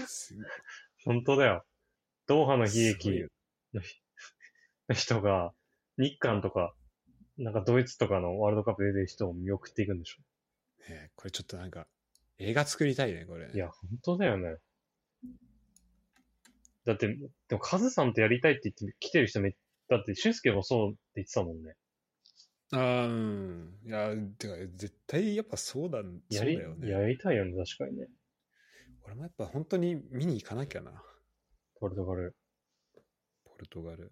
[SPEAKER 1] す
[SPEAKER 2] 本当だよ。ドーハの悲
[SPEAKER 1] すごい
[SPEAKER 2] 劇
[SPEAKER 1] よ
[SPEAKER 2] の人が、日韓とか、なんかドイツとかのワールドカップ出てる人を見送っていくんでしょ。
[SPEAKER 1] ねこれちょっとなんか映画作りたいねこれ
[SPEAKER 2] いや、本当だよね。だって、でもカズさんとやりたいって言って来てる人め、だって俊介もそうって言ってたもんね。
[SPEAKER 1] あーうんいやてか絶対やっぱそうだ
[SPEAKER 2] や
[SPEAKER 1] そう
[SPEAKER 2] り、
[SPEAKER 1] だよね
[SPEAKER 2] やりたいよね、確かにね。
[SPEAKER 1] 俺もやっぱ本当に見に行かなきゃな
[SPEAKER 2] ポルトガル。
[SPEAKER 1] ポルトガル。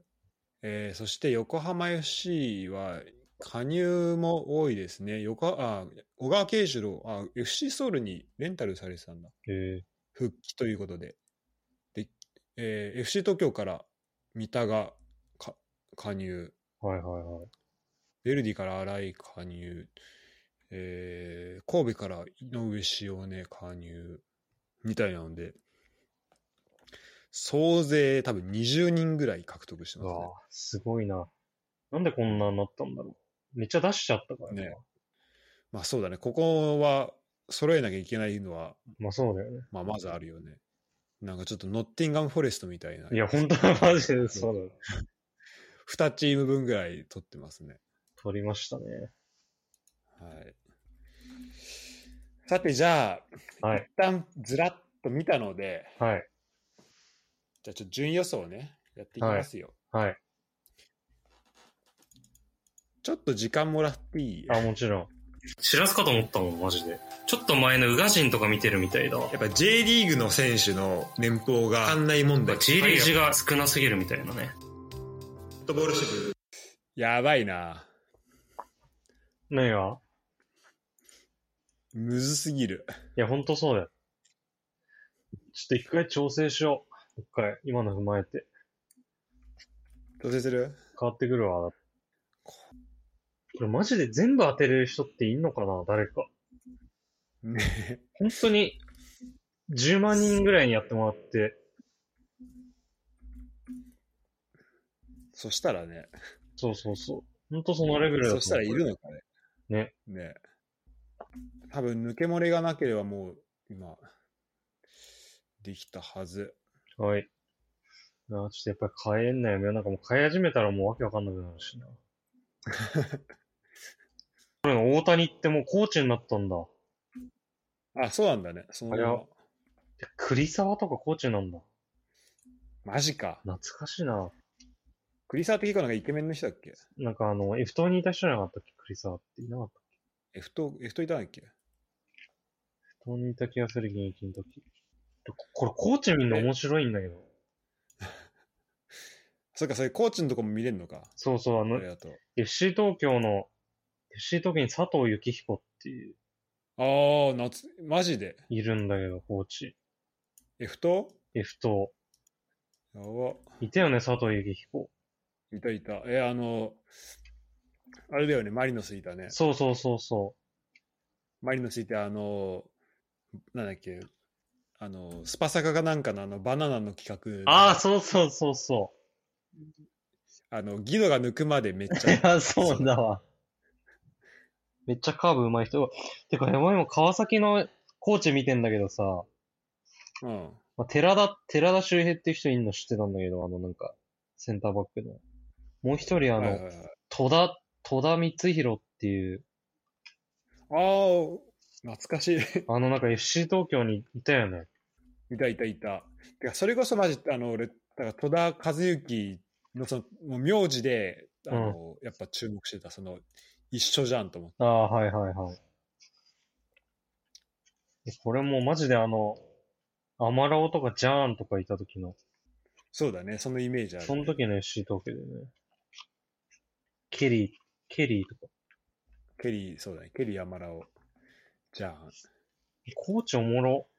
[SPEAKER 1] えーそして横浜 FC は、加入も多いですね。横あ小川慶次郎あ、FC ソウルにレンタルされてたんだ。
[SPEAKER 2] へえ
[SPEAKER 1] 復帰ということで。でえー FC 東京から三田がか加入、
[SPEAKER 2] はいはいはい。
[SPEAKER 1] ヴェルディから新井加入、えー神戸から井上塩根加入みたいなので、総勢多分20人ぐらい獲得して
[SPEAKER 2] う
[SPEAKER 1] ますね
[SPEAKER 2] わ。あすごいな。なんでこんなになったんだろう。めっちゃ出しちゃったからね
[SPEAKER 1] ね。まあそうだね、ここは揃えなきゃいけないのは、
[SPEAKER 2] まあそうだよね。
[SPEAKER 1] まあまずあるよね。なんかちょっとノッティンガム・フォレストみたいな、
[SPEAKER 2] いや、本当はマジでそうだよ。
[SPEAKER 1] 2チーム分ぐらい取ってますね。
[SPEAKER 2] 取りましたね。
[SPEAKER 1] はい。さて、じゃあ、
[SPEAKER 2] はい
[SPEAKER 1] 一旦ずらっと見たので、
[SPEAKER 2] はい。
[SPEAKER 1] じゃあちょっと順位予想をね、やっていきますよ。
[SPEAKER 2] はい。
[SPEAKER 1] ちょっと時間もらっていい
[SPEAKER 2] あ、もちろん。知らずかと思ったもん、マジで。ちょっと前のウガジンとか見てるみたいだわ。
[SPEAKER 1] やっぱ J リーグの選手の年俸が案内問題。
[SPEAKER 2] G リージが少なすぎるみたいなね。
[SPEAKER 1] ットボールやばいな。
[SPEAKER 2] 何が
[SPEAKER 1] むずすぎる。
[SPEAKER 2] いや、ほんとそうだよ。ちょっと一回調整しよう。一回、今の踏まえて。
[SPEAKER 1] 調整する
[SPEAKER 2] 変わってくるわ。これマジで全部当てれる人っていんのかな誰か。
[SPEAKER 1] ね
[SPEAKER 2] 本当に、10万人ぐらいにやってもらって、
[SPEAKER 1] そしたらね。
[SPEAKER 2] そうそうそう。本当そのレベルだと
[SPEAKER 1] そ
[SPEAKER 2] 思
[SPEAKER 1] うしたらいるのかね
[SPEAKER 2] ね。
[SPEAKER 1] ね。多分抜け漏れがなければもう今、できたはず。
[SPEAKER 2] はい。なあちょっとやっぱり変えんなよ。なんかもう変え始めたらもうわけわかんなくなるしな。これ大谷ってもうコーチになったんだ。
[SPEAKER 1] あ、そうなんだね。その
[SPEAKER 2] あれはで栗沢とかコーチなんだ。
[SPEAKER 1] マジか。
[SPEAKER 2] 懐かしいな。
[SPEAKER 1] 栗沢って結構なんかイケメンの人だっけ
[SPEAKER 2] なんかあの、F 党にいた人じゃなかったっけ栗沢っていなかったっけ
[SPEAKER 1] ?F と、F といたんだっけ
[SPEAKER 2] F 党にいた気がする、現役の時。でここれコーチ見るの面白いんだけど。
[SPEAKER 1] そっか、それコーチのとこも見れるのか。
[SPEAKER 2] そうそう、あ
[SPEAKER 1] あ
[SPEAKER 2] の
[SPEAKER 1] り、がとう。
[SPEAKER 2] FC 東京の、FC 東京に佐藤幸彦っていう、
[SPEAKER 1] ああ、夏、マジで。
[SPEAKER 2] いるんだけど、コーチ。
[SPEAKER 1] F と
[SPEAKER 2] F 党。
[SPEAKER 1] やば。
[SPEAKER 2] いたよね、佐藤幸彦。
[SPEAKER 1] いたいた。え、あの、あれだよね、マリノスいたね。
[SPEAKER 2] そうそうそうそ
[SPEAKER 1] マリノスいて、あの、なんだっけ、あの、スパサカかなんかのあの、バナナの企
[SPEAKER 2] う。
[SPEAKER 1] 画。
[SPEAKER 2] ああ、そうそうそうそ
[SPEAKER 1] あの、ギドが抜くまでめっち
[SPEAKER 2] う。い
[SPEAKER 1] ゃ。
[SPEAKER 2] や、そうだわ。めっちゃカーブ上手い人。てか、山今川崎のコーチ見てんだけどさ、
[SPEAKER 1] うん。
[SPEAKER 2] まあ、寺田、寺田周平っていう人いるの知ってたんだけど、あのなんか、センターバックの。もう一人あ
[SPEAKER 1] はい
[SPEAKER 2] の、
[SPEAKER 1] はいはい。
[SPEAKER 2] 戸田、戸田光弘っていう、
[SPEAKER 1] ああ、懐かしい。
[SPEAKER 2] あのなんか FC 東京にいたよね。
[SPEAKER 1] いたいたいた。てか、それこそマジ、あの、俺、だから戸田和幸のその、もう名字で、あの、やっぱ注目してた、その、一緒じゃんと思って。
[SPEAKER 2] ああ、はいはいはい。えこれもうマジであの、アマラオとかジャーンとかいた時の、
[SPEAKER 1] そうだね、そのイメージある、
[SPEAKER 2] その時の FC 東京でね。ケリー、ケリーとか。
[SPEAKER 1] ケリー、そうだね、ケリー山ラを。じゃあ、
[SPEAKER 2] コーチおもろ。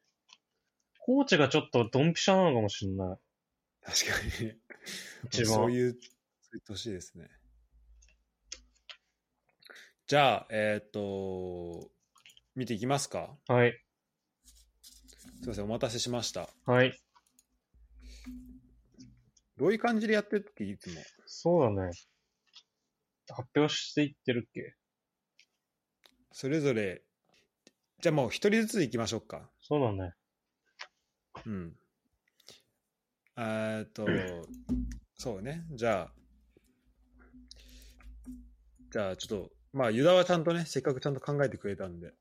[SPEAKER 2] コーチがちょっとドンピシャなのかもしんない。
[SPEAKER 1] 確かにね。
[SPEAKER 2] 一 番
[SPEAKER 1] そういう、そういう年ですね。じゃあ、えっ、と、見ていきますか。
[SPEAKER 2] はい、
[SPEAKER 1] すいません、お待たせしました。
[SPEAKER 2] はい。
[SPEAKER 1] どういう感じでやってるっていつも。
[SPEAKER 2] そうだね。発表していってるっけ
[SPEAKER 1] それぞれ、じゃあもう一人ずつ行きましょうか。
[SPEAKER 2] そうだね。
[SPEAKER 1] うん。えっと、そうね。じゃあ、じゃあちょっと、まあ、ユダはちゃんとね、せっかくちゃんと考えてくれたんで、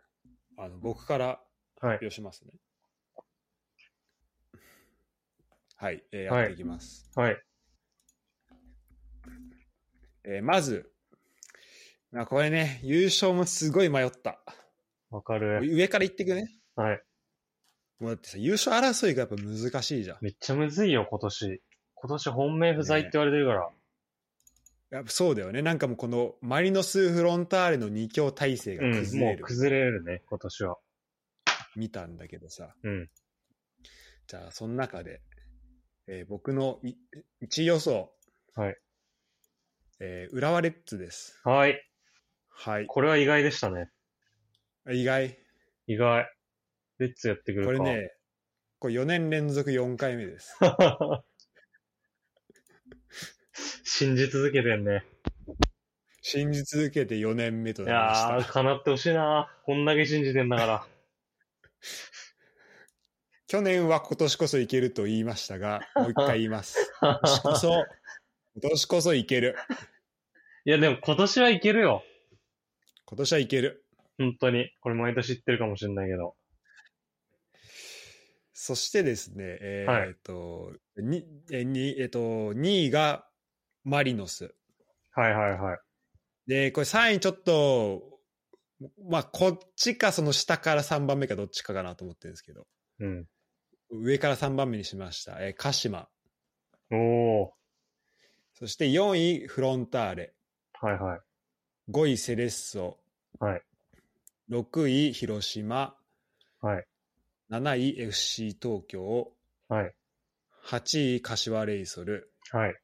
[SPEAKER 1] あの僕から
[SPEAKER 2] はい
[SPEAKER 1] 発表しますね。はい、えー
[SPEAKER 2] はい
[SPEAKER 1] やっていきます。
[SPEAKER 2] はい。
[SPEAKER 1] えーまず、まあ、これね、優勝もすごい迷った。
[SPEAKER 2] わかる。
[SPEAKER 1] 上から行ってくね。
[SPEAKER 2] はい。
[SPEAKER 1] もうだってさ、優勝争いがやっぱ難しいじゃん。
[SPEAKER 2] めっちゃむずいよ、今年。今年本命不在って言われてるから。
[SPEAKER 1] やっぱそうだよね。なんかもうこのマリノスフロンターレの二強体制が
[SPEAKER 2] うん、
[SPEAKER 1] 崩
[SPEAKER 2] も
[SPEAKER 1] れ
[SPEAKER 2] う
[SPEAKER 1] る、
[SPEAKER 2] 崩れるね、今年は。
[SPEAKER 1] 見たんだけどさ。
[SPEAKER 2] うん。
[SPEAKER 1] じゃあ、その中で、えー僕の1位予想。
[SPEAKER 2] はい。
[SPEAKER 1] えー浦和レッズです。
[SPEAKER 2] はい。
[SPEAKER 1] はい。
[SPEAKER 2] これは意外でしたね。
[SPEAKER 1] 意外。
[SPEAKER 2] 意外。レッツやってくる
[SPEAKER 1] こ
[SPEAKER 2] か。
[SPEAKER 1] れね、これ4年連続4回目 です。
[SPEAKER 2] 信じ続けてんね。
[SPEAKER 1] 信じ続けて4年目と
[SPEAKER 2] い
[SPEAKER 1] なりまし
[SPEAKER 2] やー、
[SPEAKER 1] た。
[SPEAKER 2] 叶ってほしいなこんだけ信じてんだから。
[SPEAKER 1] 去年は今年こそいけると言いました が、もう一回言います。 今年こそ、今年こそいける。
[SPEAKER 2] いや、でも今年はいけるよ。
[SPEAKER 1] 今年はいける。
[SPEAKER 2] 本当に。これ毎年言ってるかもしれないけど。
[SPEAKER 1] そしてですね、えー
[SPEAKER 2] はい
[SPEAKER 1] っと、に、え、に、えっと、2位がマリノス。
[SPEAKER 2] はいはいはい。
[SPEAKER 1] で、これ3位ちょっと、まあ、こっちかその下から3番目かどっちかかなと思ってるんですけど、
[SPEAKER 2] うん。
[SPEAKER 1] 上から3番目にしました。えー鹿島。
[SPEAKER 2] お
[SPEAKER 1] そして4位フロンターレ。
[SPEAKER 2] ー。はいはい。
[SPEAKER 1] 5位セレッソ。
[SPEAKER 2] はい
[SPEAKER 1] 6位広島。
[SPEAKER 2] はい。
[SPEAKER 1] 7位 FC 東京、
[SPEAKER 2] はい。
[SPEAKER 1] 8位柏レイソル、
[SPEAKER 2] はい。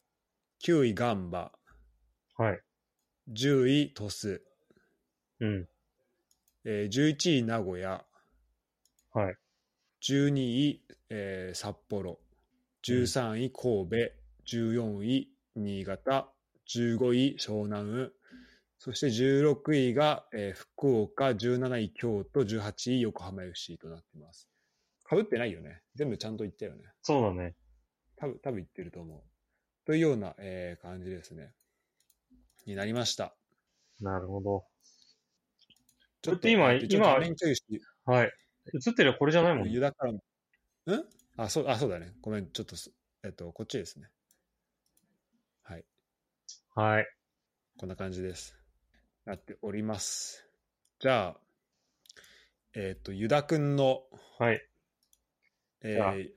[SPEAKER 1] 9位ガンバ、
[SPEAKER 2] はい。
[SPEAKER 1] 10位鳥栖、
[SPEAKER 2] うん。
[SPEAKER 1] えー11位名古屋、
[SPEAKER 2] はい。
[SPEAKER 1] 12位、えー札幌、13位神戸、14位新潟、15位湘南、そして16位が、えー福岡、17位京都、18位横浜 FC となっています。かぶってないよね。全部ちゃんと言ったよね。
[SPEAKER 2] そうだね。
[SPEAKER 1] 多分、多分言ってると思う。というような、えー感じですね。になりました。
[SPEAKER 2] なるほど。
[SPEAKER 1] ちょっ
[SPEAKER 2] だっ
[SPEAKER 1] と
[SPEAKER 2] て今
[SPEAKER 1] 待ってちょっと
[SPEAKER 2] 今
[SPEAKER 1] 画面共有して
[SPEAKER 2] はい。映ってるこれじゃないもん。
[SPEAKER 1] ユダからも。んあそう、あ、そうだね。ごめん、ちょっとす、えっと、こっちですね。はい、
[SPEAKER 2] はい。
[SPEAKER 1] こんな感じです。なっております。じゃあ、えっと、ユダくんの、
[SPEAKER 2] はい。
[SPEAKER 1] え
[SPEAKER 2] じゃあ
[SPEAKER 1] ー、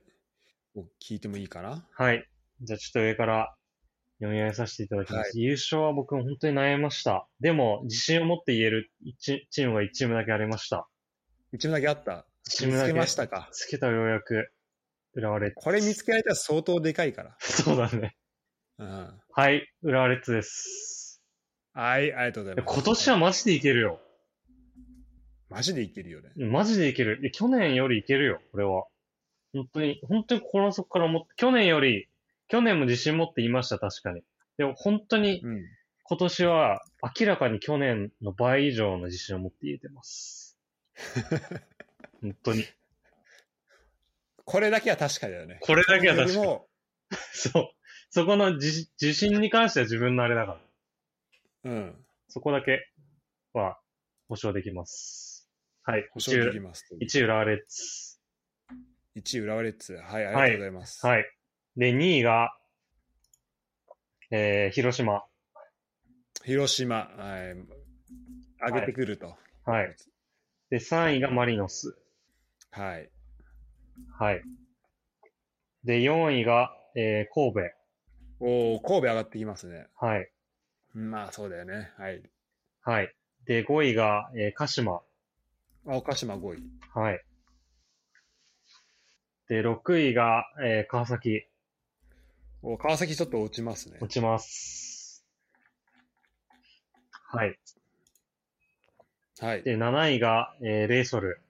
[SPEAKER 1] を聞いてもいいかな
[SPEAKER 2] はい。じゃあちょっと上から読み上げさせていただきます。優勝は僕も本当に悩みました。でも、自信を持って言える一チームが1チームだけありました。
[SPEAKER 1] 一部だけあった。
[SPEAKER 2] 一部だ
[SPEAKER 1] 見つ
[SPEAKER 2] け
[SPEAKER 1] けましたか。
[SPEAKER 2] つけたようやく、浦和レッズ。
[SPEAKER 1] これ見つけられたら相当でかいから。
[SPEAKER 2] そうだね。
[SPEAKER 1] うん。
[SPEAKER 2] はい、浦和レッズです。
[SPEAKER 1] はい、ありがとうございます。
[SPEAKER 2] 今年はマジでいけるよ。
[SPEAKER 1] マジでいけるよね。
[SPEAKER 2] マジでいける。いや去年よりいけるよ、これは。本当に、本当に心の底から思って、去年より、去年も自信持って言いました、確かに。でも本当に
[SPEAKER 1] うん。
[SPEAKER 2] 今年は明らかに去年の倍以上の自信を持って言えてます。本当に。
[SPEAKER 1] これだけは確かだよね。
[SPEAKER 2] これだけは確
[SPEAKER 1] よ
[SPEAKER 2] か
[SPEAKER 1] り
[SPEAKER 2] に。
[SPEAKER 1] も
[SPEAKER 2] そう。そこの自自信に関しては自分のあれだから。
[SPEAKER 1] うん。
[SPEAKER 2] そこだけは保証できます。はい。
[SPEAKER 1] 保証できます。
[SPEAKER 2] 一浦和レッズ。
[SPEAKER 1] 1位浦和レッズ。はい、ありがとうございます。
[SPEAKER 2] はい。で、2位が、えー、広島。
[SPEAKER 1] 広島、はい、上げてくると。
[SPEAKER 2] はい。で、3位がマリノス。
[SPEAKER 1] はい。
[SPEAKER 2] はい。で、4位が、えー、神
[SPEAKER 1] おお、神戸上がってきますね。
[SPEAKER 2] 戸。はい。
[SPEAKER 1] まあ、そうだよね。はい。
[SPEAKER 2] はい。で、5位が、えー、鹿島。
[SPEAKER 1] あ、岡島5位。
[SPEAKER 2] はい。で、6位が、えー、川崎。
[SPEAKER 1] お川崎ちょっと落ちますね
[SPEAKER 2] 落。ちます。はい。
[SPEAKER 1] はい。
[SPEAKER 2] で、7位が、えー、レイソル。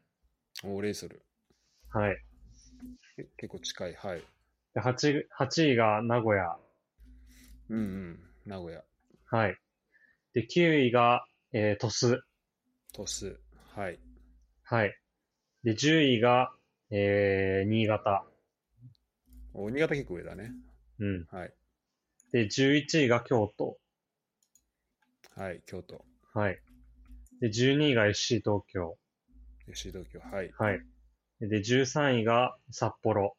[SPEAKER 1] おレイソル。
[SPEAKER 2] はい。
[SPEAKER 1] け結構近い。はい。
[SPEAKER 2] で、8, 8位が名古屋。
[SPEAKER 1] うんうん。名古屋、
[SPEAKER 2] はい。で、9位が、えー、鳥栖。
[SPEAKER 1] 鳥栖。はい。
[SPEAKER 2] はい。で、10位が、えー、新潟。
[SPEAKER 1] お新潟結構上だね。
[SPEAKER 2] うん。
[SPEAKER 1] はい。
[SPEAKER 2] で、11位が京都。
[SPEAKER 1] はい。京都。
[SPEAKER 2] はい。で、12位が FC 東京。
[SPEAKER 1] 吉井東京。はい。
[SPEAKER 2] はい。で、13位が札幌。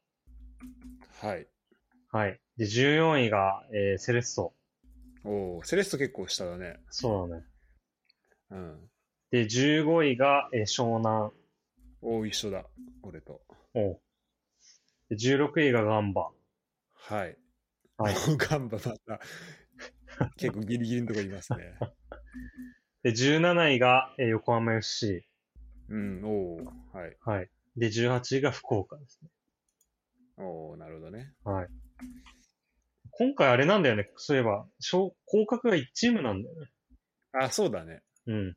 [SPEAKER 1] はい。
[SPEAKER 2] はい。で、14位が、えー、セレッソ。
[SPEAKER 1] おお、セレッソ結構下だね。
[SPEAKER 2] そうだね。
[SPEAKER 1] うん。
[SPEAKER 2] で、15位が、えー、湘南。
[SPEAKER 1] おお、一緒だ。俺と。
[SPEAKER 2] おうで、16位がガンバ。
[SPEAKER 1] はい。
[SPEAKER 2] はい。
[SPEAKER 1] ガンバまた、結構ギリギリのとこいますね。
[SPEAKER 2] で、17位が、えー、横浜 FC。
[SPEAKER 1] うん、おお、はい。
[SPEAKER 2] はい。で、18位が福岡ですね。
[SPEAKER 1] おお、なるほどね。
[SPEAKER 2] はい。今回あれなんだよね。そういえば、昇降格が1チームなんだよね。
[SPEAKER 1] あ、そうだね。
[SPEAKER 2] うん。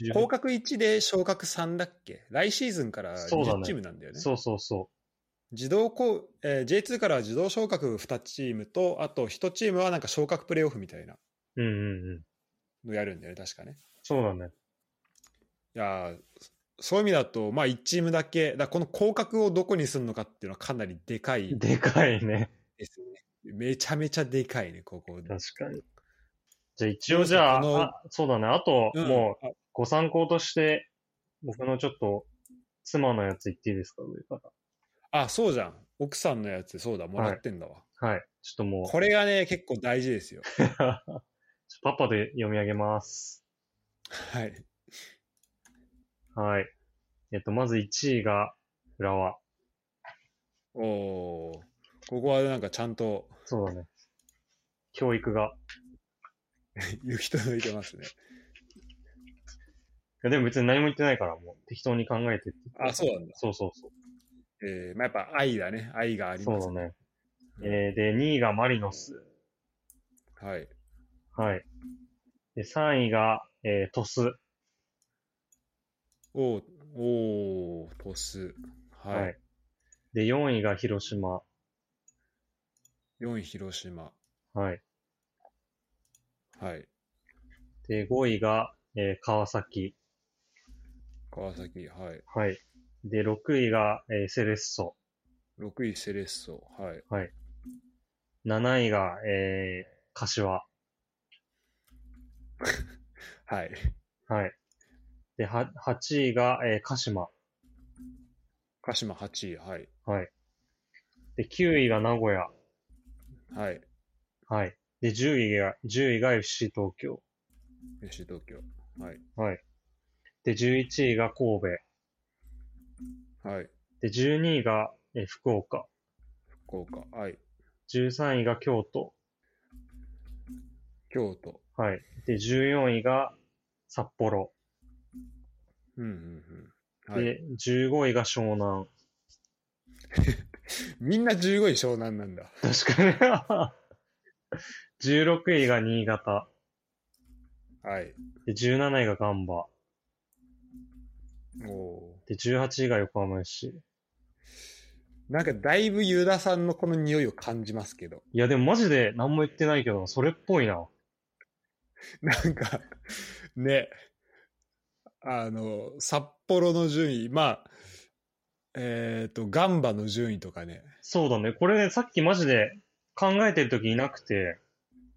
[SPEAKER 2] 10
[SPEAKER 1] 降格1で昇格3だっけ来シーズンから
[SPEAKER 2] そうだね
[SPEAKER 1] 10チームなんだよね。
[SPEAKER 2] そうそうそ
[SPEAKER 1] 自動降、えー J2 から自動昇格2チームと、あと1チームはなんか昇格プレーオフみたいな
[SPEAKER 2] う。うんうんうん。
[SPEAKER 1] のやるんだよね、確かね。
[SPEAKER 2] そうだね。
[SPEAKER 1] いやーそういう意味だと、まあ1チームだけ、だからこの降格をどこにするのかっていうのはかなりでかい
[SPEAKER 2] でかいね。
[SPEAKER 1] ですね。めちゃめちゃでかいね、ここ。
[SPEAKER 2] 確かに。じゃあ一応じゃ
[SPEAKER 1] どうです
[SPEAKER 2] あ、
[SPEAKER 1] か
[SPEAKER 2] あそうだね。あと、
[SPEAKER 1] うん
[SPEAKER 2] もう
[SPEAKER 1] あ
[SPEAKER 2] ご参考として、僕のちょっと、妻のやつ言っていいですか上か
[SPEAKER 1] あ、そうじゃん。奥さんのやつ、そうだ、もらってんだわ。
[SPEAKER 2] ら。はい。ちょっと もう、
[SPEAKER 1] これがね、結構大事ですよ。
[SPEAKER 2] パパで読み上げます。
[SPEAKER 1] はい。
[SPEAKER 2] はい。えっと、まず1位が、浦和。
[SPEAKER 1] おおー、ここはなんかちゃんと
[SPEAKER 2] そうだね。教育が。
[SPEAKER 1] 言う人抜いてますね。
[SPEAKER 2] やでも別に何も言ってないから、もう適当に考えてって。
[SPEAKER 1] あ、そうなんだ。
[SPEAKER 2] そうそうそう。
[SPEAKER 1] えー、まあ、やっぱ愛だね。愛があり
[SPEAKER 2] そ
[SPEAKER 1] ま
[SPEAKER 2] う
[SPEAKER 1] す
[SPEAKER 2] だね。
[SPEAKER 1] うん
[SPEAKER 2] えー、で、2位がマリノス。
[SPEAKER 1] はい。
[SPEAKER 2] はい。で、3位が、えー、トス。
[SPEAKER 1] おーおートス。はい。
[SPEAKER 2] はい。で、4位が広島。
[SPEAKER 1] 4位、広島。
[SPEAKER 2] はい。
[SPEAKER 1] はい。
[SPEAKER 2] で、5位が、えー、川崎。
[SPEAKER 1] 川崎。はい。
[SPEAKER 2] はい。で、6位が、えー、セレッソ。
[SPEAKER 1] 6位、セレッソ。はい。
[SPEAKER 2] 7位が、えー、柏。
[SPEAKER 1] はい。
[SPEAKER 2] はい。で、は8位が、えー、鹿島。
[SPEAKER 1] 鹿島8位。はい。
[SPEAKER 2] はい。で、9位が名古屋。
[SPEAKER 1] はい。
[SPEAKER 2] はい。で、10位が、10位が FC 東京。
[SPEAKER 1] FC 東京。はい。
[SPEAKER 2] はい。で、11位が神戸。
[SPEAKER 1] はい。
[SPEAKER 2] で、12位が、えー福岡。
[SPEAKER 1] 福岡。はい。
[SPEAKER 2] 13位が京都。
[SPEAKER 1] 京都。
[SPEAKER 2] はい。で、14位が札幌。
[SPEAKER 1] うんうんうん。はい。
[SPEAKER 2] で、15位が湘南。
[SPEAKER 1] みんな15位湘南なんだ。
[SPEAKER 2] 確かに。16位が新潟。
[SPEAKER 1] はい。
[SPEAKER 2] で、17位がガンバ。
[SPEAKER 1] おお
[SPEAKER 2] で、18位が横浜 FC。
[SPEAKER 1] ー。なんかだいぶユダさんのこの匂いを感じますけど。
[SPEAKER 2] いや、でもマジで何も言ってないけど、それっぽいな。
[SPEAKER 1] なんか、ね。あの、札幌の順位、まあ、えっ、と、ガンバの順位とかね。
[SPEAKER 2] そうだね。これね、さっきマジで考えてる時いなくて、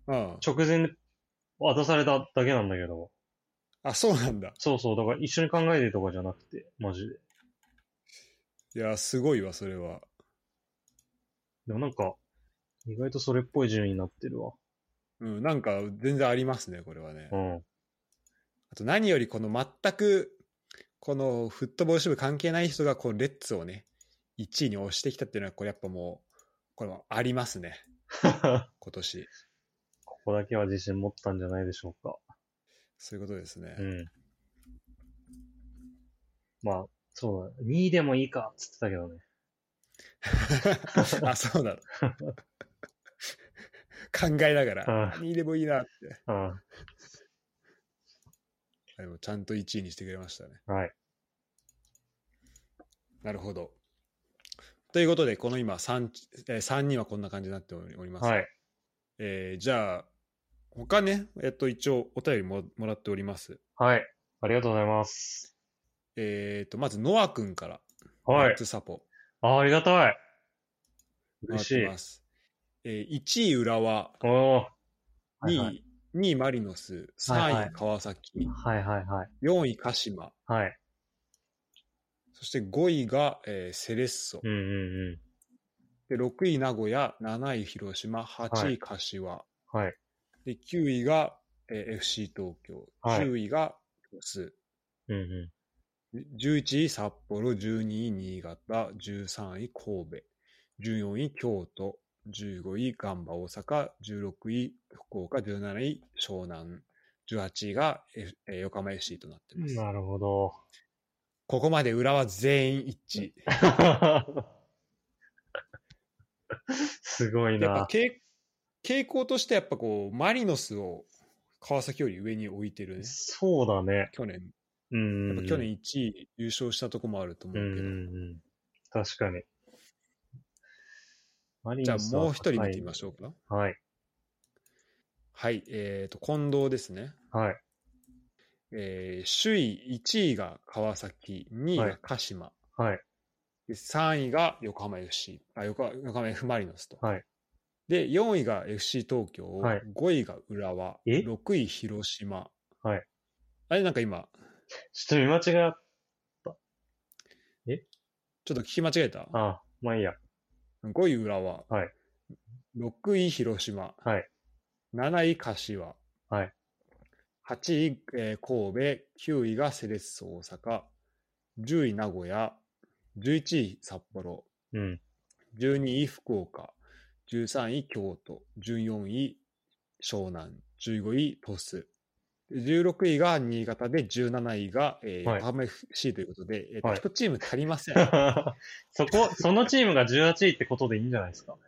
[SPEAKER 1] うん。
[SPEAKER 2] 直前で渡されただけなんだけど。
[SPEAKER 1] あ、そうなんだ。
[SPEAKER 2] そうそう。だから一緒に考えてるとかじゃなくて、マジで。
[SPEAKER 1] いや、すごいわ、それは。
[SPEAKER 2] でもなんか、意外とそれっぽい順位になってるわ。
[SPEAKER 1] うん、なんか全然ありますね、これはね。
[SPEAKER 2] うん。
[SPEAKER 1] あと何よりこの全くこのフットボール支部関係ない人がこうレッツをね1位に押してきたっていうのはこれやっぱもうこれもありますね今年
[SPEAKER 2] ここだけは自信持ったんじゃないでしょうか。
[SPEAKER 1] そういうことですね、
[SPEAKER 2] うん。まあ、そうだね。2位でもいいかっつってたけどね。
[SPEAKER 1] あそうなの考えながら
[SPEAKER 2] ああ
[SPEAKER 1] 2位でもいいなって
[SPEAKER 2] うん。
[SPEAKER 1] あでもちゃんと1位にしてくれましたね
[SPEAKER 2] はい。
[SPEAKER 1] なるほどということでこの今 3, 3人はこんな感じになっております、
[SPEAKER 2] はい。
[SPEAKER 1] えーじゃあ他ねえっと一応お便りももらっております
[SPEAKER 2] はい。ありがとうございます。
[SPEAKER 1] えー、と、まず、ノア君から、
[SPEAKER 2] は
[SPEAKER 1] ナッ
[SPEAKER 2] い。
[SPEAKER 1] ツサポ、
[SPEAKER 2] あ、ありがたい。嬉しい
[SPEAKER 1] 回って。ます。えー、1位浦和、
[SPEAKER 2] おお。は
[SPEAKER 1] 2
[SPEAKER 2] い
[SPEAKER 1] 位、
[SPEAKER 2] はい。
[SPEAKER 1] 2位マリノス、
[SPEAKER 2] はいはい
[SPEAKER 1] 3位川崎、
[SPEAKER 2] はいはいはい。
[SPEAKER 1] 4位鹿島、
[SPEAKER 2] はい。
[SPEAKER 1] そして5位が、えーセレッソ
[SPEAKER 2] う、んうんう
[SPEAKER 1] で、6位名古屋、7位広島、8
[SPEAKER 2] は
[SPEAKER 1] 位
[SPEAKER 2] い
[SPEAKER 1] 柏、
[SPEAKER 2] ん。はい。
[SPEAKER 1] で9位が、えー FC 東京、
[SPEAKER 2] はい
[SPEAKER 1] 10位がロス、
[SPEAKER 2] うんう
[SPEAKER 1] 11位札幌、12位新潟、13位神戸、14位京都、15位ガンバ大阪、16位福岡、17位湘南、18位が、F えー横浜 FC となっていま
[SPEAKER 2] ん。
[SPEAKER 1] す。
[SPEAKER 2] なるほど。
[SPEAKER 1] ここまで裏は全員一致。
[SPEAKER 2] すご
[SPEAKER 1] や
[SPEAKER 2] い
[SPEAKER 1] っぱ
[SPEAKER 2] な。
[SPEAKER 1] 傾傾向としてやっぱこうマリノスを川崎より上に置いてるね。
[SPEAKER 2] そうだね。
[SPEAKER 1] 去年、
[SPEAKER 2] うん
[SPEAKER 1] や
[SPEAKER 2] うん
[SPEAKER 1] っ
[SPEAKER 2] う
[SPEAKER 1] ぱ
[SPEAKER 2] ん。
[SPEAKER 1] 去年1位優勝したとこもあると思
[SPEAKER 2] うん
[SPEAKER 1] う
[SPEAKER 2] う
[SPEAKER 1] けど。
[SPEAKER 2] んうん。確かに。マリ
[SPEAKER 1] じゃ
[SPEAKER 2] ノ
[SPEAKER 1] あ
[SPEAKER 2] スは
[SPEAKER 1] もう一人見てみましょうか。
[SPEAKER 2] はい。
[SPEAKER 1] はい、えっ、と、近藤ですね。
[SPEAKER 2] はい。
[SPEAKER 1] えー首位1位が川崎、2位が鹿島、
[SPEAKER 2] はい。
[SPEAKER 1] で3位が横浜 FC、あ横浜横浜 F ・マリノスと、
[SPEAKER 2] はい
[SPEAKER 1] で、4位が FC 東京、
[SPEAKER 2] はい
[SPEAKER 1] 5位が浦和、
[SPEAKER 2] え
[SPEAKER 1] 6位広島。
[SPEAKER 2] はい
[SPEAKER 1] あれ、なんか今、
[SPEAKER 2] ちょっと見間違った。
[SPEAKER 1] ちょっと聞き間違えた
[SPEAKER 2] あ、まあいいや。
[SPEAKER 1] ?5 位浦和、
[SPEAKER 2] はい
[SPEAKER 1] 6位広島、
[SPEAKER 2] はい
[SPEAKER 1] 7位柏、
[SPEAKER 2] はい
[SPEAKER 1] 8位、えー神戸、9位がセレッソ大阪、10位名古屋、11位札幌、
[SPEAKER 2] うん。
[SPEAKER 1] 12位福岡、13位京都、14位湘南、15位鳥栖、 16位が新潟で、17位が、えー
[SPEAKER 2] はい
[SPEAKER 1] 横浜 FC ということで、えーと
[SPEAKER 2] はい
[SPEAKER 1] 1チーム足りませ ん。
[SPEAKER 2] そこ、そのチームが18位ってことでいいんじゃないですか。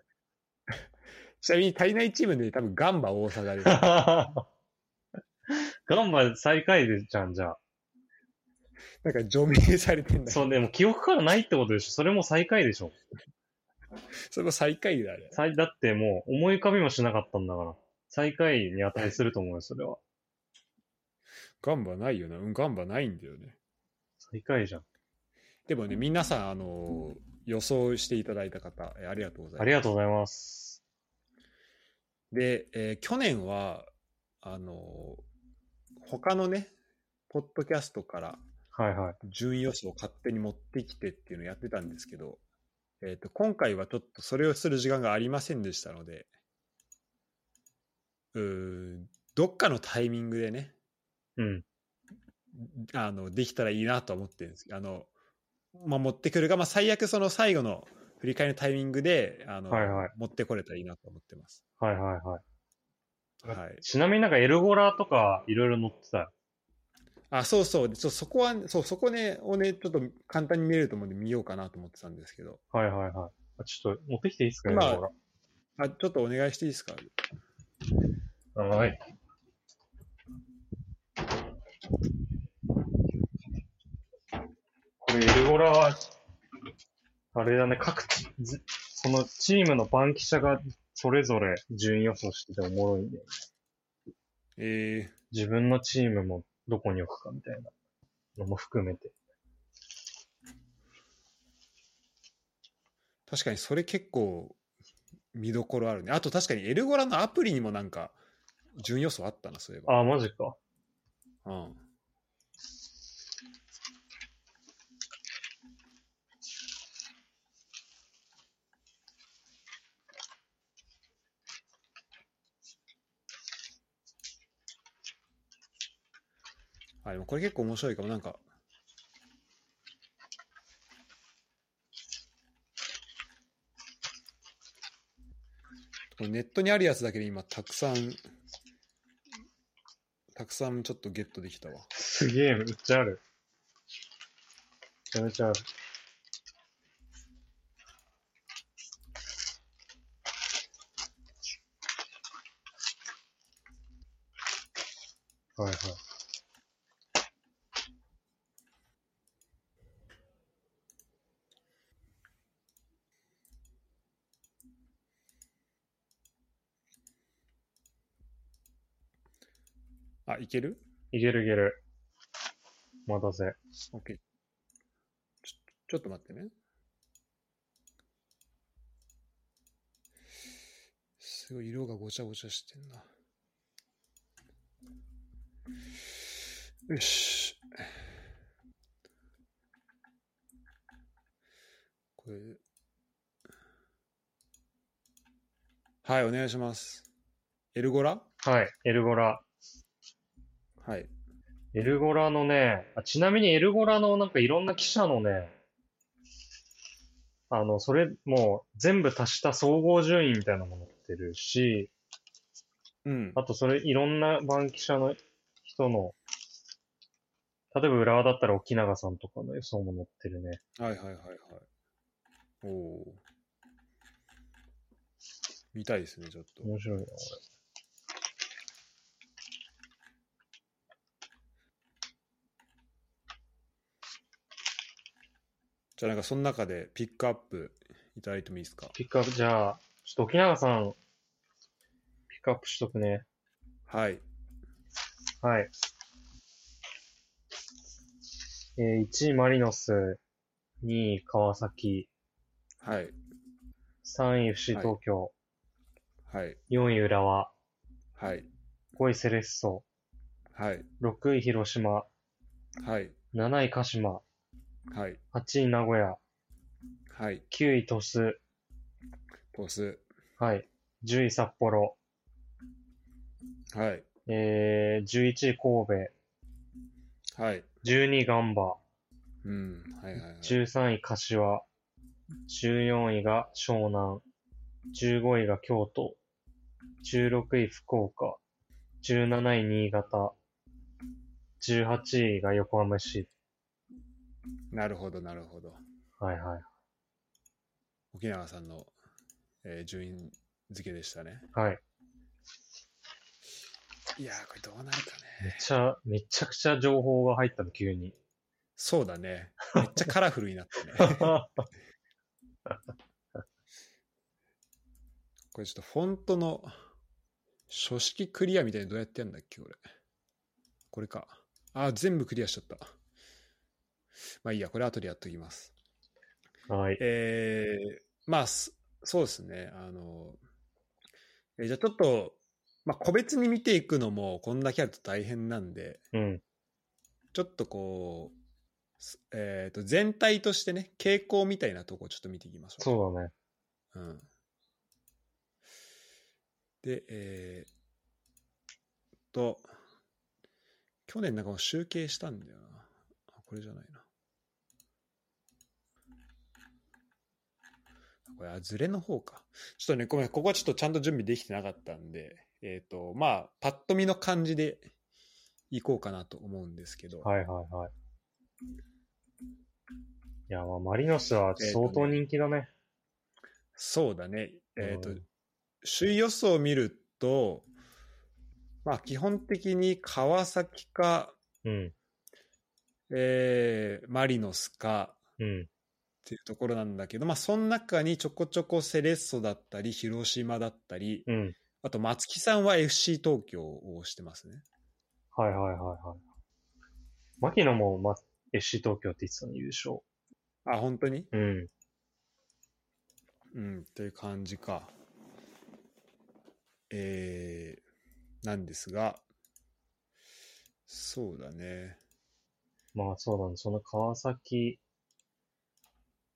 [SPEAKER 1] ちなみに足りないチームで多分ガンバ大阪です。
[SPEAKER 2] ガンバ最下位でじゃん、じゃあ。
[SPEAKER 1] なんか除名されてんだけど、
[SPEAKER 2] そう、でも記憶からないってことでしょ。それも最下位でしょ。
[SPEAKER 1] それも最下位だね。
[SPEAKER 2] 最だってもう思い浮かびもしなかったんだから。最下位に値すると思うよ、それは。
[SPEAKER 1] ガンバないよな。うん、ガンバないんだよね。
[SPEAKER 2] 最下位じゃん。
[SPEAKER 1] でもね、皆さん、あのー予想していただいた方、えーありがとうございます。
[SPEAKER 2] ありがとうございます。
[SPEAKER 1] で、えー去年は、あのー他のね、ポッドキャストから
[SPEAKER 2] はいはい。
[SPEAKER 1] 順位予想を勝手に持ってきてっていうのをやってたんですけど、えっ、と、今回はちょっとそれをする時間がありませんでしたので、うーん、どっかのタイミングでね、
[SPEAKER 2] うん。
[SPEAKER 1] あの、できたらいいなと思ってるんですけど、あの、まあ、持ってくるが、まあ、最悪その最後の振り返りのタイミングで、あの、
[SPEAKER 2] はいはい
[SPEAKER 1] 持ってこれたらいいなと思ってます。
[SPEAKER 2] はいはいはい。
[SPEAKER 1] はい。
[SPEAKER 2] ちなみになんかエルゴラとかいろいろ載ってたよ。
[SPEAKER 1] あ、そうそう。そそこは、そう、そこね、をね、ちょっと簡単に見れると思うんで見ようかなと思ってたんですけど。
[SPEAKER 2] はいはいはいあ。ちょっと持ってきていいですか、エル
[SPEAKER 1] まあ
[SPEAKER 2] ゴ
[SPEAKER 1] あ、ちょっとお願いしていいですか
[SPEAKER 2] ラ。はい。これエルゴラは、あれだね、各チ、ずそのチームの番記者がそれぞれ順位予想してておもろいね。
[SPEAKER 1] え
[SPEAKER 2] 自分のチームもどこに置くかみたいなのも含めて。
[SPEAKER 1] ー、確かにそれ結構見どころあるね。あと確かにエルゴラのアプリにもなんか、準予想あったな、そういえば。
[SPEAKER 2] ああ、マジか。
[SPEAKER 1] うん。あ、でもこれ結構面白いかも、なんか。これネットにあるやつだけで今たくさん、たくさんちょっとゲットできたわ。
[SPEAKER 2] すげえ、めっちゃある。めちゃめちゃある。はいはい。
[SPEAKER 1] あ、いける
[SPEAKER 2] いけるいける。お待たせ。
[SPEAKER 1] オッケー。ちょちょっと待ってね。すごい色がごちゃごちゃしてんな。よし。これ。はい、お願いします。エルゴラ
[SPEAKER 2] はい、エルゴラ。
[SPEAKER 1] はい。
[SPEAKER 2] エルゴラのね、あちなみにエルゴラのなんかいろんな記者のね、あの、それもう全部足した総合順位みたいなのも載ってるし、
[SPEAKER 1] うん。
[SPEAKER 2] あとそれいろんな番記者の人の、例えば浦和だったら沖永さんとかの予想も載ってるね。
[SPEAKER 1] はいはいはいはい。おお。見たいですね、ちょっと。
[SPEAKER 2] 面白いな、こ
[SPEAKER 1] じゃあなんかその中でピックアップいただいてもいいですか
[SPEAKER 2] れ。ピックアップ、じゃあ、ちょっと沖永さん、ピックアップしとくね。
[SPEAKER 1] はい。
[SPEAKER 2] はい。えー、1位マリノス、2位川崎、
[SPEAKER 1] はい。
[SPEAKER 2] 3位 FC
[SPEAKER 1] はい
[SPEAKER 2] 東京、
[SPEAKER 1] はい。
[SPEAKER 2] 4位浦和、
[SPEAKER 1] はい。
[SPEAKER 2] 5位セレッソ、
[SPEAKER 1] はい。
[SPEAKER 2] 6位広島、
[SPEAKER 1] はい。
[SPEAKER 2] 7位鹿島、
[SPEAKER 1] はい。
[SPEAKER 2] 8位名古屋、
[SPEAKER 1] はい。
[SPEAKER 2] 9位鳥栖、
[SPEAKER 1] ポス。
[SPEAKER 2] はい、10位札幌、
[SPEAKER 1] はい。
[SPEAKER 2] えー、11位神
[SPEAKER 1] はい。
[SPEAKER 2] 戸、12位ガンバ、
[SPEAKER 1] うん。はいはいはい。
[SPEAKER 2] 13位柏、14位が湘南、15位が京都、16位福岡、17位新潟、 18位が横浜 FC。
[SPEAKER 1] なるほど、なるほど。
[SPEAKER 2] はいはい。
[SPEAKER 1] 沖永さんの、えー順位付けでしたね。
[SPEAKER 2] はい。
[SPEAKER 1] いやー、これどうなるか
[SPEAKER 2] めっ
[SPEAKER 1] ね。
[SPEAKER 2] ちゃ、めちゃくちゃ情報が入ったの、急に。
[SPEAKER 1] そうだね。めっちゃカラフルになってね。これちょっとフォントの書式クリアみたいにどうやってやるんだっけこれ。これか。あー、全部クリアしちゃった。まあいいや、これ後でやっときます。
[SPEAKER 2] はい。
[SPEAKER 1] えーまあ、すそうですね。あの、えーじゃあちょっと、まあ、個別に見ていくのも、こんだけあると大変なんで、
[SPEAKER 2] うん。
[SPEAKER 1] ちょっとこう、すえっ、と、全体としてね、傾向みたいなとこをちょっと見ていきましょう。
[SPEAKER 2] そうだね。
[SPEAKER 1] うんで、えー、と、去年なんかもう集計したんだよな。あこれじゃないな。これ、あ、ズレの方か。ちょっとね、ごめん、ここはちょっとちゃんと準備できてなかったんで、えっ、と、まあ、パッと見の感じでいこうかなと思うんですけど、
[SPEAKER 2] はいはいはい。いや、まあ、マリノスは相当人気だね。
[SPEAKER 1] そうだね。えっ、と
[SPEAKER 2] うん、
[SPEAKER 1] 首位予想を見ると、まあ、基本的に川崎か、
[SPEAKER 2] うん。
[SPEAKER 1] えーマリノスか
[SPEAKER 2] うん。
[SPEAKER 1] っていうところなんだけど、まあ、その中にちょこちょこセレッソだったり、広島だったり、
[SPEAKER 2] うん。
[SPEAKER 1] あと松木さんは FC 東京をしてますね。
[SPEAKER 2] はいはいはいはい。牧野も、まあ、FC 東京って言ってたの、優勝。
[SPEAKER 1] あ、本当に
[SPEAKER 2] うん。
[SPEAKER 1] うん、っていう感じか。えー、なんですが、そうだね。
[SPEAKER 2] まあ、そうだね。その川崎、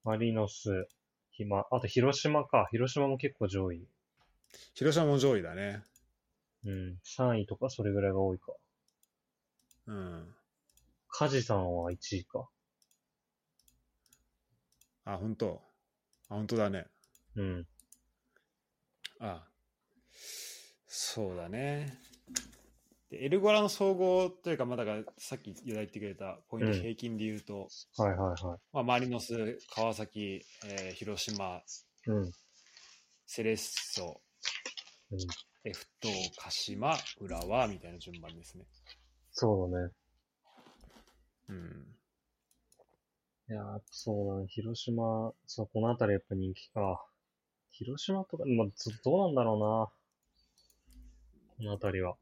[SPEAKER 2] マリノス、暇、あと広島か。広島も結構上位。
[SPEAKER 1] 広島も上位だね。
[SPEAKER 2] うん。3位とか、それぐらいが多いか。
[SPEAKER 1] うん。
[SPEAKER 2] 梶さんは1位か。
[SPEAKER 1] あ、本当。あ、本当だね。
[SPEAKER 2] うん。
[SPEAKER 1] あそうだね。でエルゴラの総合というか、まあ、だからさっきいただいてくれたポイント
[SPEAKER 2] うん
[SPEAKER 1] 平均で言うと、
[SPEAKER 2] はいはいはい。
[SPEAKER 1] まあ、マリノス、川崎、えー広島、
[SPEAKER 2] うん。
[SPEAKER 1] セレッソ、
[SPEAKER 2] うん、
[SPEAKER 1] エフト、鹿島、浦和みたいな順番ですね。
[SPEAKER 2] そうだね。
[SPEAKER 1] うん。
[SPEAKER 2] いやー、やっぱそうだね。広島、そう、この辺りやっぱ人気か。広島とか、まあ、ずどうなんだろうな。この辺りは。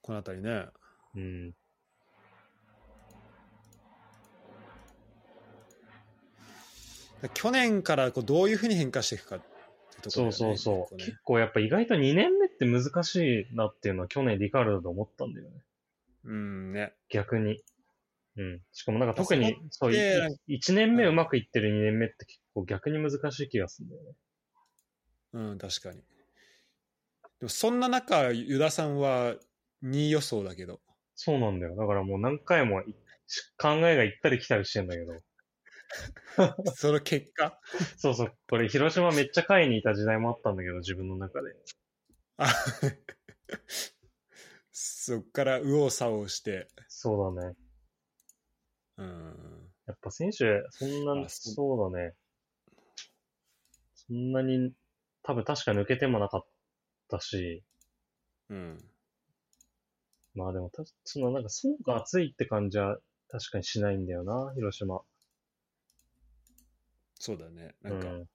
[SPEAKER 1] この辺りね。
[SPEAKER 2] うん。
[SPEAKER 1] だから去年からこうどういうふうに変化していくかってところだ
[SPEAKER 2] そ
[SPEAKER 1] よ
[SPEAKER 2] う
[SPEAKER 1] ね
[SPEAKER 2] そうそ
[SPEAKER 1] 結構
[SPEAKER 2] う。結
[SPEAKER 1] ね
[SPEAKER 2] 構やっぱ意外と2年目って難しいなっていうのは去年リカルドで思ったんだよね。
[SPEAKER 1] うんね。
[SPEAKER 2] 逆に。うん。しかもなんか特に、そう、
[SPEAKER 1] で
[SPEAKER 2] 1年目うまくいってる2年目って結構逆に難しい気がするんだよね。
[SPEAKER 1] うん、確かに。でもそんな中、ユダさんは2位予想だけ ど。
[SPEAKER 2] そうなんだよ。だからもう何回もい考えが行ったり来たりしてんだけど。
[SPEAKER 1] その結果
[SPEAKER 2] そうそう。これ広島めっちゃ下位にいた時代もあったんだけど、自分の中で。
[SPEAKER 1] あそっから右往左往して。
[SPEAKER 2] そうだね。
[SPEAKER 1] うん。
[SPEAKER 2] やっぱ選手、そんな、
[SPEAKER 1] あそう
[SPEAKER 2] そうだね。そんなに、多分確か抜けてもなかったし、
[SPEAKER 1] うん。
[SPEAKER 2] まあでもた、そのなんか層が厚いって感じは確かにしないんだよな、広島。
[SPEAKER 1] そうだね。なんか、
[SPEAKER 2] うん。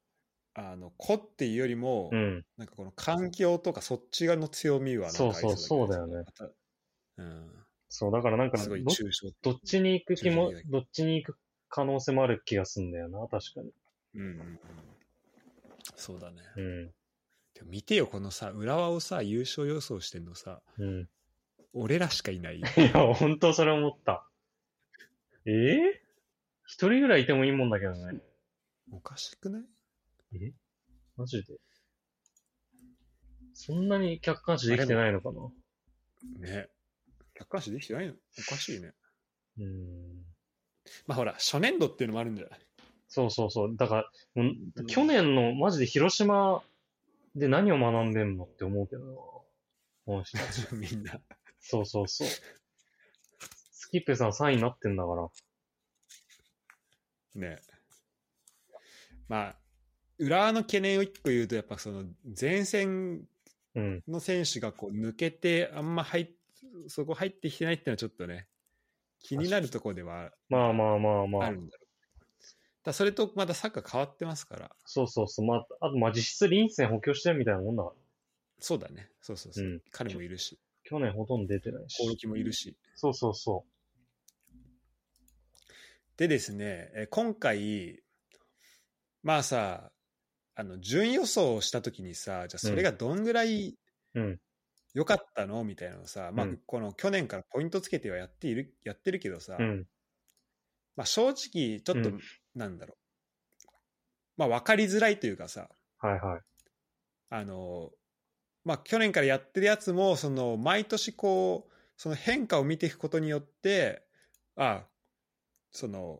[SPEAKER 1] あの、子っていうよりも、
[SPEAKER 2] うん、
[SPEAKER 1] なんかこの環境とかそっち側の強みはなんかあり
[SPEAKER 2] そうそう
[SPEAKER 1] だけど
[SPEAKER 2] そうだよね。
[SPEAKER 1] またうん。
[SPEAKER 2] そう、だからなんか
[SPEAKER 1] すごい
[SPEAKER 2] ど
[SPEAKER 1] 抽象。
[SPEAKER 2] どっちに行く気も
[SPEAKER 1] 中心的、
[SPEAKER 2] どっちに行く可能性もある気がすんだよな、確かに。
[SPEAKER 1] うんうんうん。そうだね。
[SPEAKER 2] うん。
[SPEAKER 1] でも見てよ、このさ、浦和をさ、優勝予想してんのさ、
[SPEAKER 2] うん。
[SPEAKER 1] 俺らしかい ない。
[SPEAKER 2] いや、本当それ思った。えー一人ぐらいいてもいいもんだけどね。
[SPEAKER 1] おかしくない
[SPEAKER 2] マジで。そんなに客観視できてないのかなう
[SPEAKER 1] ね。客観視できてないのおかしいね。
[SPEAKER 2] ーん。
[SPEAKER 1] まあほら、初年度っていうのもあるんじゃない
[SPEAKER 2] そうそうそう。だから、もう
[SPEAKER 1] うん
[SPEAKER 2] 去年のマジで 広島で何を学んでんのって思うけどな。この人たち。
[SPEAKER 1] みんな。
[SPEAKER 2] そうそうそう。スキッペさん3位になってんだから。
[SPEAKER 1] ねまあ浦和の懸念を一個言うとやっぱその前線
[SPEAKER 2] うん。
[SPEAKER 1] の選手がこう抜けてあんま入っそこ入ってきてないっていうのはちょっとね気になるところでは
[SPEAKER 2] まあまあまあま
[SPEAKER 1] あ
[SPEAKER 2] あ
[SPEAKER 1] る。んだろう、だそれとまたサッカー変わってますから
[SPEAKER 2] そうそうそう。まあ、あとまあ実質臨戦補強してるみたいなもんだから。
[SPEAKER 1] そうだねそうそうそう、
[SPEAKER 2] うん
[SPEAKER 1] 彼もいるし
[SPEAKER 2] 去年ほとんど出てない
[SPEAKER 1] 興
[SPEAKER 2] し。
[SPEAKER 1] 梠もいるし
[SPEAKER 2] そうそうそ
[SPEAKER 1] でですね、えー今回、まあさ、あの、順予想をしたときにさ、じゃあそれがどんぐらい
[SPEAKER 2] うん
[SPEAKER 1] 良かったのみたいなのをさ、まあ
[SPEAKER 2] うん、
[SPEAKER 1] この去年からポイントつけてはやっている、やってるけどさ、
[SPEAKER 2] う。うん。
[SPEAKER 1] まあ正直、ちょっと
[SPEAKER 2] う、
[SPEAKER 1] なんだろう、まあ分かりづらいというかさ、
[SPEAKER 2] はいはい。
[SPEAKER 1] あの、まあ去年からやってるやつも、その、毎年こう、その変化を見ていくことによって、あ、その、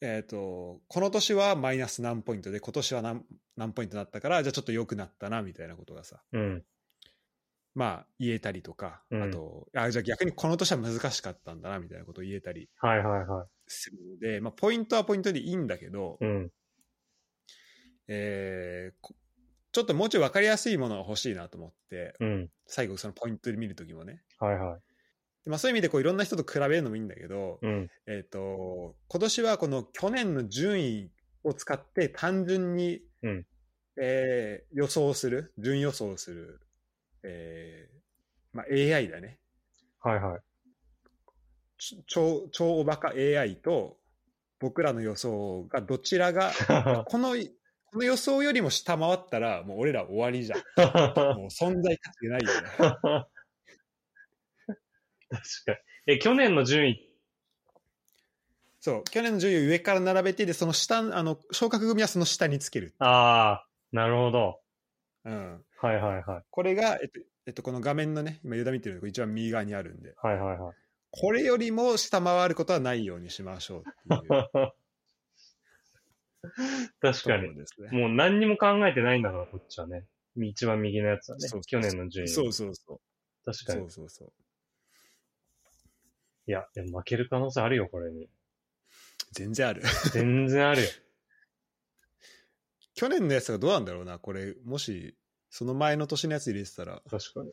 [SPEAKER 1] えっ、と、この年はマイナス何ポイントで、今年は何何ポイントだったから、じゃあちょっと良くなったな、みたいなことがさ、
[SPEAKER 2] うん。
[SPEAKER 1] まあ言えたりとか、
[SPEAKER 2] うん
[SPEAKER 1] あと、あ、じゃあ逆にこの年は難しかったんだな、みたいなことを言えたり
[SPEAKER 2] はいはいはい。
[SPEAKER 1] するので、まあポイントはポイントでいいんだけど、
[SPEAKER 2] うん。
[SPEAKER 1] えーこちょっともうちょい分かりやすいものが欲しいなと思って、
[SPEAKER 2] うん。
[SPEAKER 1] 最後そのポイントで見るときもね。
[SPEAKER 2] はいはい。
[SPEAKER 1] でまあ、そういう意味でこういろんな人と比べるのもいいんだけど、
[SPEAKER 2] うん。
[SPEAKER 1] えっ、と、今年はこの去年の順位を使って単純に、
[SPEAKER 2] うん
[SPEAKER 1] えー予想する、順予想する、えーまあ、AI だね。
[SPEAKER 2] はいはい。
[SPEAKER 1] ち超、超おバカ AI と僕らの予想がどちら が、この、この予想よりも下回ったら、もう俺ら終わり じゃん。もう存在価値がないよね。
[SPEAKER 2] 確かに。え、去年の順位、
[SPEAKER 1] そう、去年の順位を上から並べて、で、その下、あの、昇格組はその下につける。
[SPEAKER 2] ああ、なるほど。
[SPEAKER 1] うん。
[SPEAKER 2] はいはいはい。
[SPEAKER 1] これが、えっと、えっと、この画面のね、今、ユダ見てるのが一番右側にあるんで、
[SPEAKER 2] はいはいはい。
[SPEAKER 1] これよりも下回ることはないようにしましょう っていう
[SPEAKER 2] 確
[SPEAKER 1] とこ
[SPEAKER 2] かに
[SPEAKER 1] ろ。ですね。
[SPEAKER 2] もう何にも考えてないんだから、こっちはね。一番右のやつはね。
[SPEAKER 1] そうそう
[SPEAKER 2] 去年の順位。
[SPEAKER 1] そうそうそう。
[SPEAKER 2] 確か
[SPEAKER 1] そ
[SPEAKER 2] に
[SPEAKER 1] う。そうそう。
[SPEAKER 2] いや、でも負ける可能性あるよ、これに。
[SPEAKER 1] 全然ある。
[SPEAKER 2] 全然あるよ。
[SPEAKER 1] 去年のやつがどうなんだろうな、これ、もし、その前の年のやつ入れてたら、
[SPEAKER 2] 確かに。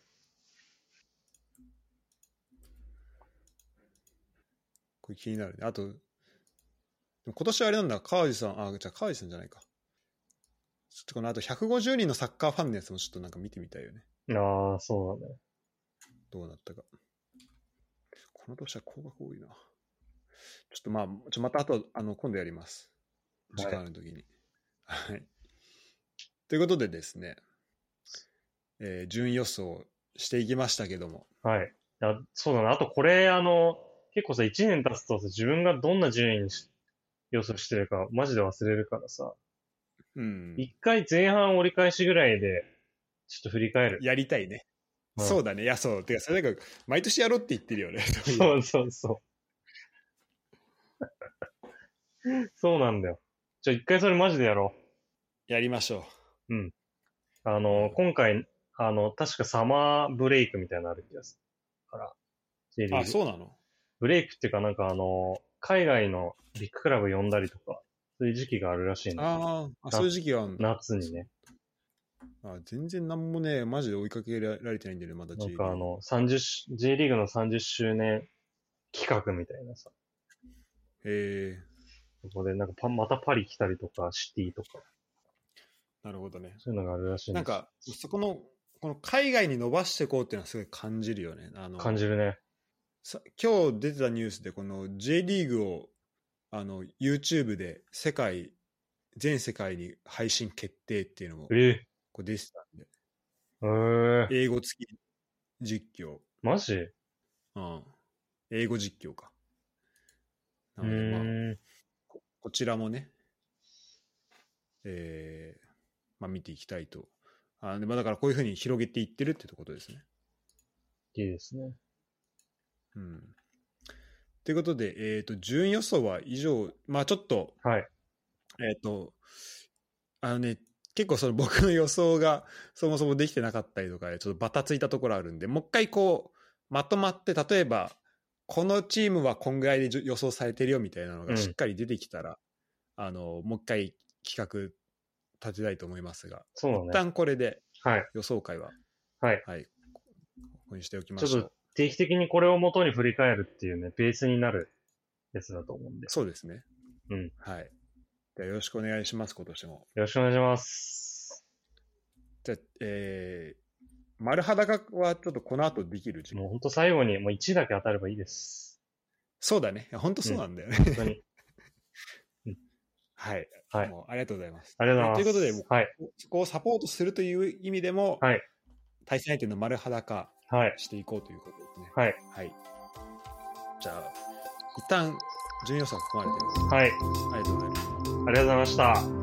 [SPEAKER 1] これ気になるね。あと、でも今年はあれなんだ、川地さん、あ、じゃあ川地さんじゃないか。ちょっとこのあと150人のサッカーファンのやつもちょっとなんか見てみたいよね。
[SPEAKER 2] ああ、そうだね。
[SPEAKER 1] どうなったか。この年は高額多いな。ちょっとまあ、ちょまたあと、あの、今度やります。時間ある時に。はい。ということでですね、えー順位予想していきましたけども、
[SPEAKER 2] はい。あそうだな。あとこれ、あの、結構さ、1年経つとさ、自分がどんな順位にし予想してるか、マジで忘れるからさ、
[SPEAKER 1] うん、
[SPEAKER 2] 一回前半折り返しぐらいで、ちょっと振り返る。
[SPEAKER 1] やりたいね。
[SPEAKER 2] うん
[SPEAKER 1] そうだね。いや、そう。てか、それなんか、毎年やろうって言ってるよね。
[SPEAKER 2] そうそうそう。そうなんだよ。ちょ、一回それマジでやろ
[SPEAKER 1] やりましょ
[SPEAKER 2] う。あの、今回、あの、確かサマーブレイクみたいなのある気がするから。J リ
[SPEAKER 1] う。
[SPEAKER 2] ー
[SPEAKER 1] あ、
[SPEAKER 2] グ
[SPEAKER 1] そうなの
[SPEAKER 2] ブレイクっていうかなんかあの、海外のビッグクラブ呼んだりとか、そういう時期があるらしいんだよ
[SPEAKER 1] あーあ、そういう時期があるんだ。
[SPEAKER 2] 夏にね。
[SPEAKER 1] あ全然なんもね、マジで追いかけられてないんだよね、まだ
[SPEAKER 2] な
[SPEAKER 1] J
[SPEAKER 2] ん
[SPEAKER 1] リー
[SPEAKER 2] かあ
[SPEAKER 1] グ。
[SPEAKER 2] の、30し、J リーグの30周年企画みたいなさ。
[SPEAKER 1] え
[SPEAKER 2] そこでなんかパまたパリ来たりとか、シティと
[SPEAKER 1] ー、
[SPEAKER 2] か、
[SPEAKER 1] なるほどね。
[SPEAKER 2] そういうのがあるらしいん
[SPEAKER 1] な
[SPEAKER 2] で
[SPEAKER 1] んか、そこの、この海外に伸ばしていこうっていうのはすごい感じるよね。あの、
[SPEAKER 2] 感じるね。
[SPEAKER 1] さ今日出てたニュースで、この J リーグを、あの、YouTube で世界、全世界に配信決定っていうのも、
[SPEAKER 2] ええ
[SPEAKER 1] こう出てたんで、
[SPEAKER 2] えー、
[SPEAKER 1] 英語付き実況、
[SPEAKER 2] マジう
[SPEAKER 1] うん。英語実況か。な
[SPEAKER 2] ー
[SPEAKER 1] ので、まあ、
[SPEAKER 2] ん。
[SPEAKER 1] ここちらもね、えーまあ、見ていきたいと。あでまあ、だからこういうふうに広げていってるってことですね。
[SPEAKER 2] いいですね。
[SPEAKER 1] うん。ということで、えっ、と、順位予想は以上、まあちょっと、
[SPEAKER 2] はい。
[SPEAKER 1] えっ、と、あのね、結構その僕の予想がそもそもできてなかったりとかで、ちょっとバタついたところあるんで、もう一回こう、まとまって、例えば、このチームはこんぐらいでじゅ予想されてるよみたいなの
[SPEAKER 2] う
[SPEAKER 1] が
[SPEAKER 2] ん
[SPEAKER 1] しっかり出てきたら、あの、もう一回企画立てたいと思いますが、
[SPEAKER 2] そう
[SPEAKER 1] 一
[SPEAKER 2] だね。
[SPEAKER 1] 旦これで
[SPEAKER 2] はい。
[SPEAKER 1] 予想会は、
[SPEAKER 2] はい。
[SPEAKER 1] はい、ここにしておきま
[SPEAKER 2] ちょっ
[SPEAKER 1] しょう
[SPEAKER 2] と。定期的にこれを元に振り返るっていうね、ベースになるやつだと思うんで。
[SPEAKER 1] そうですね。
[SPEAKER 2] うん
[SPEAKER 1] はい。じゃあよろしくお願いします、今年も。
[SPEAKER 2] よろしくお願いします。
[SPEAKER 1] じゃあ、えー、丸裸はちょっとこの後できる時
[SPEAKER 2] も
[SPEAKER 1] 間。
[SPEAKER 2] うほんと最後に、もう1だけ当たればいいです。
[SPEAKER 1] そうだね。本当そうなんだよね。
[SPEAKER 2] 本当に。
[SPEAKER 1] はい。
[SPEAKER 2] はい
[SPEAKER 1] もうありがとうございます。
[SPEAKER 2] ありがとうございます。
[SPEAKER 1] ということで
[SPEAKER 2] はい。
[SPEAKER 1] そこをサポートするという意味でも、
[SPEAKER 2] はい
[SPEAKER 1] 対戦相手の丸裸
[SPEAKER 2] はい。
[SPEAKER 1] していこうということですね。
[SPEAKER 2] はい。
[SPEAKER 1] はい。じゃあ、一旦、順位予想はここまでということで
[SPEAKER 2] はい。
[SPEAKER 1] ありがとうございます。
[SPEAKER 2] ありがとうございました。